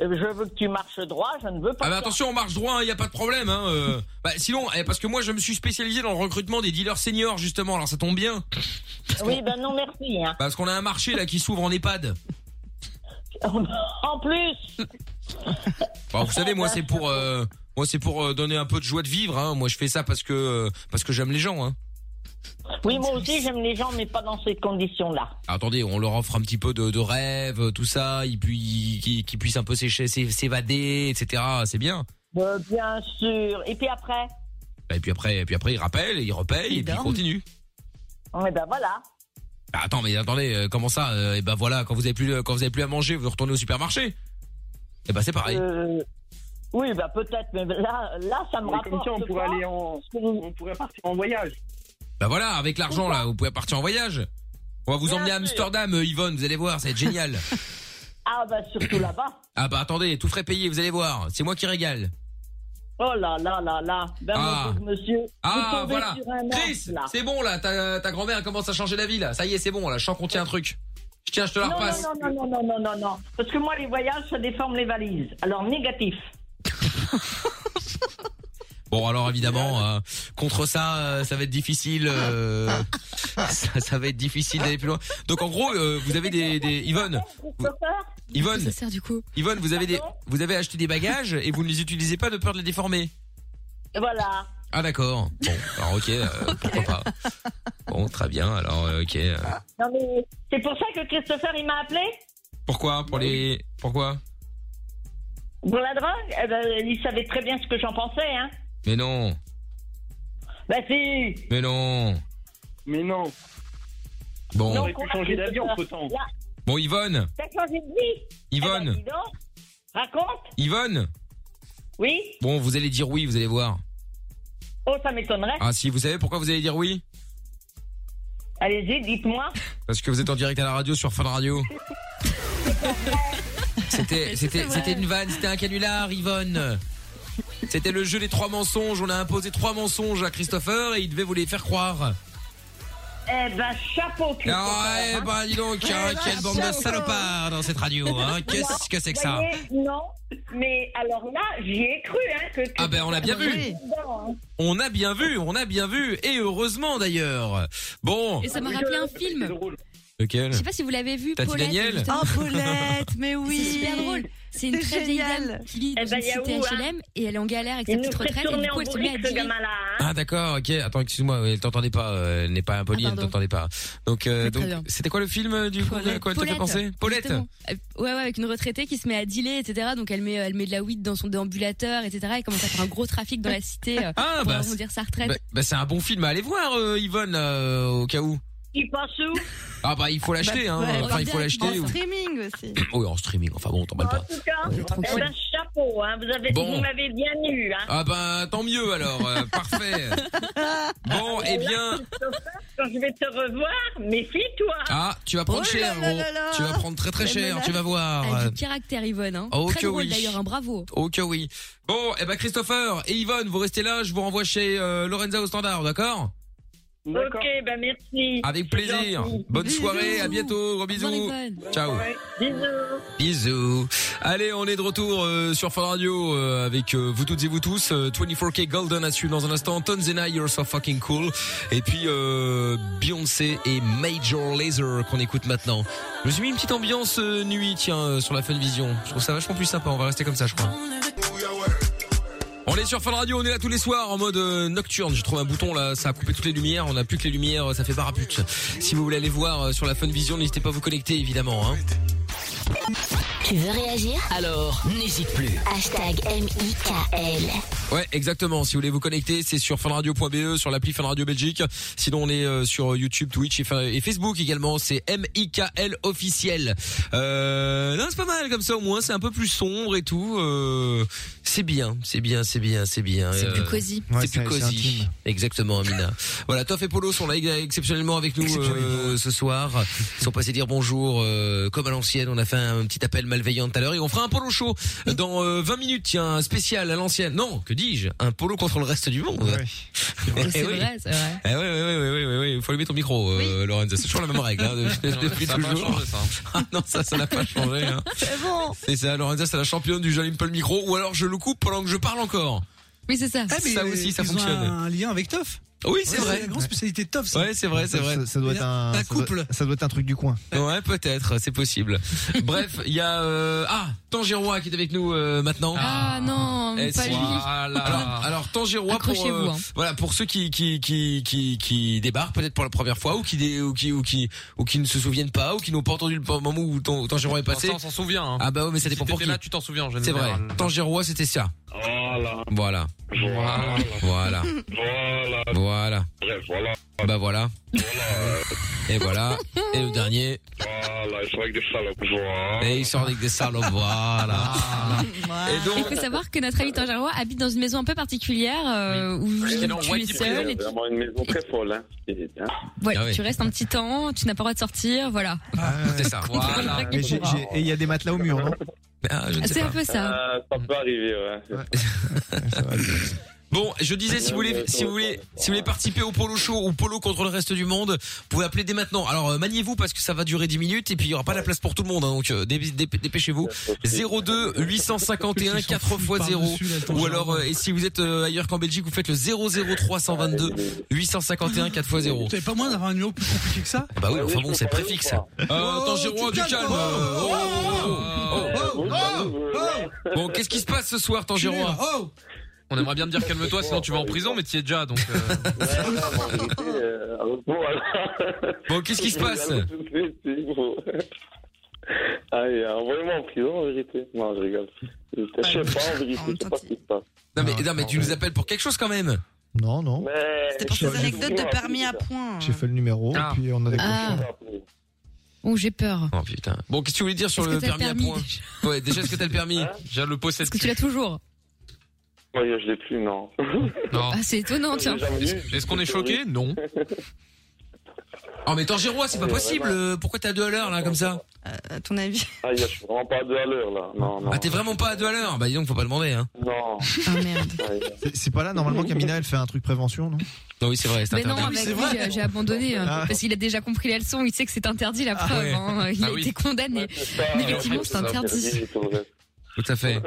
R: Euh, Je veux que tu marches droit, je ne veux pas.
A: Ah bah attention, on marche droit, il y a pas de problème. Hein, euh. Bah sinon, eh, parce que moi je me suis spécialisé dans le recrutement des dealers seniors justement, alors ça tombe bien.
R: Oui, ben non, merci. Hein.
A: Parce qu'on a un marché là qui s'ouvre en EHPAD.
R: En plus,
A: Bah, vous savez, moi c'est pour euh, moi c'est pour euh, donner un peu de joie de vivre. Hein. Moi je fais ça parce que euh, parce que j'aime les gens. Hein.
R: oui, moi aussi j'aime les gens, mais pas dans ces conditions-là.
A: Attendez, on leur offre un petit peu de, de rêve, euh, tout ça, ils puis qu'ils qu'ils puissent un peu s'éche- s'é- s'évader, etc. C'est bien.
R: Euh, bien sûr. Et puis après
A: Bah, Et puis après, et puis après, ils rappellent, ils repayent, et puis ils
R: dorment.
A: continuent.
R: Eh ben voilà.
A: Bah, attends, mais attendez, euh, comment ça euh, Et ben voilà, quand vous avez plus, quand vous avez plus à manger, vous retournez au supermarché. Et ben c'est pareil.
R: Euh, oui, bah peut-être, mais là, là, ça me
O: Mais comme
R: rapporte.
O: ça, on pourrait
R: pas.
O: aller en, on pourrait partir en voyage.
A: Bah voilà, avec l'argent là, vous pouvez partir en voyage. On va vous emmener à Amsterdam, euh, Yvonne, vous allez voir, ça va être génial.
R: Ah bah surtout là-bas.
A: ah bah attendez, tout frais payé, vous allez voir, c'est moi qui régale.
R: Oh là là là là. Ben
A: Ah.
R: mon pauvre monsieur.
A: Ah
R: vous tombez
A: voilà,
R: sur un
A: Chris,
R: arbre, là.
A: c'est bon là, ta, ta grand-mère elle commence à changer d'avis là, ça y est, c'est bon là, je sens qu'on tient un truc. Je tiens, je te la
R: Non,
A: repasse.
R: non, non, non, non, non, non, non. Parce que moi, les voyages, ça déforme les valises. Alors, négatif.
A: Bon alors évidemment, euh, contre ça, euh, ça va être difficile. euh, ça, ça va être difficile d'aller plus loin. Donc en gros, euh, vous avez des, des Yvonne,
R: Christopher
A: Yvonne, Yvonne, vous avez des, vous avez acheté des bagages et vous ne les utilisez pas de peur de les déformer.
R: Voilà.
A: Ah d'accord. Bon, alors ok, euh, pourquoi pas. Bon, très bien. Alors euh, ok. euh,
R: Non, mais c'est pour ça que Christopher, il m'a appelé
A: pourquoi
R: Bah
A: pour les pourquoi
R: Pour la drogue Eh ben, il savait très bien ce que j'en pensais, hein.
A: Mais non,
R: Bah si
A: mais non.
O: Mais non.
A: Bon,
R: Donc,
O: pu
R: on a
O: changer d'avion
R: Christopher.
O: entre-temps.
R: Là,
A: bon Yvonne,
R: T'as changé de vie
A: Yvonne.
R: Eh ben, dis donc, raconte
A: Yvonne.
R: Oui
A: Bon, vous allez dire oui, vous allez voir.
R: Oh, ça m'étonnerait.
A: Ah si, vous savez pourquoi vous allez dire oui
R: Allez-y, dites-moi.
A: Parce que vous êtes en direct à la radio sur Fun Radio. C'était c'était c'était une vanne, c'était un canular, Yvonne. C'était le jeu des trois mensonges. On a imposé trois mensonges à Christopher et il devait vous les faire croire.
R: Eh ben, chapeau, Christopher.
A: Ah, eh ben, dis donc, hein, quelle bande de salopards dans cette radio, hein. Qu'est-ce que c'est que ça
R: Voyez, Non, mais alors là, j'y ai cru, hein, que...
A: Ah ben, on a bien vu.
R: Dedans, hein.
A: On a bien vu, on a bien vu, et heureusement d'ailleurs. Bon,
D: Et ça m'a rappelé un film.
A: lequel
D: Je sais pas si vous l'avez vu,
A: Tati
D: Paulette.
A: Daniel
D: justement.
A: Oh, Paulette,
C: mais oui.
D: C'est super drôle. C'est
C: C'est
D: une très vieille
C: génial.
D: dame qui vit
R: Eh
D: dans
R: ben,
D: une cité
R: Yahoo, hein.
D: HLM et elle est en galère avec sa
R: Il nous
D: petite
R: fait
D: retraite et
R: tourner
D: du
R: en
D: coup elle se met à
R: bourrique, ce
D: dealer.
R: gamin-là, hein.
A: Ah d'accord, ok. Attends, excuse-moi, elle t'entendait pas, euh, elle n'est pas impolie, elle ne
D: Ah, pardon.
A: t'entendait pas. Donc, euh,
D: Ah, très
A: donc,
D: bien.
A: c'était quoi le film euh, du coup à quoi elle te fait penser Paulette.
D: justement. Euh, Ouais, ouais, avec une retraitée qui se met à dealer, etc. Donc elle met, euh, elle met de la weed dans son déambulateur, etc. Elle commence à faire un gros trafic dans la cité euh,
A: Ah,
D: pour
A: bah,
D: arrondir sa retraite.
A: Bah, bah, c'est un bon film à aller voir, euh, Yvonne, là, euh, au cas où.
R: Il passe où
A: Ah bah il faut l'acheter, hein. Enfin, il faut l'acheter.
C: En
A: ou-
C: streaming aussi.
A: Oui, en streaming. Enfin bon, t'emballe
R: En
A: pas.
R: tout cas, eh
A: tranquille.
R: ben, chapeau, hein, vous avez,
A: Bon.
R: vous m'avez bien eu, hein.
A: Ah bah tant mieux alors, euh, parfait. Bon, eh bien,
R: Quand je vais te revoir, méfie-toi.
A: ah, tu vas prendre
R: Oh là
A: cher,
R: là
A: gros.
R: là là.
A: Tu vas prendre très très
R: Mais
A: cher,
R: là-
A: tu vas voir.
D: Elle a du caractère, Yvonne. Hein.
A: Ah, euh, Oh,
D: Très
A: que
D: drôle
A: oui.
D: d'ailleurs, un bravo.
A: Oh que oui. Bon, eh ben Christopher et Yvonne, vous restez là, je vous renvoie chez euh, Lorenza au standard, d'accord
R: Ok, ben merci.
A: Avec plaisir.
R: gentil.
A: Bonne soirée, à bientôt, gros bisous. Ciao.
R: Bisous.
A: Bisous. Allez, on est de retour euh, sur Fun Radio euh, avec euh, vous toutes et vous tous. Euh, 24K Golden à suivre dans un instant. Tonzena, you're so fucking cool. Et puis euh, Beyoncé et Major Laser qu'on écoute maintenant. Je me suis mis une petite ambiance euh, nuit, tiens, euh, sur la Fun Vision. Je trouve ça vachement plus sympa. On va rester comme ça, je crois. On est sur Fun Radio, on est là tous les soirs en mode euh, nocturne. J'ai trouvé un bouton là, ça a coupé toutes les lumières. On n'a plus que les lumières, ça fait parapute. Si vous voulez aller voir euh, sur la Fun Vision, n'hésitez pas à vous connecter évidemment. Hein.
B: Tu veux réagir Alors, n'hésite plus. Hashtag M-I-K-L.
A: Ouais, exactement. Si vous voulez vous connecter, c'est sur funradio.be, E, sur l'appli Fun Radio Belgique. Sinon, on est euh, sur YouTube, Twitch et, fa- et Facebook également. C'est M-I-K-L officiel. Euh, non, c'est pas mal comme ça au moins. C'est un peu plus sombre et tout. Euh, c'est bien, c'est bien, c'est bien, c'est bien.
D: C'est plus
A: Euh,
D: cosy.
A: C'est
D: Ouais,
A: plus
D: c'est- c'est
A: cosy.
D: intime.
A: Exactement, Amina. voilà, Toff et Polo sont là ex- exceptionnellement avec nous euh, ce soir. Ils sont passés dire bonjour euh, comme à l'ancienne. On a fait un petit appel malveillant tout à l'heure et on fera un polo show dans euh, 20 minutes. Tiens, un spécial à l'ancienne. Non, que dis-je Un polo contre le reste du monde. Eh
D: C'est
A: oui.
D: vrai, c'est vrai.
A: Eh oui, oui, oui, oui, oui, oui. Faut allumer ton micro, euh, Lorenz. C'est toujours la même règle, hein, depuis- depuis
E: ça a pas
A: toujours.
E: changé, ça. hein.
A: Ah non, ça, ça n'a pas changé. Hein.
D: C'est bon.
A: C'est ça, Lorenza, c'est la championne du j'allume pas le micro, ou alors je le coupe pendant que je parle encore.
D: Oui, c'est ça.
A: Ah, mais Ça aussi, ça
G: Eh, ils
A: fonctionne.
G: Ont un, un lien avec Toff.
A: Oui, c'est
G: Ouais,
A: vrai.
G: C'est la grande spécialité de Toff. ça.
A: Ouais, c'est vrai, c'est vrai.
F: Ça, ça doit être un, ça doit-
A: couple.
F: Ça, doit être un truc du coin.
A: Ouais, peut-être, c'est possible. Bref, il y a euh, ah Tangirois qui est avec nous euh, maintenant.
D: Ah non,
A: Eh,
D: pas
A: si.
D: lui.
A: Alors, alors Tangirois pour
D: Accrochez-vous,
A: euh,
D: hein.
A: voilà pour ceux qui qui qui qui, qui débarquent peut-être pour la première fois ou qui dé- ou qui ou qui ou qui ne se souviennent pas ou qui n'ont pas entendu le moment où Tan- Tangirois est passé.
E: Ça, on s'en souvient. hein.
A: Ah bah ouais, mais ça
E: Si
A: dépend pour
E: t'étais
A: qui.
E: là, tu t'en souviens en
A: C'est vrai.
E: général.
A: Tangirois, c'était ça.
K: Voilà.
A: Voilà.
K: Voilà.
A: Voilà.
K: Voilà.
A: Voilà.
K: Bref, voilà.
A: Bah voilà. Et voilà. Et le dernier.
K: Voilà. Ils sont avec des salopes. Ah. Voilà.
A: Et il sort avec des salopes. Voilà. Et donc.
D: Il faut savoir que notre ami Tangerois habite dans une maison un peu particulière euh, où tu es seul et Ah tu,
K: vraiment une maison très folle. Hein. Et- hein.
A: Ah
D: voilà, tu restes un petit temps, tu n'as pas le droit de sortir, voilà.
A: c'est ça.
D: Voilà.
F: Et Euh, j'ai- j'ai- et il y a des matelas au mur, non
D: C'est un peu ça.
K: Ah,
A: Euh,
K: ça peut arriver, ouais.
A: Bon, je disais si vous voulez, si vous voulez, si vous voulez participer au polo show ou polo contre le reste du monde, vous pouvez appeler dès maintenant. Alors euh, maniez-vous parce que ça va durer 10 minutes et puis il y aura pas la place pour tout le monde. hein, donc euh, dé- dé- dépêchez-vous. 02 851 4 x 0 ou alors euh, et si vous êtes euh, ailleurs qu'en Belgique, vous faites le 00322 851 4 x 0.
G: Vous savez pas moins d'avoir un numéro plus compliqué que ça Ah,
A: Bah oui, enfin bon, c'est le préfixe. Euh, attends, Giroud, du calme. Oh, Bon, qu'est-ce qui se passe ce soir, Tangirois
E: On aimerait bien te dire calme-toi, sinon tu vas en prison, mais tu y es déjà, donc. euh,
K: Euh,
A: Bon, qu'est-ce qui se passe
K: C'est beau. Allez, envoyez-moi en prison en vérité. Non, je rigole. Je sais pas
D: Ah,
K: en vérité, je sais pas ce qui se passe.
A: Non mais non mais tu nous appelles pour quelque chose quand même.
F: Non, non.
K: C'était
C: pour ces anecdotes de permis à points.
F: J'ai fait le numéro,
A: Ah.
F: et puis on a des
D: Ah. Oh, j'ai peur.
A: Oh putain. Bon, qu'est-ce que tu voulais dire sur
D: Est-ce
A: le
D: que t'as le
A: permis,
D: permis,
A: à point Ouais, déjà est-ce que t'as le permis J'ai le possède.
D: Est-ce que tu l'as toujours
K: Hein Moi, je l'ai plus, non.
E: Non.
D: Ah, c'est étonnant, tiens.
E: Est-ce qu'on est choqué Non.
A: Oh mais Tangirois, c'est pas possible. euh, Pourquoi t'es à deux à l'heure là comme ça
D: Euh,
C: À ton avis
K: Ah, je suis vraiment Euh, pas à deux à l'heure là. Non, non.
A: Ah t'es vraiment pas à deux à l'heure Bah dis donc, faut pas demander hein.
K: Non.
D: Ah,
F: C'est- C'est pas là normalement qu'Amina elle fait un truc prévention, non
A: Non oui c'est vrai,
D: Mais non, avec lui, j'ai- j'ai abandonné euh,
F: Ah.
D: parce qu'il a déjà compris la leçon. Il sait que c'est interdit la preuve.
A: ouais.
D: hein. Il
A: Ah
D: a
A: oui.
D: été condamné. Mais effectivement, c'est Bah, interdit.
A: Tout à fait.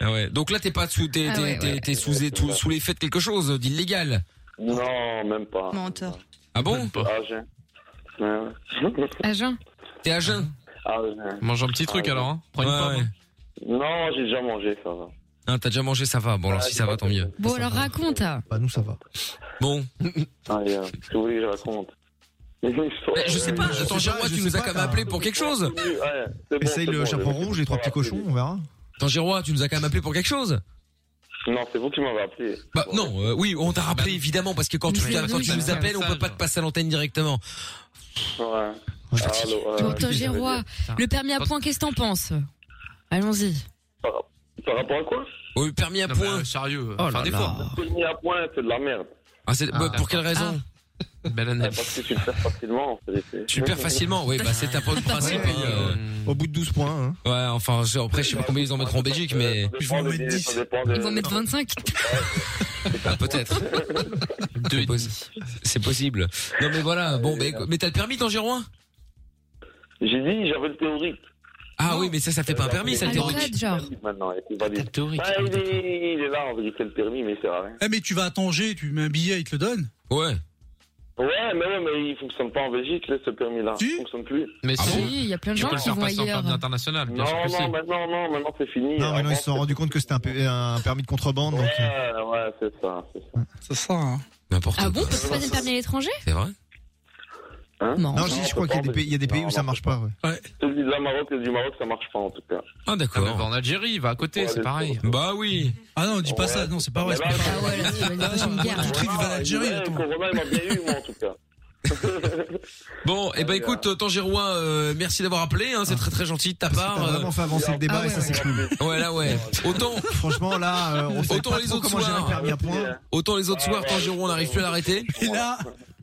A: Ah ouais. Donc là t'es pas sous t'es
D: Ah
A: t'es-
D: ouais,
A: t'es-
D: ouais.
A: t'es sous et tout- sous les faits de quelque chose d'illégal.
K: Non, même pas.
C: Menteur.
A: Ah bon
K: Ah, j'ai. Ouais.
D: À jeun.
A: T'es à jeun
K: Ah, ouais.
E: Mange un petit truc
K: Ah, ouais.
E: alors, hein. Prends une pomme.
K: Non, j'ai déjà mangé, ça va.
A: Hein, t'as déjà mangé, ça va. Bon alors si ça va tant mieux.
D: Bon, alors raconte. ah.
F: Bah nous ça va.
A: Bon.
K: Ah, yeah. Si vous voulez que je raconte.
A: je sais pas,
F: attends, Giroud, tu nous as quand même appelé
A: pour quelque chose.
F: Essaye le chaperon rouge, les trois petits cochons, on verra.
A: Tangirois, tu nous as quand même appelé pour quelque chose
K: Non, c'est vous qui m'avez appelé.
A: Bah non, euh, oui, on t'a rappelé évidemment parce que quand tu,
K: c'est
A: quand tu
K: logique.
A: nous appelles, on peut pas te passer à l'antenne directement.
K: Ouais. Allô, euh, ouais.
D: Bon, Tangirois, le permis à point, qu'est-ce que t'en penses Allons-y.
K: Par, par rapport à quoi
A: Oui, permis à
E: point. euh, sérieux,
A: Oh
E: enfin
A: là
E: des
A: là.
E: fois.
K: Permis à point, c'est de la merde.
A: Ah, c'est- bah, pour quelle raison
E: Ah.
A: Ben,
K: Ouais, Parce que tu le perds facilement, en vérité.
A: Tu le perds facilement, oui, bah c'est un peu le principe. euh, Hmm.
F: Au bout de 12 points. hein.
A: Ouais, enfin, je- après, je sais pas combien ils en mettront en Belgique, mais.
K: Ils vont mettre 10. Ça dépend
D: Ils vont
K: de...
D: mettre 25.
A: Ah, peut-être. C'est possi- C'est possible. Non, mais voilà, bon, mais, mais t'as le permis, Tangirois
K: J'ai dit, j'avais le théorique.
A: Ah oui, mais ça, ça fait pas un permis, ça, le théorique.
D: genre.
K: Maintenant, et c'est valide. Ouais, il, est, il est là, on vérité, le permis, mais il sert à rien.
G: Eh mais tu vas à Tanger, tu mets un billet, il te le donne.
A: Ouais.
K: Ouais, mais, ouais, mais il fonctionne pas en Belgique, là, ce permis-là. Il fonctionne plus.
E: Mais
D: Ah si, bon il y a plein de
E: Tu
D: gens
E: peux le
D: qui
E: faire
D: vont
E: passer en
D: ailleurs.
E: permis international, bien
K: Non,
E: sûr que
K: non,
E: si.
K: maintenant, non, maintenant, c'est fini.
F: Non, maintenant ils se sont
K: Avant,
F: rendus compte que c'était un, pe- un permis de contrebande.
K: Ouais,
F: donc, euh,
K: ouais, c'est ça, c'est ça.
G: Ça sent. Hein.
A: N'importe
D: Ah bon, on peut se passer le permis à l'étranger
A: C'est vrai
K: Hein
F: Non, si, je crois qu'il y a des pays, il y a des pays où ça marche pas. Ouais.
K: Celui de la ah, Maroc et du Maroc, ça marche pas en tout cas.
E: Ah d'accord. en Algérie, il va à côté, c'est pareil.
A: Bah oui.
S: Ah non, dis pas ça, non, c'est pas
K: Ah
S: vrai. c'est pas vrai.
A: Ah,
K: Patrick, il va l'Algérie. Corona, il m'a bien eu, moi en tout cas.
A: Bon, et ben écoute, euh, Tangérois, euh, merci d'avoir appelé, hein, c'est très très gentil de ta
K: Ah,
A: part.
F: Ah. T'as
A: euh.
F: vraiment fait avancer le débat et ça c'est cool.
A: Ouais là ouais. Autant
F: franchement là, euh, on sait
A: autant
F: pas
A: les
F: trop
A: autres
F: comment gérer
A: soirs,
F: le permis à point.
A: autant les autres soirs, Tangérois, on n'arrive plus à l'arrêter.
G: Et là,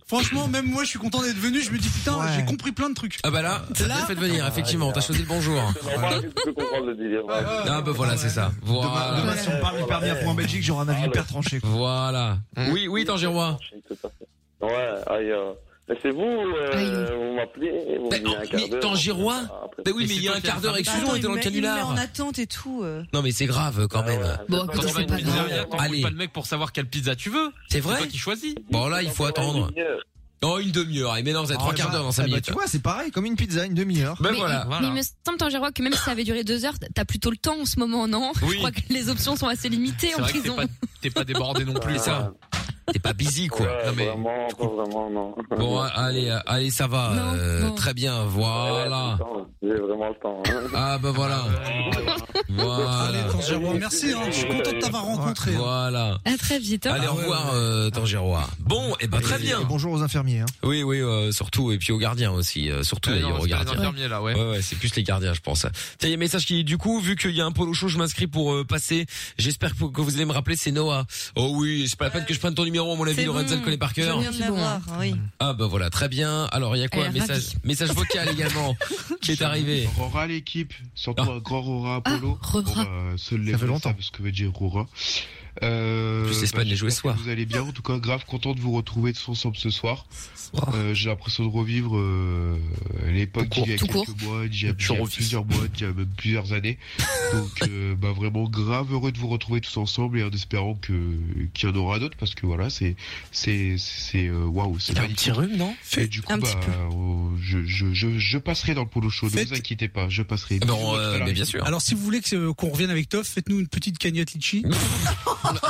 G: franchement, même moi, je suis content d'être venu. Je me dis putain, j'ai compris plein de trucs.
A: Ah bah là, ça t'a fait venir, effectivement, t'as choisi le bonjour.
K: Normal, tu peux comprendre le délire.
A: Ah bah voilà, c'est ça. Voilà.
F: Demain, si on parle du permis à point en Belgique, j'aurai un avis hyper tranché. quoi.
A: Voilà. Oui, oui, Tangérois.
K: Ouais, aïe. euh, Mais c'est vous, euh, vous m'appelez et vous me
A: oh,
K: dites un quart d'heure.
A: Tangirois Bah oui, mais il y a un quart d'heure, excuse-moi, on était dans le
C: Ah, Il me
A: canular.
C: met en attente et tout. euh.
A: Non mais c'est grave
E: Ah
A: quand même.
C: Bon, écoute, c'est pas grave.
E: Allez. pas le mec pour savoir quelle pizza tu veux.
A: C'est vrai
E: toi qui choisis.
A: Bon là, il faut attendre. Oh, une demi-heure. Et mais non, vous avez trois
F: Ah,
A: quarts
F: bah,
A: d'heure dans
F: ah,
A: cinq
F: bah,
A: minutes.
F: Tu vois, c'est pareil, comme une pizza, une demi-heure.
A: Ben
D: mais, mais- mais il me semble, Tangérois, que même si ça avait duré deux heures, t'as plutôt le temps en ce moment, non
A: Oui.
D: Je crois que les options sont assez limitées
E: C'est
D: en
E: vrai que t'es
D: prison.
E: pas, t'es pas débordé non plus, ça.
A: T'es pas busy, quoi.
K: Ouais, Vraiment, pas vraiment, non.
A: Bon, allez, euh, allez, ça va. euh, Très bien, voilà.
K: J'ai vraiment le temps. hein.
A: Ah bah voilà. Voilà.
G: Tangérois, merci, hein, je suis content de t'avoir rencontré.
K: hein.
A: Voilà.
D: À très vite. hein.
A: Allez, au revoir, euh, Tangérois. Bon, et ben très
F: Ah Et-
A: bien.
F: et bonjour aux infirmiers. hein.
A: Oui, oui, euh, surtout et puis aux gardiens aussi, euh, surtout
E: Ah non,
A: d'ailleurs aux
E: c'est pas les
A: gardiens.
E: infirmiers, là, ouais.
A: ouais, c'est plus les gardiens, je pense. Tiens, il y a un message qui dit, du coup, vu qu'il y a un polo show, je m'inscris pour euh, passer. J'espère que vous allez me rappeler, c'est Noah. Oh oui, c'est pas la peine que je prenne ton numéro, à mon avis,
C: C'est
A: Lorenzo
C: bon,
A: le connaît par cœur.
C: Je viens de l'avoir,
D: hein.
C: oui.
A: Ah bah voilà, très bien. Alors il y a quoi
C: Elle est
A: Message,
C: ravie.
A: message vocal également qui est arrivé. Ah.
N: Rora l'équipe, surtout un grand Rora
C: Ah.
N: Apollo. pour, euh, se lever, ça fait longtemps. Parce que veut dire Rora. Euh,
A: plus, l'Espagne les jouait ce
N: j'espère que Vous allez bien, en tout cas, grave content de vous retrouver de son ensemble ce soir. Euh, J'ai l'impression de revivre euh, l'époque
A: Oh. Tout
N: d'il y a
A: court, tout
N: quelques mois, d'il y a, d'il y a plusieurs mois, d'il y a même plusieurs années. Donc, euh, bah, vraiment grave heureux de vous retrouver tous ensemble et en espérant que qu'il y en aura d'autres parce que voilà, c'est c'est c'est euh, waouh, c'est un petit
A: rhume, non
N: Et du coup,
A: Un
N: bah,
A: petit
N: oh, je, je je je passerai dans le polo show, ne
G: Faites-
N: vous inquiétez pas, je passerai.
A: Bon, euh, mais bien
G: Alors, si vous voulez que, euh, qu'on revienne avec Toff, faites-nous une petite cagnotte litchi.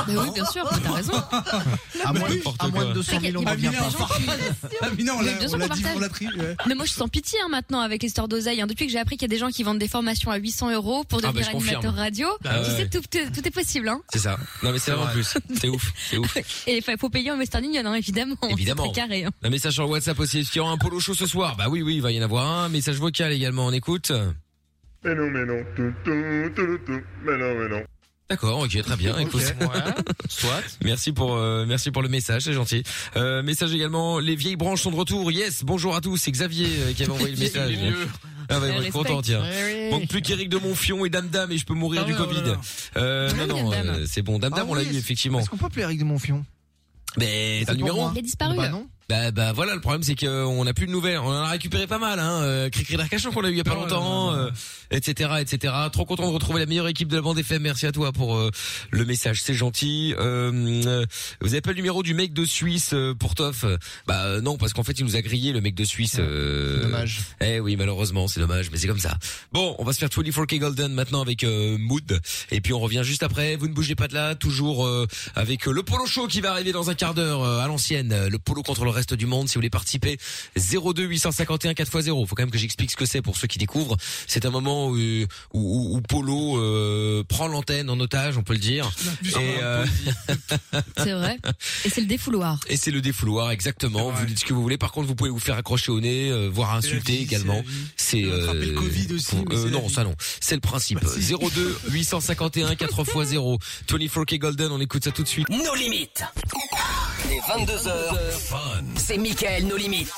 D: Mais oui, bien sûr, t'as raison.
G: À
F: moins de- à moins de
D: 200 000, on
G: Ah,
D: revient
G: mais
D: pas.
G: non, Ah, mais non, on
D: Mais
G: l'a
D: bien sûr
G: on l'a
D: qu'on
G: dit,
D: partage.
G: on l'a pris. ouais.
D: Mais moi, je suis sans pitié hein, maintenant avec les stores d'oseille. hein. Depuis que j'ai appris qu'il y a des gens qui vendent des formations à 800 euros pour
A: Ah, bah,
D: devenir
A: je confirme.
D: animateur radio,
A: Ah,
D: tu
A: ouais.
D: sais, tout, tout- tout est possible. Hein.
A: C'est ça. Non mais c'est vraiment plus. C'est ouf, c'est ouf.
D: Et il faut payer en Western Union, hein, évidemment.
A: Évidemment.
D: C'est très carré. hein.
A: Un message sur WhatsApp aussi. Est-ce qu'il y aura un polo show ce soir Bah oui, oui, il va y en avoir un. Message vocal également. On écoute.
K: Mais non, mais non, tout, tout, tout, tout, mais non, mais non.
A: D'accord, ok, très bien. Écoute,
E: soit.
A: Merci pour euh, merci pour le message, c'est gentil. Euh, message également. Les vieilles branches sont de retour. Yes, bonjour à tous. C'est Xavier euh, qui avait envoyé le message.
E: Il est vieux.
A: Ah bah, il va
E: Elle
A: être content,
E: respecte.
A: tiens.
E: Ouais, ouais.
A: Manque plus qu'Éric de Monfion et Damdam et je peux mourir
F: Ah
A: du
F: ouais,
A: Covid.
F: ouais, ouais.
A: Euh,
F: Ah
A: non,
F: oui,
A: non,
F: Dame Dame.
A: euh, c'est bon. Damdam,
F: Ah
A: on l'a
F: oui,
A: eu effectivement.
F: Est-ce qu'on peut appeler Eric de Monfion
A: Mais
F: C'est pour
A: t'as le numéro
F: moi. Il a disparu. Bah non.
A: Bah, bah voilà, le problème c'est qu'on n'a plus de nouvelles. On en a récupéré pas mal, hein. Euh, Cricri d'Arcachon qu'on a eu il y a pas longtemps, euh, etc., etc. Trop content de retrouver la meilleure équipe de la bande FM. Merci à toi pour euh, le message, c'est gentil. Euh, euh, vous avez pas le numéro du mec de Suisse euh, pour Toff Bah euh, non, parce qu'en fait il nous a grillé le mec de Suisse. euh,
F: dommage.
A: Eh oui, malheureusement, c'est dommage, mais c'est comme ça. Bon, on va se faire 24K Golden maintenant avec euh, Mood. Et puis on revient juste après. Vous ne bougez pas de là, toujours euh, avec euh, le polo show qui va arriver dans un quart d'heure euh, à l'ancienne. Euh, Le polo contre le reste du monde. Si vous voulez participer, 02 851 4x0. Faut quand même que j'explique ce que c'est pour ceux qui découvrent. C'est un moment où, où, où- où Polo euh, prend l'antenne en otage, on peut le dire. Et, euh,
D: C'est vrai. Et c'est le défouloir.
A: et c'est le défouloir, exactement. Vous dites ce que vous voulez. Par contre, vous pouvez vous faire accrocher au nez, euh, voire insulter également. C'est euh, pour- euh, non, ça non. C'est le principe.
G: Bah,
A: 02 851 4 x 0. 24K Golden, on écoute ça tout de suite.
B: Nos limites. Les 22h. C'est Michael, nos limites.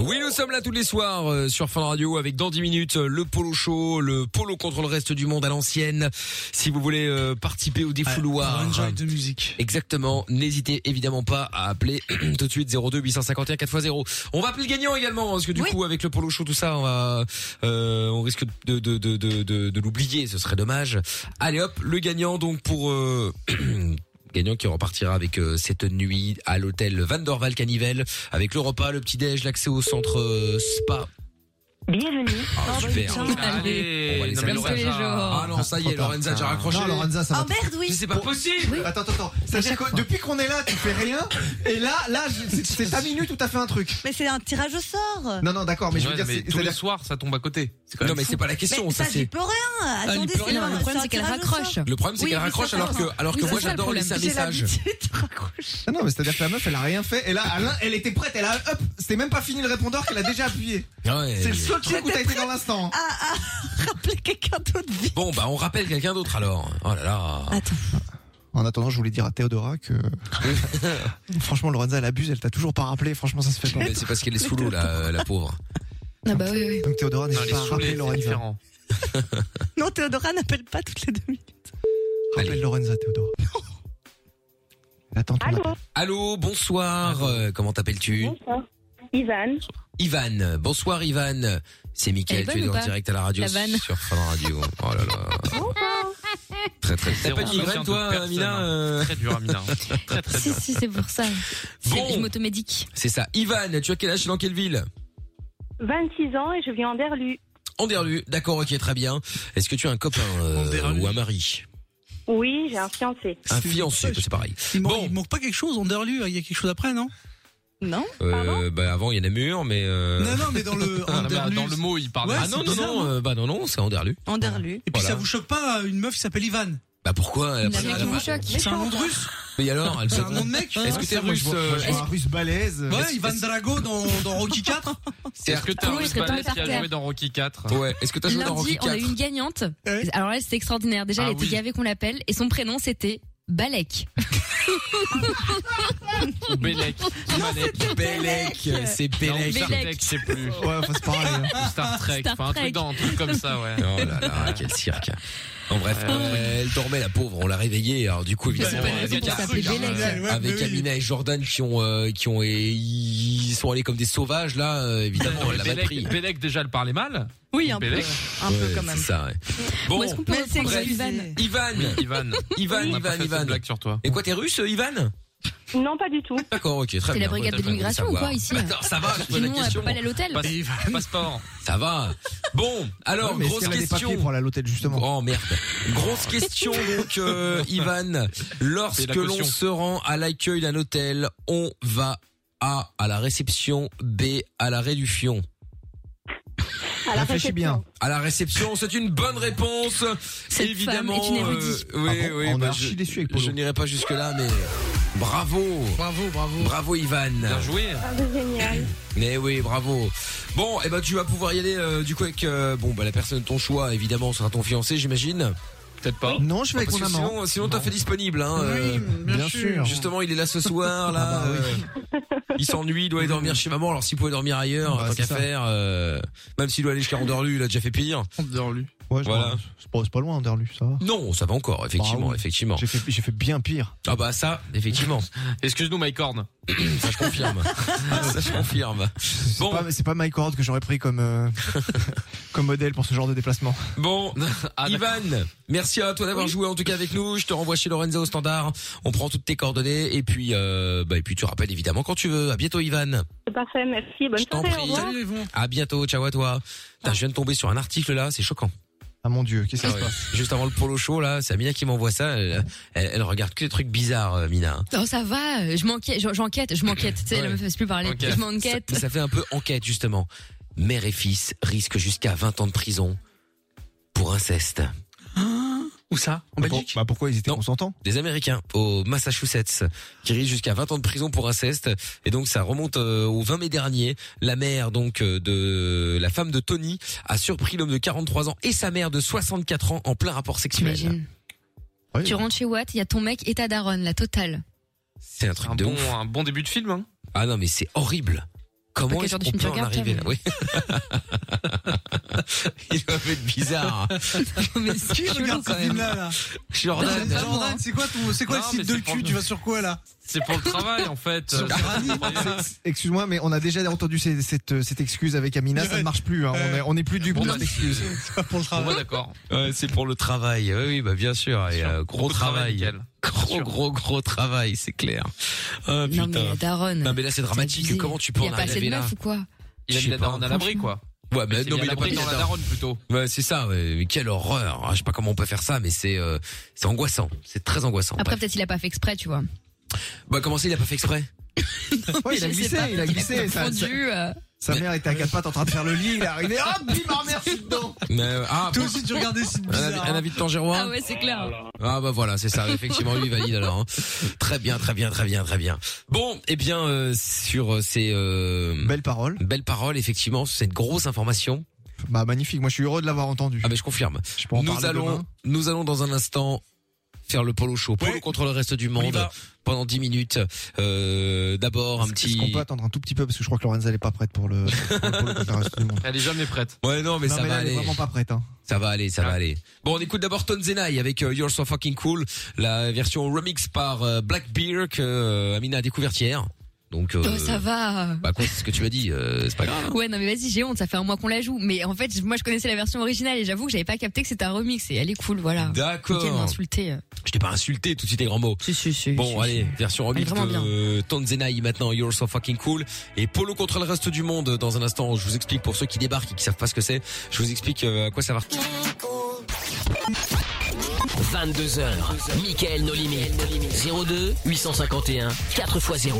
A: Oui, nous sommes là tous les soirs euh, sur Fun Radio avec dans 10 minutes euh, le polo show, le polo contre le reste du monde à l'ancienne. Si vous voulez euh, participer au défouloir.
G: pour un Ah, enjoy de musique.
A: Exactement. N'hésitez évidemment pas à appeler tout de suite 02 851 4x0. On va appeler le gagnant également parce que du coup avec le polo show tout ça on va euh, on risque de de de de de, de l'oublier, ce serait dommage. Allez hop, le gagnant donc pour euh, gagnant qui repartira avec euh, cette nuit à l'hôtel Van Dorval Canivelle avec le repas, le petit déj, l'accès au centre euh, spa
R: Bienvenue.
A: Ah, super.
E: Allez,
A: On va les
E: non, mais
A: saluer.
E: Lorenza.
C: Oh.
A: Ah non, ça y est, Lorenza, j'ai raccroché.
F: Non, Lorenza, ça va. pas.
A: Mais C'est pas possible.
F: Attends, attends, attends. C'est-à-dire que depuis qu'on est là, tu fais rien. Et là, là, je- c'est- c'est ta minute où t'as fait un truc.
C: Mais c'est un tirage au sort.
F: Non, non, d'accord, mais je veux
E: Ouais,
F: dire,
E: mais
F: c'est-
E: tous les
F: c'est-à-dire-
E: soirs, ça tombe à côté.
A: Non, mais c'est pas la question,
C: Mais
A: ça,
C: ça, j'y
A: c'est.
C: peux rien.
A: Ah, j'y
C: Attendez,
A: peux rien.
C: un-
A: Le
D: problème,
C: un
D: c'est qu'elle
C: tirage au
D: raccroche.
C: sort.
A: Le problème, c'est
C: Oui,
A: qu'elle
C: oui,
A: raccroche
C: ça,
A: alors que,
C: pardon.
A: alors que
C: Oui,
A: moi,
C: c'est ça, le
A: j'adore laisser un
C: problème. J'ai
A: message.
C: l'habitude.
F: Ah non, mais c'est-à-dire que la meuf, elle a rien fait. Et là, Alain, elle était prête. Elle a, hop, c'était même pas fini le répondeur qu'elle a déjà appuyé. C'est le seul truc où t'as été dans l'instant.
A: Bon, bah, on rappelle quelqu'un d'autre alors. Oh là là.
C: Attends.
F: Ah. En attendant, je voulais dire à Théodora que franchement, Lorenza, elle abuse. Elle t'a toujours pas rappelé. Franchement, ça se fait
A: Non,
F: pas.
A: mais c'est parce qu'elle est sous l'eau, la, euh, la pauvre.
D: Ah bah oui, oui.
F: Donc Théodora n'est
A: Non, elle est
F: pas
A: saoulée,
F: rappelé
A: c'est
F: Lorenza.
A: différent.
C: Non, Théodora n'appelle pas toutes les deux minutes.
F: Rappelle Lorenza, Théodora. Attends,
A: Allô, bonsoir. euh, Comment t'appelles-tu
T: Ivan.
A: Ivan. Bonsoir, Ivan. C'est
T: Elle est
A: Mickaël, tu
T: bonne
A: es
T: ou
A: en
T: pas
A: direct à la radio
T: La vanne.
A: sur Fun Radio. Oh là là. Très très T'as pas de migraine, toi, Mina
E: Très dur, Amina. Très, très
D: Si, si, c'est pour ça.
A: Bon.
D: Je m'automédique.
A: C'est ça. Ivan, tu as quel âge et dans quelle ville
T: 26 ans et je viens en Derlu.
A: Anderlu. D'accord, ok, très bien. Est-ce que tu as un copain euh, ou un mari
T: Oui, j'ai un fiancé.
A: Un fiancé, c'est pareil.
G: Il, manque, il manque pas quelque chose, Anderlu, hein, il y a quelque chose après, non
C: Non
A: Euh, bah avant, il y en a mur, mais... euh,
G: Non, non, mais dans le-
A: Ah,
G: Anderlu,
A: bah, dans le mot, il parle...
G: Ouais,
A: ah
G: c'est
A: non, non,
G: bizarre,
A: non, euh, bah non, non, c'est Anderlu.
C: Anderlu.
G: Et puis ça vous choque pas euh, une meuf qui s'appelle Ivan
A: Bah pourquoi elle a pas- elle a pas-
G: C'est un nom de russe
A: Mais alors, elle
G: C'est
A: se-
G: un nom de mec
A: Est-ce que t'es
F: Moi, je
A: russe
F: vois- moi, je vois un
A: euh,
F: russe balèze.
G: Ouais, Ivan Drago dans, dans Rocky 4
E: Est-ce que t'as
D: Ah oui,
E: un
D: je serais pas
E: balèze qui a
D: parterre.
E: joué dans Rocky 4
A: Ouais, est-ce que t'as joué dans Rocky
D: Lundi, on a eu
A: 4
D: une gagnante. Alors là, c'était extraordinaire. Déjà,
A: Ah
D: elle était
A: oui.
D: gavée qu'on l'appelle et son prénom c'était Balek.
E: Ou Bélec
A: Bélec, c'est Bélec.
E: Star Trek, je sais plus.
F: Ouais, enfin, c'est pareil.
E: Ou Star Trek,
D: Star
E: enfin, un
D: Trek.
E: truc dans, un truc comme ça, ouais.
A: hein. Oh là là, quel cirque. En bref, euh, elle dormait la pauvre, on l'a réveillée. Alors du coup,
E: Bah,
A: évidemment,
E: c'est pas la raison
A: avec,
E: pour s'appeler Bélec. Ouais, ouais, mais
A: avec
E: oui.
A: Amina et Jordan qui ont euh, qui ont ils sont allés comme des sauvages là, euh, évidemment, elle l'avait pris.
E: Bélec, Bélec, déjà, elle parlait mal.
C: Oui, un
E: Bélec.
C: Un
A: Ouais,
C: peu quand même.
A: C'est ça. ouais.
E: Bon,
A: Bon,
E: bref,
A: Ivan,
E: Ivan,
A: Ivan,
E: on a pas
A: Ivan,
E: fait cette
A: Ivan.
E: blague sur toi.
A: Et quoi, t'es russe, euh, Ivan
T: Non, pas du tout.
A: D'accord, ok, très bien.
D: C'est la brigade de
A: Très bien,
D: l'immigration ou
A: savoir.
D: quoi ici
A: D'accord, ça va. je pose la
D: Sinon, elle
A: question.
D: peut pas aller à l'hôtel.
A: Passe-
E: Passeport.
A: Ça va. Bon, alors
F: Ouais, mais est-ce
A: grosse
F: qu'elle a des
A: question.
F: papiers pour aller à l'hôtel justement.
A: Oh merde. Grosse question donc, euh, Ivan. Lorsque
F: la
A: l'on
F: caution.
A: se rend à l'accueil d'un hôtel, on va A à la réception, B à la réduction.
F: Réfléchis bien.
A: À la réception, c'est une bonne réponse.
F: Cette
A: Évidemment. euh,
F: femme est une érudite.
A: oui,
F: Ah bon
A: oui.
F: On est
A: bah,
F: archi
A: je-
F: déçus avec Polo.
A: Je n'irai pas jusque là, mais bravo.
G: Bravo, bravo.
A: Bravo Ivan.
E: Bien joué.
T: génial.
A: Mais oui, bravo. Bon, et ben tu vas pouvoir y aller euh, du coup avec euh, bon bah la personne de ton choix évidemment sera ton fiancé, j'imagine. Oh, Peut-être pas.
F: Non, je vais avec
A: parce
F: mon
A: que
F: amant.
A: Sinon, sinon t'as fait disponible hein. euh,
F: bien bien sûr. sûr.
A: Justement, il est là ce soir là.
F: Ah bah
A: euh, il s'ennuie, il doit aller dormir chez maman. Alors s'il pouvait dormir ailleurs,
F: Bah,
A: tant
F: c'est
A: qu'à
F: ça.
A: faire euh, même s'il doit aller jusqu'à Anderlu, il a déjà fait pire.
E: Anderlu.
F: Ouais, je
A: Voilà.
F: vois. C'est pas, c'est pas loin, Anderlu, ça va.
A: Non, ça va encore, effectivement,
F: Bah oui.
A: effectivement.
F: J'ai fait, j'ai fait bien pire.
A: Ah bah ça, effectivement.
E: Excuse-nous, Mycorn.
A: ça je confirme. ça je confirme.
F: C'est pas, c'est pas MyCord que j'aurais pris comme, euh, comme modèle pour ce genre de déplacement.
A: Bon, Ivan, merci à toi d'avoir joué en tout cas avec nous. Je te renvoie chez Lorenzo au standard. On prend toutes tes coordonnées et puis euh, bah, et puis tu rappelles évidemment quand tu veux. À bientôt Ivan.
T: C'est parfait, merci. Bonne
A: t'en
T: soirée.
A: prie.
T: Au revoir.
A: Salut, À bientôt. Ciao à toi. Putain, je viens de tomber sur un article là, c'est choquant.
F: Ah mon dieu, qu'est-ce qui
A: Ah
F: se
A: ouais.
F: passe
A: Juste avant le polo show là, c'est Amina qui m'envoie ça. Elle, elle- elle regarde que des trucs bizarres, euh, Mina.
D: Non, ça va. euh, Je m'enquête. je- J'enquête. Je m'enquête. Tu sais, elle me fait plus parler.
A: Enquête.
D: Je m'enquête.
A: Ça, ça fait un peu enquête justement. Mère et fils risquent jusqu'à 20 ans de prison pour inceste.
G: Où ça
A: En Belgique
F: Bah pourquoi ils étaient consentants
A: des Américains au Massachusetts qui risquent jusqu'à 20 ans de prison pour inceste et donc ça remonte euh, au 20 mai dernier la mère donc euh, de la femme de Tony a surpris l'homme de 43 ans et sa mère de 64 ans en plein rapport sexuel.
D: T'imagines Tu rentres chez Watt, il y a ton mec et ta daronne, la totale.
A: C'est un truc
E: un
A: de
E: bon,
A: ouf.
E: un bon début de film, hein.
A: Ah non mais c'est horrible.
E: Pas
A: Comment
E: quel
A: est-ce
E: genre de
A: qu'on
E: film tu
A: peut en
E: regardes,
A: arriver là
E: toi,
A: Oui. Il doit être bizarre.
G: Qui regarde ce film-là là
A: Jordan.
G: Ah, Jordan, c'est quoi, ton- c'est quoi
E: Non,
G: le
E: mais
G: site de
E: c'est
G: le
E: pour
G: cul
E: le-
G: Tu vas sur quoi là
E: C'est pour le travail, en fait. Euh,
F: Excuse-moi, mais on a déjà entendu ces- cette, euh, cette excuse avec Amina, ça ne marche plus. hein. On est- On n'est plus dupe
E: bon,
F: de
E: bah,
F: cette excuse.
G: pour le
E: On va d'accord.
A: Ouais, c'est pour le travail. Oui, oui, bah bien sûr. Et, euh, gros
E: Beaucoup de travail,
A: travail.
E: Mickaël.
A: gros, gros, gros travail, c'est clair. Ah,
D: Non,
A: putain.
D: mais la daronne.
A: Non, mais là Eh, c'est dramatique. Comment tu peux
D: Il y
A: en
D: a pas assez
A: arriver
D: de
A: là
D: meufs ou quoi
E: Il a mis
A: Je sais
E: la
A: pas,
E: daronne à l'abri,
A: franchement.
E: quoi.
A: Ouais, mais
E: c'est
A: non, mais
E: bien
A: il a pas
E: appris
A: dit
E: dans la
A: ça.
E: daronne, plutôt.
A: Ouais, c'est ça. ouais. Mais Quelle horreur. Ah, Je sais pas comment on peut faire ça, mais c'est euh, c'est angoissant. C'est très angoissant.
D: Après, peut-être il a pas fait exprès, tu vois.
A: Bah comment ça, il a pas fait exprès
F: Ouais, il
D: Je
F: a
D: sais
F: glissé,
D: pas,
F: il a
D: peut-être
F: glissé. ça- ça-
D: confondu, euh.
F: Sa mère était à quatre pattes en train de faire le lit, il est arrivé. Hop, il m'a remercié dedans.
A: Mais, euh, ah,
F: Toi
A: bon.
F: aussi, tu regardais Sid
A: Un avis-
F: Bizarre,
A: Un
F: hein.
A: avis de Tangérois
D: Ah ouais, c'est clair.
A: Ah bah voilà, c'est ça. Effectivement, lui il valide alors. hein. Très bien, très bien, très bien, très bien. Bon, eh bien euh, sur euh, ces euh,
F: belles paroles,
A: belles paroles, effectivement, sur cette grosse information.
F: Bah magnifique, moi je suis heureux de l'avoir entendu.
A: Ah mais je confirme.
F: Je peux en
A: nous
F: parler
A: allons,
F: demain.
A: nous allons dans un instant faire le polo show. Polo contre le reste du monde pendant 10 minutes. Euh, D'abord un petit.
F: Est-ce qu'on peut attendre un tout petit peu parce que je crois que Lorenza elle est pas prête pour le.
A: Elle est jamais prête. Ouais non mais
F: Non,
A: ça
F: mais
A: va
F: là, elle est
A: aller.
F: vraiment pas prête. Hein.
A: Ça va aller, ça va aller. Bon, on écoute d'abord Tonzenai avec euh, You're So Fucking Cool, la version remix par euh, Black Beer que euh, Amina a découverte hier. Donc, euh,
D: Oh, ça va. Oh.
A: Bah, quoi, c'est ce que tu m'as dit, euh, c'est pas grave. hein.
D: Ouais, non, mais vas-y, j'ai honte, ça fait un mois qu'on la joue. Mais en fait, moi, je connaissais la version originale et j'avoue que j'avais pas capté que c'était un remix et elle est cool, voilà.
A: D'accord.
D: Nickel, m'a insulté.
A: Je t'ai pas insulté, tout de suite les grands mots. bon,
D: si,
A: allez, version
D: Elle est
A: remix
D: vraiment bien.
A: de Tonzenai maintenant, You're So Fucking Cool. Et Polo contre le reste du monde, dans un instant, je vous explique pour ceux qui débarquent et qui savent pas ce que c'est, je vous explique euh, à quoi ça va.
B: 22h, Michael No Limit. 02 851 4x0.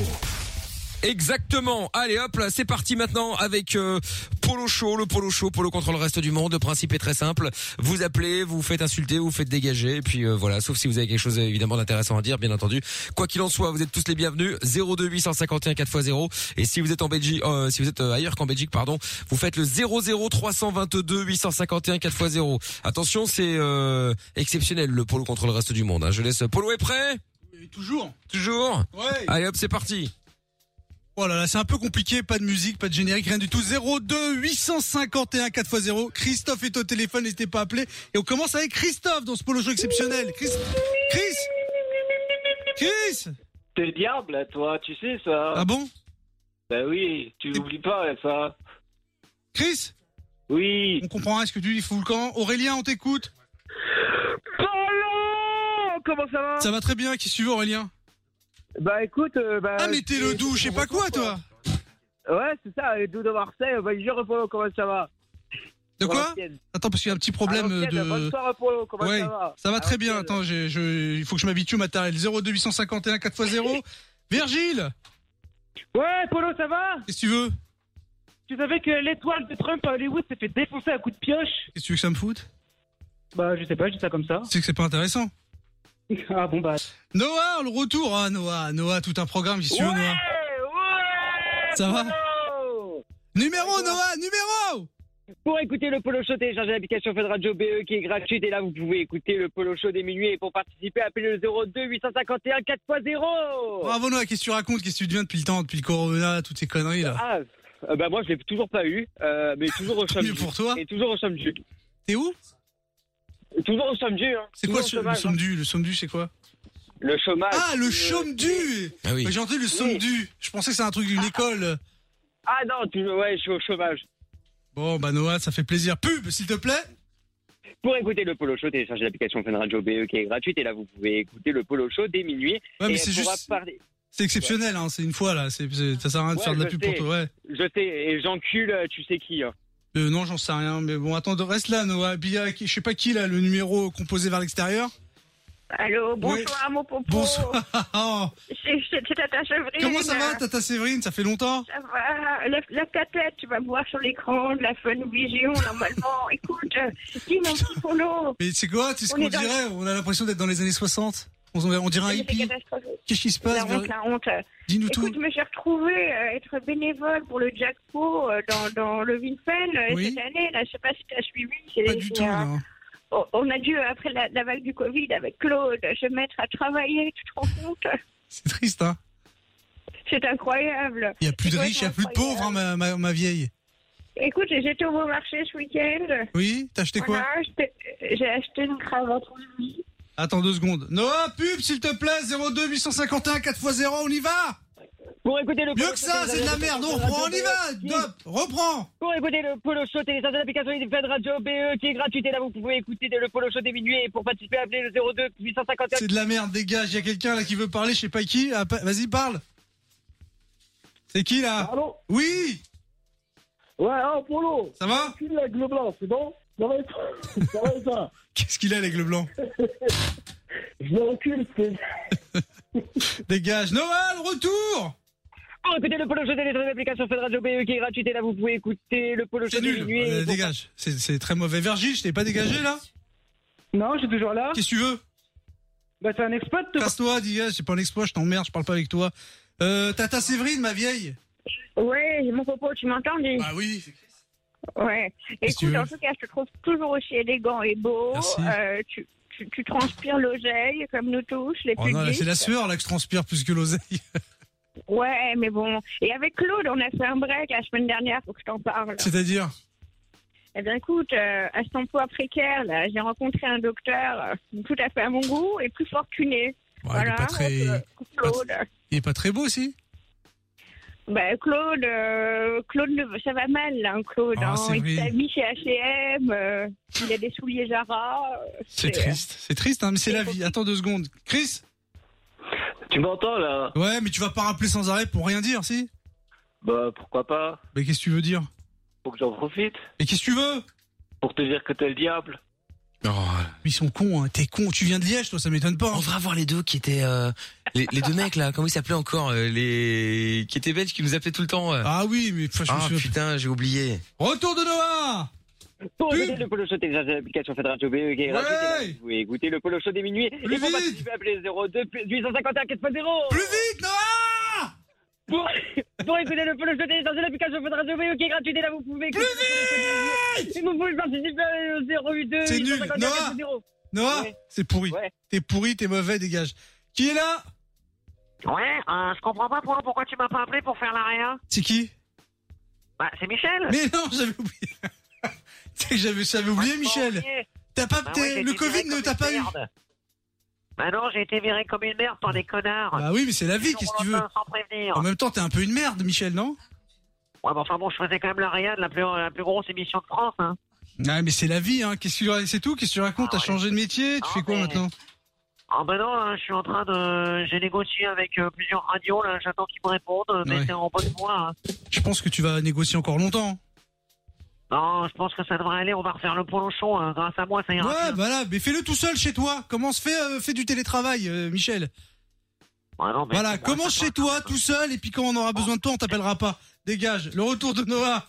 A: Exactement. Allez hop là, c'est parti maintenant avec euh, Polo Show, le Polo Show, Polo contre le reste du monde. Le principe est très simple. Vous appelez, vous faites insulter, vous faites dégager, et puis euh, voilà. Sauf si vous avez quelque chose euh, évidemment d'intéressant à dire, bien entendu. Quoi qu'il en soit, vous êtes tous les bienvenus. 02 851 4x0. Et si vous êtes en Belgique, euh, si vous êtes euh, ailleurs qu'en Belgique, pardon, vous faites le 00 322 851 4x0. Attention, c'est euh, exceptionnel le Polo contre le reste du monde. hein. Je laisse. Polo est prêt
G: Toujours.
A: Toujours.
G: Ouais.
A: Allez hop, c'est parti.
G: Oh là là, c'est un peu compliqué, pas de musique, pas de générique, rien du tout. 02 851 4x0. Christophe est au téléphone, n'hésitez pas à appeler. Et on commence avec Christophe dans ce polo show exceptionnel. Chris Chris Chris
H: T'es diable, toi, tu sais ça.
G: Ah bon
H: Bah oui, tu l'oublies pas, ça.
G: Chris
H: Oui.
G: On comprend rien à ce que tu dis, fous le camp. Aurélien, on t'écoute.
H: Comment ça va
G: Ça va très bien, qui suit Aurélien
H: Bah écoute, euh, bah.
G: Ah, mais t'es le doux, je sais pas quoi, toi
H: Ouais, c'est ça, les doux de Marseille, bah, je repose comment ça va
G: De quoi Attends, parce qu'il y a un petit problème
H: Alors, Ken,
G: de.
H: Ah, bonne soirée, Polo, comment
G: Ouais,
H: ça va Ah,
G: Ça va très
H: Alors,
G: bien. Attends, j'ai- je- il faut que je m'habitue au matériel. 02851 4x0. Virgile
H: Ouais, Polo, ça va
G: Qu'est-ce que tu veux
H: Tu savais que l'étoile de Trump à Hollywood s'est fait défoncer à coups de pioche
G: Qu'est-ce que tu veux que ça me foute
H: Bah, je sais pas, je dis ça comme ça.
G: C'est que c'est pas intéressant.
H: Ah bon, bah.
G: Noah, le retour. Ah, Noah, Noah, tout un programme, j'y suis, Noah. Ça va Numéro, Noah, numéro
H: Pour écouter le Polo Show, téléchargez l'application Fun Radio BE qui est gratuite et là vous pouvez écouter le Polo Show des minuit et pour participer appelez le 02 851 4x0.
G: Bravo, Noah, qu'est-ce que tu racontes Qu'est-ce que tu deviens depuis le temps, depuis le Corona, toutes ces conneries là
H: Ah, euh, bah moi je l'ai toujours pas eu, euh, mais toujours au chômage. pour toi. Et toujours au chômage.
G: T'es où
H: Toujours au chômage. Hein.
G: C'est quoi
H: Toujours au
G: ce- le
H: chômage, hein. Bah,
G: somdu Le somdu, c'est quoi
H: Le chômage. Euh,
G: Ah, le chôme du Bah
A: Ah oui.
G: J'ai entendu le somme du. Je pensais que c'est un truc d'une école.
H: Ah non, tu... ouais, je suis au chômage.
G: Bon, bah Noah, ça fait plaisir. Pub, s'il te plaît
H: Pour écouter le Polo Show, téléchargez l'application Fun Radio BE qui est gratuite et là vous pouvez écouter le Polo Show dès minuit.
G: Ouais, mais
H: Et
G: c'est
H: pour
G: juste-
H: appeler-
G: C'est exceptionnel, hein, c'est une fois là. C'est, c'est- ça sert à rien de
H: Ouais,
G: faire de la
H: je
G: pub
H: sais.
G: pour toi. Ouais.
H: Je sais, et j'encule, euh, tu sais qui. hein.
G: Euh, non, j'en sais rien, mais bon, attends, reste là, Noah. Et Puis, il y a qui- je sais pas qui là, le numéro composé vers l'extérieur.
T: Allô, bonsoir, mon popo.
G: Bonsoir.
T: C'est c'est Tata Séverine.
G: Comment ça va, Tata Séverine Ça fait longtemps
T: Ça va. Lève, lève ta tête, tu vas voir sur l'écran de la Fun Vision, normalement. Écoute, euh, dis mon petit polo.
G: Mais c'est quoi Tu sais ce
T: On
G: qu'on
T: est dans-
G: dirait On a l'impression d'être dans les années 60. On, on dirait un
T: C'est
G: hippie.
T: catastrophique.
G: Qu'est-ce qui se passe
T: La honte,
G: Virgile
T: la honte.
G: Dis-nous
T: Écoute, je me suis retrouvée euh, être bénévole pour le jackpot euh, dans, dans le Vinfen euh,
G: Oui.
T: cette année. Là, je sais pas si tu as suivi. c'est-
G: Pas du
T: c'est
G: tout,
T: un-
G: non.
T: on- On a dû, après la, la vague du Covid, avec Claude, se mettre à travailler, tu te rends compte
G: C'est triste, hein
T: C'est incroyable.
G: Il y a plus de riches, il y a plus de
T: incroyable.
G: pauvres, hein, ma, ma- ma vieille.
T: Écoute, j'étais au beau marché ce week-end.
G: Oui T'as acheté quoi
T: Voilà, j'étais- J'ai acheté une
H: Ah,
T: cravate Louis.
G: Attends deux secondes. Noah, pub, s'il te plaît, 02 851 4x0, on y va
H: Pour écouter le
G: Mieux que ça, c'est de la merde, on reprend, on y va Hop, reprends
H: Pour écouter le Polo Show, téléchargez l'application Fun Radio BE qui est gratuite et là vous pouvez écouter le Polo Show des minuit et pour participer appelez le 02 851.
G: C'est de la merde, dégage, il y a quelqu'un là qui veut parler, je sais pas qui. Ah, pa- Vas-y, parle C'est qui là Oui
K: Ouais, hein, Polo
G: Ça va
K: Tu l'aigle blanc, c'est bon Ça va être ça va être ça.
G: Qu'est-ce qu'il a, l'aigle blanc
K: Je l'encule, c'est...
G: Dégage. Noël, retour
H: Oh, écoutez le polo jeté les trois applications Fun Radio BE qui est gratuite et là vous pouvez écouter le polo
G: C'est
H: jeté
G: nul.
H: minuit.
G: Euh, dégage. C'est c'est très mauvais. Virgile, je t'ai pas dégagé là
H: Non, j'ai toujours là.
G: Qu'est-ce que tu veux
H: Bah, c'est un exploit.
G: Casse-toi, dégage. C'est pas un exploit, je t'emmerde, je parle pas avec toi. Euh, Tata Séverine, ma vieille.
T: Ouais, mon copain, tu m'entends lui
G: Ah oui.
T: Ouais.
G: Qu'est-ce que tu
T: Écoute,
G: veux
T: en tout cas, je te trouve toujours aussi élégant et beau. Euh, tu, tu, tu transpires l'oseille, comme nous tous, les
G: Oh non, là,
T: pudistes.
G: c'est la sueur là que je transpire plus que l'oseille.
T: Ouais, mais bon. Et avec Claude, on a fait un break la semaine dernière, faut que je t'en parle.
G: C'est-à-dire
T: Eh bien, écoute, euh, à cet emploi précaire, là, j'ai rencontré un docteur euh, tout à fait à mon goût et plus fortuné.
G: Bah, il est
T: voilà,
G: pas très.
T: Claude.
G: Il est pas très beau aussi
T: Ben, Claude, euh, Claude, ne- ça va mal, là, hein, Claude.
G: Ah,
T: hein.
G: c'est
T: Il
G: vrai.
T: s'habille chez H&M, euh, il a des souliers Zara. euh,
G: C'est triste. C'est triste, hein, mais c'est la vie. Attends deux secondes. Chris
U: Tu m'entends là
G: Ouais, mais tu vas pas rappeler sans arrêt pour rien dire, si
U: Bah pourquoi pas
G: Mais qu'est-ce que tu veux dire
U: Faut que j'en profite.
G: Mais qu'est-ce que tu veux
U: Pour te dire que t'es le diable.
G: Mais Ils sont cons, hein. T'es con. Tu viens de Liège, toi, ça m'étonne pas.
A: Oh.
G: hein.
A: On va voir les deux qui étaient euh, les, les deux mecs là, comment ils s'appelaient encore euh, les qui étaient belges qui nous appelaient tout le temps. euh.
G: Ah oui, mais enfin, je me
A: Ah
G: souviens-
A: putain, j'ai oublié.
G: Retour de Noah
H: Pour écouter Oh, le polo show, téléchargez l'application Fun Radio BE qui est gratuite. et là, Vous pouvez écouter le polo show des minuit. et pour participer, appelez 02 851 4x0. Plus
G: vite, Noah
H: pour, pour écouter le polo show, téléchargez l'application Fun Radio BE qui est gratuite. Et là, vous pouvez écouter. Plus vite Et vous pouvez participer au 02
G: C'est nul.
H: 851
G: Noah
H: 4x0.
G: Noah C'est pourri. T'es pourri, t'es mauvais, dégage. Qui est là
V: Ouais, euh, je comprends pas Polo, pourquoi tu m'as pas appelé pour faire l'arrière.
G: C'est qui
V: Bah, c'est Michel.
G: Mais non, j'avais oublié. Tu sais, j'avais, j'avais oublié, Michel. T'as pas,
V: Bah
G: t'es-
V: ouais, j'ai
G: le
V: été viré
G: Covid ne
V: comme
G: t'a
V: une
G: pas eu.
V: merde. Bah non, j'ai été viré comme une merde par des connards.
G: Bah oui, mais c'est la vie,
V: Du jour
G: qu'est-ce
V: au
G: que tu veux Ah,
V: lendemain, Sans prévenir.
G: En même temps, t'es un peu une merde, Michel, non
V: Ouais, bah enfin bon, je faisais quand même la Rayade, la plus, la plus grosse émission de France, hein.
G: Ouais, mais c'est la vie, hein. Qu'est-ce que tu- c'est tout Qu'est-ce que tu racontes T'as changé de métier Tu fais quoi maintenant
V: Ah bah non, hein, je suis en train de... J'ai négocié avec euh, plusieurs radios, là, j'attends qu'ils me répondent, euh, mais
G: Ouais.
V: c'est en bonne voie, hein.
G: Je pense que tu vas négocier encore longtemps.
V: Non, je pense que ça devrait aller, on va refaire le polochon, hein. grâce à moi, ça ira.
G: Ouais, voilà, mais fais-le tout seul chez toi. Comment se fait euh, fais du télétravail, euh, Michel
V: mais
G: Voilà, commence chez toi, tout seul, et puis quand on aura besoin de toi, on t'appellera pas. Dégage. Le retour de Noah.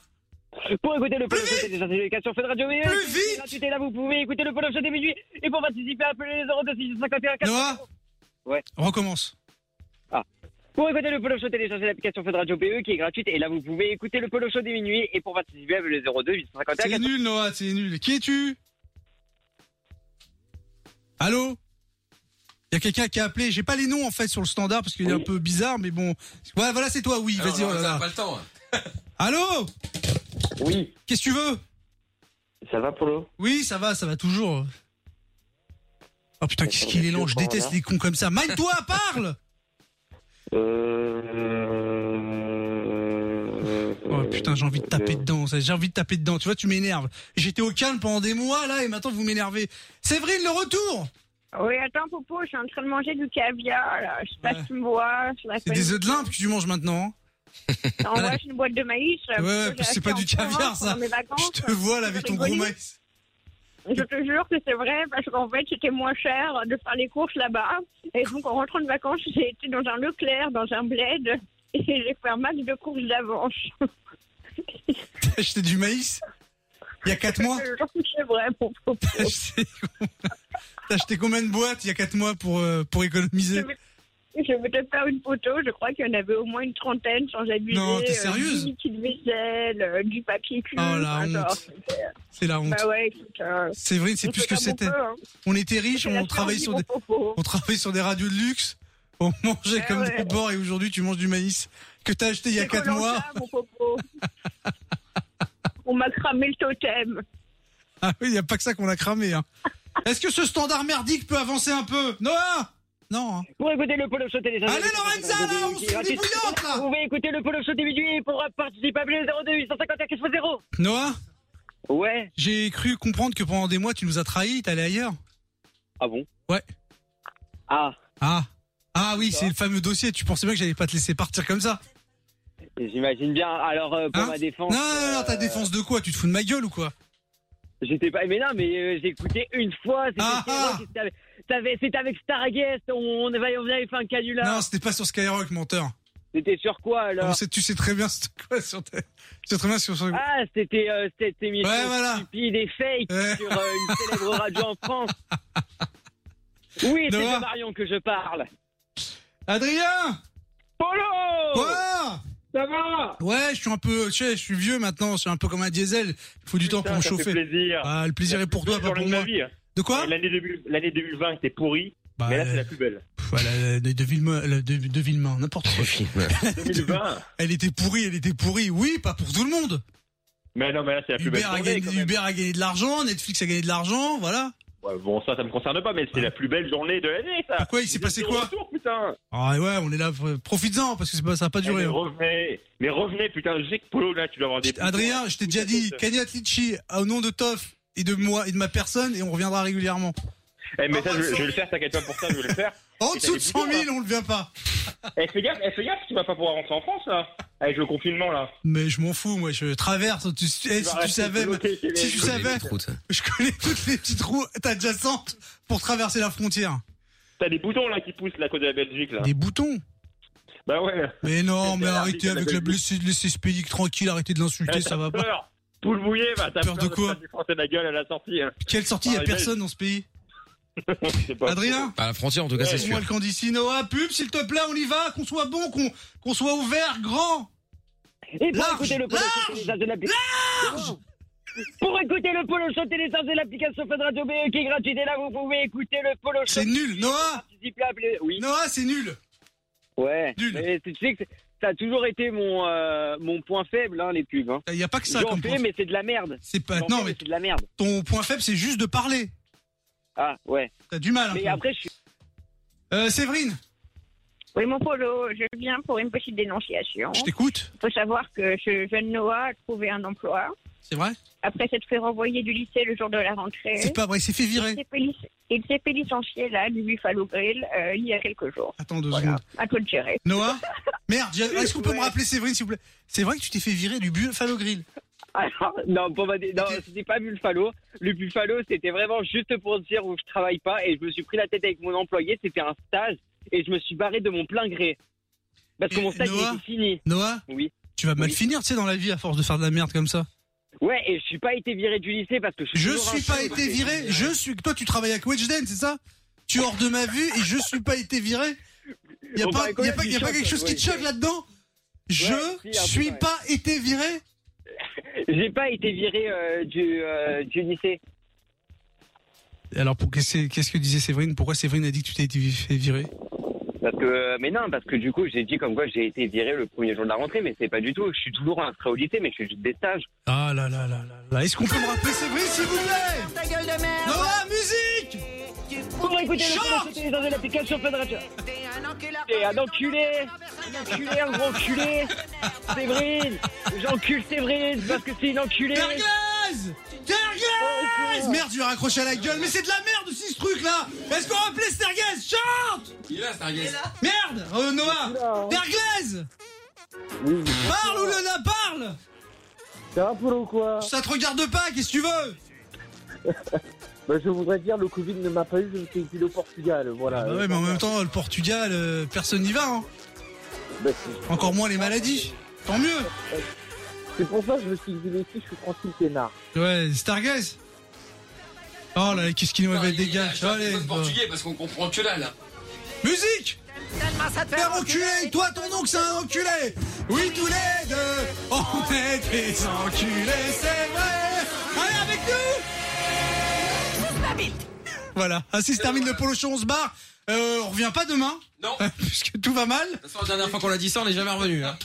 H: Pour écouter le polo show, téléchargez l'application Fun Radio E. BE. Plus vite gratuite. Et là, vous pouvez écouter le polo show des minuit. Et pour participer, appelez les 02 851 4x0.
G: Noah
H: Ouais.
G: Recommence.
H: Ah. Pour écouter le Polo Show, téléchargez l'application Fun Radio PE qui est gratuite et là vous pouvez écouter le Polo Show des minuit et pour participer avec le 02 851
G: C'est nul, Noah, c'est nul. Qui es-tu Allô Il y a quelqu'un qui a appelé. J'ai pas les noms en fait sur le standard parce qu'il est un peu bizarre, mais bon. Ouais, voilà, c'est toi, oui. Vas-y,
A: on
G: voilà.
A: pas le temps. hein.
G: Allô
U: Oui.
G: Qu'est-ce que tu veux
U: Ça va Polo
G: Oui, ça va, ça va toujours. Oh putain, qu'est-ce qu'il est lent. Je
U: Par
G: déteste
U: là.
G: les cons comme ça. Mine-toi, parle
U: Euh...
G: Oh putain, j'ai envie de taper dedans. ça, J'ai envie de taper dedans. Tu vois, tu m'énerves. J'étais au calme pendant des mois là et maintenant vous m'énervez. Séverine, le retour
T: Oui, attends, Popo, je suis en train de manger du caviar, là. Je sais pas si tu me vois. je sais pas si
G: C'est
T: tu-
G: des œufs de limpe que tu manges maintenant. hein.
T: Non, moi, j'ai une boîte de maïs. là,
G: Ouais, ouais,
T: que j'ai
G: c'est pas
T: achetée
G: du
T: en France
G: caviar, ça.
T: pendant mes vacances.
G: Je te vois là avec ton gros
T: rigolé.
G: maïs.
T: Je te jure que c'est vrai, parce qu'en fait, c'était moins cher de faire les courses là-bas. Et donc, en rentrant de vacances, j'ai été dans un Leclerc, dans un Bled, et j'ai fait un max de courses d'avance.
G: T'as acheté du maïs il y a 4 mois
T: C'est vrai, Popo.
G: T'as acheté- T'as acheté combien de boîtes il y a 4 mois pour, euh, pour économiser
T: Je vais te faire une photo, je crois qu'il y en avait au moins une trentaine, sans abuser.
G: Non, t'es
T: euh,
G: sérieuse
T: Du liquide vaisselle, euh, du papier cul.
G: Oh, la
T: enfin, genre,
G: honte.
T: c'était-
G: C'est la honte.
T: Bah ouais, écoute, euh,
G: Séverine, c'est
T: on
G: plus
T: fait
G: ce que
T: comme on
G: c'était.
T: peut, hein.
G: On était riches,
T: C'est la
G: on travaillait sur des,
T: survie, mon popo.
G: on travaillait sur des radios de luxe, on mangeait
T: Eh
G: comme des
T: ouais.
G: bords et aujourd'hui tu manges du maïs que t'as acheté il y a
T: C'est
G: 4
T: Koh-Lanta,
G: mois.
T: mon popo. on m'a cramé le totem.
G: Ah oui, il n'y a pas que ça qu'on a cramé. Hein. Est-ce que ce standard merdique peut avancer un peu Noah Non. hein.
H: Pour écouter le Polo Show, téléchargez
G: Allez, Lorenza,
H: l'application Fun
G: là,
H: Radio BE
G: on
H: qui est
G: se
H: gratuite.
G: débrouillote, là
H: Vous pouvez écouter le Polo Show des minuit et pour participer, appelez le 02 851 4x0.
G: Noah
U: Ouais.
G: J'ai cru comprendre que pendant des mois tu nous as trahis, t'allais ailleurs.
U: Ah bon
G: Ouais.
U: Ah.
G: Ah. Ah oui, c'est le fameux dossier. Tu pensais bien que j'allais pas te laisser partir comme ça.
J: Euh,
H: J'imagine bien. Alors, euh, pour ma défense.
G: Hein
H: euh,
G: Non, non, non, ta défense de quoi Tu te fous de ma gueule ou quoi
H: J'étais pas. Mais non, mais euh, j'ai écouté une fois. c'était-
G: Ah,
H: C'était avec- t'avais- c'était avec Starguest. On, on avait on avait fait un canular.
G: Non, c'était pas sur Skyrock, menteur. Ah,
H: C'était sur quoi alors
G: On sait- tu sais très bien c'était quoi sur ta- Tu sais très bien sur sur-
H: Ah, c'était euh, cette émission
G: Ouais, voilà.
H: stupide et fake sur euh, une célèbre radio en France. Oui, c'est
G: Noah.
H: de Marion que je parle.
G: Adrien
H: Polo
G: Quoi
H: Ça va
G: Ouais, je suis un peu, tu sais, je suis vieux maintenant, je suis un peu comme un diesel. Il faut du temps pour me
J: ça fait
G: chauffer.
J: plaisir.
G: Ah, le plaisir est pour toi, pas pour moi. De quoi
J: L'année 2000 l'année 2020 était pourrie,
G: Bah,
J: mais là
G: euh,
J: c'est la plus belle.
G: Pff, voilà, de, de Villemain, la- de, de Villemain, n'importe quoi.
J: 2020
G: Elle était pourrie, elle était pourrie. Oui, pas pour tout le monde.
J: Mais non, mais là c'est la plus
G: Uber
J: belle.
G: a,
J: journée,
G: gagné,
J: quand même.
G: Uber a gagné de l'argent, Netflix a gagné de l'argent, voilà.
J: Ouais, bon, ça, ça me concerne pas, mais c'est la plus belle journée de l'année, ça.
G: Pourquoi il s'est
J: Vous
G: passé
J: êtes de
G: quoi
J: retour, putain.
G: Ah ouais, on est là, euh, profites-en, parce que c'est pas- ça n'a pas
J: Eh,
G: duré.
J: mais
G: hein.
J: revenez, mais revenez, putain, je sais que Polo là, tu dois avoir des.
G: Adrien, je t'ai déjà dit, Kanyat Litchi, au nom de Toff et de moi et de ma personne, et on reviendra régulièrement.
J: Eh, mais ça, je, je vais le faire, t'inquiète pas pour ça, je vais le faire.
G: Ah, En
J: Et
G: dessous
J: t'as
G: de
J: des
G: 100
J: boutons,
G: 000, on le vient pas.
J: là. Eh, fais gaffe, eh, fais gaffe, tu vas pas pouvoir rentrer en France, là. Avec le confinement, là.
G: Mais je m'en fous, moi, je traverse. Tu, eh,
J: vas
G: si tu
J: rester
G: savais,
J: bloqué chez les-
G: si tu
J: Je connais les
G: savais,
J: petites routes.
G: je connais toutes les petites routes adjacentes pour traverser la frontière.
J: T'as des boutons, là, qui poussent, là, à cause de la Belgique, là.
G: Des boutons
J: Bah ouais.
G: Mais non, mais
J: C'est
G: arrêtez
J: l'arbitre
G: avec
J: de
G: la
J: la
G: blessée, laissez ce pays tranquille, arrêtez de l'insulter,
J: Eh,
G: ça
J: t'as
G: va pas.
J: peur. Poule mouillée, bah, t'as
G: Peur
J: peur,
G: de quoi
J: se faire défoncer la gueule à la sortie, hein.
G: Quelle sortie, il y a
J: Ah,
G: personne dans ce pays.
J: je sais pas.
G: Adrien
A: À la frontière, Bah, en tout cas, c'est sûr.
G: Moi le Candice Noah, ah, pub, s'il te plaît, on y va, qu'on soit bon, qu'on qu'on soit ouvert, grand.
H: Et pour
G: Large,
H: écouter Eh, le polo show téléchargez l'application. Pour écouter le polo show téléchargez l'application Fun Radio BE qui est gratuite et là vous pouvez écouter le polo show.
G: C'est nul, Noah
H: Oui.
G: Noah, c'est nul
H: Ouais. Mais tu sais que c'est- ça a toujours été mon, euh, mon point faible, hein, les pubs.
G: Il n'y a pas que ça
H: J'en
G: comme
H: fais,
G: point-
H: mais c'est de la merde.
G: C'est pas-
H: J'en
G: non,
H: fais,
G: mais-
H: C'est de la merde.
G: Ton point faible, c'est juste de parler.
H: Ah, ouais.
G: T'as du mal. un
H: Mais
G: peu.
H: après, je suis.
G: Euh, Séverine
T: Oui, mon polo, je viens pour une petite dénonciation.
G: Je t'écoute.
T: Il faut savoir que ce jeune Noah a trouvé un emploi.
G: C'est vrai
T: Après s'être fait renvoyer du lycée le jour de la rentrée.
G: C'est pas vrai, il s'est fait virer.
T: Il s'est fait lic- Il s'est fait licencier là, du Buffalo Grill, euh, il y a quelques jours.
G: Attends deux
T: Voilà.
G: secondes.
T: À toi de gérer.
G: Noah Merde, j'ai- est-ce qu'on peut me rappeler Séverine, s'il vous plaît C'est vrai que tu t'es fait virer du Buffalo Grill
H: Alors, non, bon, bah, non c'était pas Buffalo. Le Buffalo, c'était vraiment juste pour dire où je travaille pas. Et je me suis pris la tête avec mon employé. C'était un stage. Et je me suis barré de mon plein gré. Parce que mon stage il
G: Noah
H: était fini.
G: Noah
H: Oui.
G: Tu vas mal
H: Oui.
G: finir, tu sais, dans la vie, à force de faire de la merde comme ça.
H: Ouais, et je suis pas été viré du lycée parce que je suis.
G: Je
H: toujours
G: suis
H: un
G: pas
H: chien.
G: été viré, je suis... Toi, tu travailles avec Wedgden, c'est ça Tu es hors de ma vue et je suis pas été viré Il a
H: Bon,
G: pas,
H: bah,
G: y a pas,
H: Nicolas,
G: y a pas
H: tu
G: quelque
H: choques,
G: chose qui
H: ouais.
G: te choque là-dedans Je
H: si, un peu,
G: suis
H: ouais.
G: pas été viré
H: J'ai pas été viré euh, du, euh, du lycée.
G: Alors, pour- qu'est-ce qu'est-ce que disait Séverine Pourquoi Séverine a dit que tu t'es été fait virer
H: Parce que, euh, mais non, parce que du coup, j'ai dit comme quoi j'ai été viré le premier jour de la rentrée, mais c'est pas du tout. Je suis toujours inscrit au lycée, mais je suis juste des stages.
G: Ah là là là là là. Est-ce qu'on peut me rappeler Séverine, s'il vous plaît
H: Ta gueule de merde
G: Noah, musique
H: Pour écouter le
G: Chante
H: podcast, dans l'application Fun Radio. T'es un enculé Un enculé, un gros enculé Séverine J'encule Séverine parce que c'est une enculée
G: Merguez Merguez Merde, je lui ai raccroché à la gueule, mais c'est de la merde aussi ce truc là Est-ce qu'on va appeler Sterguez Chante
A: Il est là, Stargaz.
G: Merde Oh Noah Merguez Parle ou Lena, parle
W: Ça va pour ou quoi
G: Ça te regarde pas, qu'est-ce que tu veux
W: Bah, Je voudrais dire, le Covid ne m'a pas eu, je suis au Portugal,
O: Ah
W: voilà.
G: Bah ouais, mais en même temps, le Portugal, euh, personne n'y va, hein.
W: Bah,
G: Encore moins les maladies. Tant mieux
W: C'est pour ça que je me suis exilé ici, je suis tranquille, ténard.
G: Ouais, Stargaze Oh là, là, qu'est-ce qu'il nous avait dégagé Allez
A: Portugais, parce qu'on comprend que là, là.
G: Musique Père enculé, toi ton oncle c'est un enculé Oui tous les deux, on est des enculés, c'est vrai Allez avec nous Voilà, ainsi se termine le polo show, on se barre Euh, on revient pas demain
A: Non
G: Puisque tout va mal
A: La dernière fois qu'on l'a dit ça, on n'est jamais revenu. hein.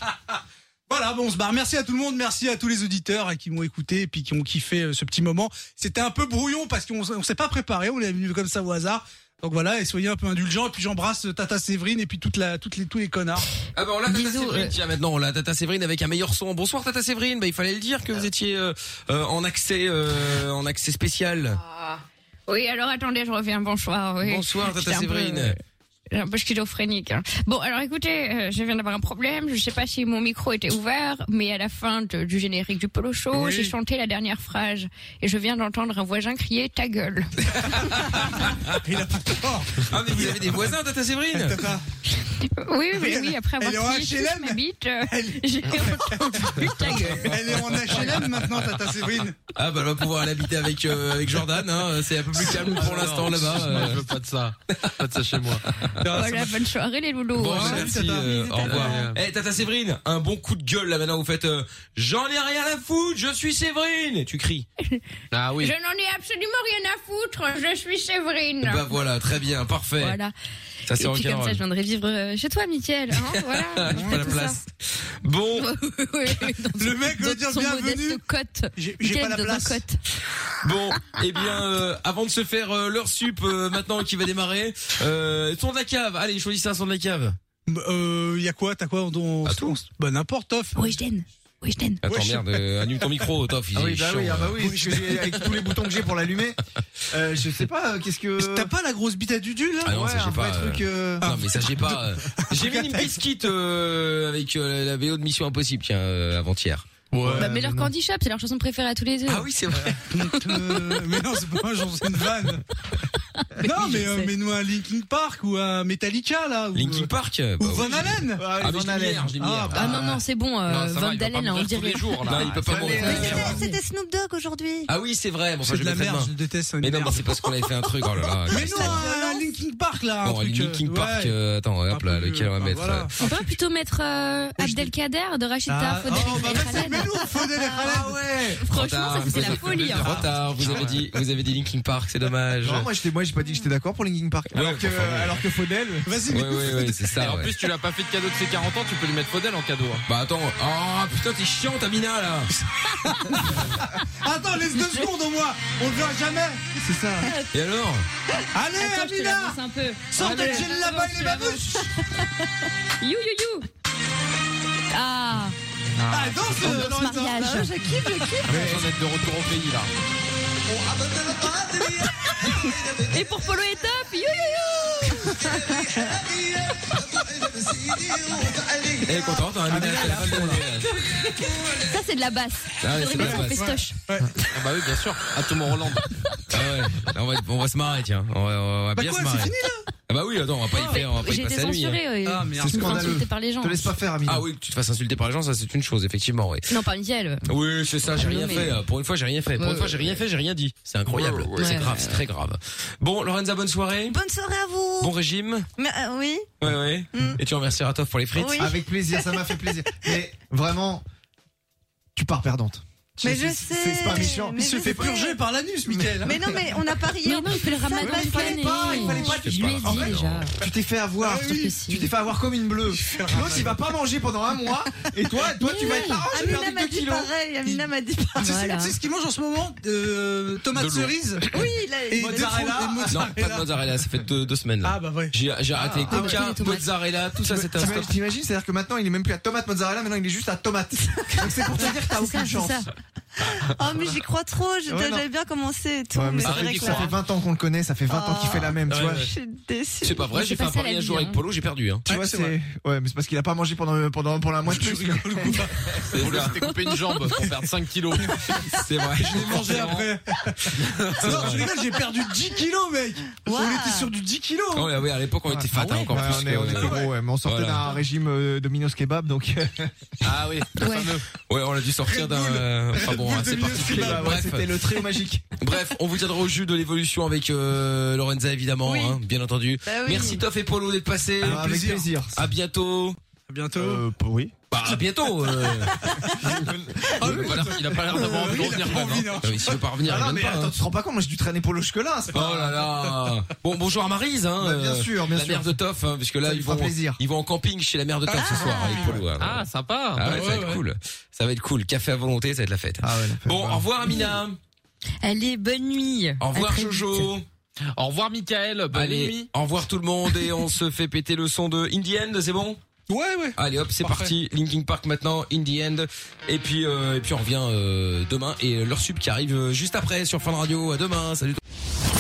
G: Voilà, bon, on se barre. Merci à tout le monde, merci à tous les auditeurs hein, qui m'ont écouté et puis qui ont kiffé euh, ce petit moment. C'était un peu brouillon parce qu'on s- on s'est pas préparé, on est venu comme ça au hasard. Donc voilà, et soyez un peu indulgents. Et puis j'embrasse euh, Tata Séverine et puis toute la, toutes les, tous les connards.
A: Ah bah on l'a Tata
D: euh.
A: Séverine, tiens maintenant on l'a Tata Séverine avec un meilleur son. Bonsoir Tata Séverine, bah il fallait le dire que vous étiez euh, euh, en accès euh, en accès spécial.
D: Oui, alors attendez, je reviens. Bonsoir. oui.
A: Bonsoir Tata
D: J'étais un peu- euh,
A: Séverine.
D: J'ai un peu schizophrénique. hein. Bon, alors écoutez, euh, je viens d'avoir un problème. Je sais pas si mon micro était ouvert, mais à la fin de- du générique du Polo Show,
B: Oui.
D: j'ai chanté la dernière phrase. Et je viens d'entendre un voisin crier Ta gueule.
A: Il a pas tort. Ah, mais vous avez des voisins, Tata Séverine
D: oui, oui, oui, après avoir
G: Elle est en
D: crié Suce
G: HLM.
D: ma bite, euh, j'ai entendu Ta gueule.
G: Elle est en HLM maintenant, Tata Séverine.
A: Ah, bah, elle va pouvoir aller habiter avec, euh, avec Jordan, hein. C'est un peu plus calme pour l'instant là-bas. Euh.
E: excuse-moi, je veux
A: pas de ça. Pas de ça chez moi.
D: Voilà, bonne soirée les loulous.
A: Bon,
D: hein.
A: merci, euh, au revoir. Eh, Tata Séverine, un bon coup de gueule là maintenant, vous faites euh, J'en ai rien à foutre, je suis Séverine Et Tu cries. Ah
D: Je n'en ai absolument rien à foutre, je suis Séverine.
A: Bah voilà, très bien, parfait.
D: Voilà.
A: Ça c'est
D: Et puis comme ça,
A: rock'n'roll.
D: je viendrai vivre euh, chez toi, Mickaël. Hein, voilà.
A: J'ai pas Ah, la
D: tout ça.
A: place. Bon.
D: le
G: mec
D: veut dire bienvenue. Cote.
G: j'ai pas la
D: Mickaël dans un
G: place.
D: cote.
A: Bon, eh bien, euh, avant de se faire euh, leur sup euh, maintenant qui va démarrer, euh, son de la cave. Allez, choisissez un son de la cave.
G: Euh, y a quoi T'as quoi on, on- on- Bah n'importe, Toff.
D: Weshden. Weshden.
A: Attends, merde, euh, annule ton micro, Toff. il
F: Ah oui,
A: est
F: bah
A: chiant,
F: oui, ah bah
A: euh.
F: oui, parce que j'ai- avec tous les boutons que j'ai pour l'allumer, euh, je sais pas, euh, qu'est-ce que. T'as
G: pas la grosse bite à Dudu là
A: Ah non,
F: Ouais,
A: ça
F: un
A: j'ai pas.
F: vrai
A: euh,
F: truc. euh,
A: Non, mais ça j'ai pas. euh, J'ai mis une biscuit euh, avec euh, la VO de Mission Impossible, tiens, euh, avant-hier.
D: bah, mais leur Candy Shop, c'est leur chanson préférée à tous les deux.
A: Ah oui, c'est vrai.
G: euh, mais non, c'est pas moi, j'en fais une vanne. non, mais euh, mets-nous un Linkin Park ou un Metallica là. Ou,
A: Linkin Park euh,
G: Ou
A: bah oui.
G: Van Halen. bah.
A: Ah, mais je l'ai mis hier, je l'ai mis hier.
D: Ah non, non, c'est bon. Euh,
A: Non, ça va,
D: Van
A: il va pas
D: Dalen,
A: me
D: on
A: faire tous
D: dirait.
A: les jours,
F: Bah,
A: là. Non, il peut pas mourir.
C: C'était Snoop Dogg aujourd'hui.
A: Ah oui, c'est vrai. Bon,
G: C'est
A: enfin, je
G: de la
A: mettrai
G: merde,
A: demain.
G: je déteste.
A: Mais non, mais c'est parce qu'on avait fait un truc. Oh là là.
G: Mais non, un Linkin Park là. un
A: Bon,
G: truc, euh,
A: Linkin Park,
G: ouais.
A: euh, attends, hop là, lequel on va mettre euh,
D: On peut plutôt mettre euh, Abdelkader de Rachida
A: Ah,
D: Faudel.
A: oh, bah,
D: et Khaled.
G: Ah ouais
D: Franchement, ça c'était la folie. hein.
A: Trop tard, vous avez dit, vous avez dit Linkin Park, c'est dommage.
F: Non, moi, j'étais- moi, j'ai pas dit que j'étais d'accord pour Linkin Park.
A: euh, Ouais,
F: alors, que,
A: enfin, ouais.
F: alors que Faudel.
A: Vas-y, Ouais, ouais, ouais, c'est ça.
E: Et en
A: ouais.
E: plus, tu l'as pas fait de cadeau de ses 40 ans, tu peux lui mettre Faudel en cadeau. hein.
A: Bah attends, oh putain, t'es chiant, Tamina là.
G: Attends, laisse deux secondes au moins. On le verra jamais. C'est ça. Ah,
A: Et alors
G: Allez,
D: Attends, je te
G: Amina
D: l'annonce un peu.
G: Sors de
D: Allez,
G: gel
A: Ah,
D: je
G: là-bas
A: bah,
D: l'annonce,
G: et
D: je
G: les
D: l'annonce.
G: babouches
D: You, you, you. Ah.
G: Ah, danse
D: On
G: euh,
D: danse
G: Lorenza.
D: mariage.
G: Ah, Je kiffe, je kiffe
E: On a besoin d'être de retour au pays là.
A: oh,
D: Et pour Polo et Top, you, you, you.
A: Elle est contente, hein, Amina, elle a pas de problème.
D: Ça, c'est de la basse.
A: Ah ouais,
D: Faudrait
A: c'est
D: mettre
A: la
D: ça en
A: basse.
D: festoche.
A: Ah bah oui, bien sûr, à Tomorrowland. Ah ouais, là, on va, on va se marrer, tiens. On va, on
D: Bah
A: va bien
F: quoi,
A: se marrer.
F: c'est fini,
A: ah bah oui, attends, on va pas y faire, on va pas y
D: J'ai été
A: passer la nuit. hein.
D: censurée, ouais. Ah, merde.
A: C'est
D: Je me fais
A: scandaleux.
D: insulter par les gens. Te laisse
F: pas faire,
A: Ah oui, que tu te fasses insulter par les gens, ça c'est une chose, effectivement, oui.
D: Non, pas Miguel.
A: Oui, c'est ça, j'ai
D: Ah, Non,
A: rien
D: mais-
A: fait. hein. Pour une fois, j'ai rien fait. Pour
D: Ouais,
A: une fois, j'ai rien fait, j'ai rien dit. C'est incroyable.
C: Ouais, ouais,
A: C'est
C: ouais.
A: grave, c'est très grave. Bon, Lorenza, bonne soirée.
C: Bonne soirée à vous.
A: Bon régime.
C: Mais, euh, oui.
A: Ouais, ouais. Et tu remercies Ratov pour les frites.
C: Oui.
F: Avec plaisir, ça m'a fait plaisir. Mais vraiment, tu pars perdante.
C: Mais je
F: C'est-
C: sais.
F: c'est- C'est pas méchant.
C: mais je sais.
G: par l'anus, Mickaël.
C: Mais non, mais on a parié.
D: Mais non, il faut le ramener
C: samedi.
D: à la
F: il fallait pas.
D: Je lui ai
F: En
D: dit
F: fait,
D: déjà.
F: Tu t'es fait avoir.
D: Ah oui.
F: tu- Tu t'es fait avoir comme une bleue. L'autre, il va pas manger pendant un mois. Et toi, toi, tu vas être. là, Oh, j'ai
C: Amina
F: perdu
C: m'a
F: 2
C: dit
F: kilos.
C: pareil. Amina m'a dit
G: Tu sais-
C: pareil.
G: Tu sais ce qu'il mange en ce moment euh, Tomates
A: De l'eau.
G: cerises
C: Oui, il a-
G: Et
C: il a-
G: mozzarella.
A: Non, pas de mozzarella, ça fait deux, deux semaines là. Ah
G: bah ouais.
A: J'ai j'ai arrêté
F: Ah,
A: coca,
F: ouais.
A: mozzarella, tout ça
F: T'im-
A: c'était un
F: t'im-
A: stop.
F: T'imagines, c'est-à-dire que maintenant il est même plus à tomate mozzarella, maintenant il est juste à tomate. Donc c'est pour te dire que
C: C'est
F: t'as
C: ça,
F: aucune
C: c'est
F: chance.
C: ça. Oh, mais j'y crois trop. je-
F: Ouais, non.
C: J'avais bien commencé et tout.
F: Ouais, mais
C: mais
F: ça,
C: c'est vrai
F: fait,
C: que
F: ça
C: là-
F: fait 20 ans qu'on le connaît, ça fait 20 ans qu'il fait la même, tu
D: Oh.
F: vois.
A: Ouais, ouais.
C: Je suis déçue.
A: C'est pas vrai, j'ai fait un pari un jour avec Polo, j'ai perdu. Hein.
F: Tu vois, c'est. Ouais, mais c'est parce qu'il a pas mangé pendant, pendant, pendant un mois de plus.
E: Faudel s'était coupé une jambe pour perdre 5 kilos.
A: C'est vrai.
G: Je l'ai mangé après. non, je rigole, j'ai perdu 10 kilos, mec. On était sur du 10 kilos.
A: Oh, ouais, ouais, à l'époque on était fat hein, encore
F: Ah, Ouais, bah,
A: plus.
F: on, est, on
A: que-
F: était gros, ouais, mais on sortait
A: Voilà.
F: d'un régime euh, Domino's Kebab, donc.
A: Ah oui, le fameux. Ouais, on a dû sortir d'un. euh, Enfin bon,
F: Bull
A: assez
F: Domino's
A: particulier.
F: Kebab, ouais,
A: Bref.
F: c'était le trio magique.
A: Bref, on vous tiendra au jus de l'évolution avec euh, Lorenza évidemment, hein, bien entendu.
F: Bah oui.
A: Merci Toff et Polo d'être passés.
F: Ah, avec plaisir. plaisir. Euh,
A: À bientôt.
G: À bientôt.
F: oui.
A: Bah à bientôt. euh. il a pas l'air- il a pas l'air d'avoir envie de revenir quand même. hein. Non, mais S'il veut pas revenir,
F: Ah
A: il
F: non,
A: vient
F: mais
A: pas. hein.
F: attends, tu te rends pas compte, moi j'ai dû traîner Polo jusque-là. c'est pas-
A: Oh là là. Bon, bonjour à Marise, hein.
F: Bah, bien
A: euh,
F: sûr, bien
A: la
F: sûr.
A: mère de Toff, hein, puisque là
F: Ça lui
A: ils
F: fera
A: vont,
F: plaisir.
A: ils vont en camping chez la mère de Toff ce soir avec Polo. hein.
E: Ah, sympa.
A: Ah ouais,
E: Ouais,
A: ça va être
E: ouais.
A: cool. Ça va être cool. Café à volonté, ça va être la fête. bon, au revoir Amina.
D: Allez, bonne nuit.
A: Au
D: À
A: revoir
D: très vite.
A: Jojo. Au revoir Michael.
E: bonne
A: Allez,
E: nuit.
A: au revoir tout le monde et on se fait péter le son de In the End, c'est bon
G: Ouais, ouais.
A: Allez hop, c'est
E: Parfait.
A: parti. Linking Park maintenant, In the End. Et puis, euh, et puis on revient euh, demain et leur sub qui arrive euh, juste après sur Fun Radio. À demain. Salut. tout-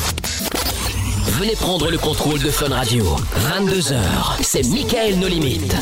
B: Venez prendre le contrôle de Fun Radio. 22h, c'est Michael No Limite.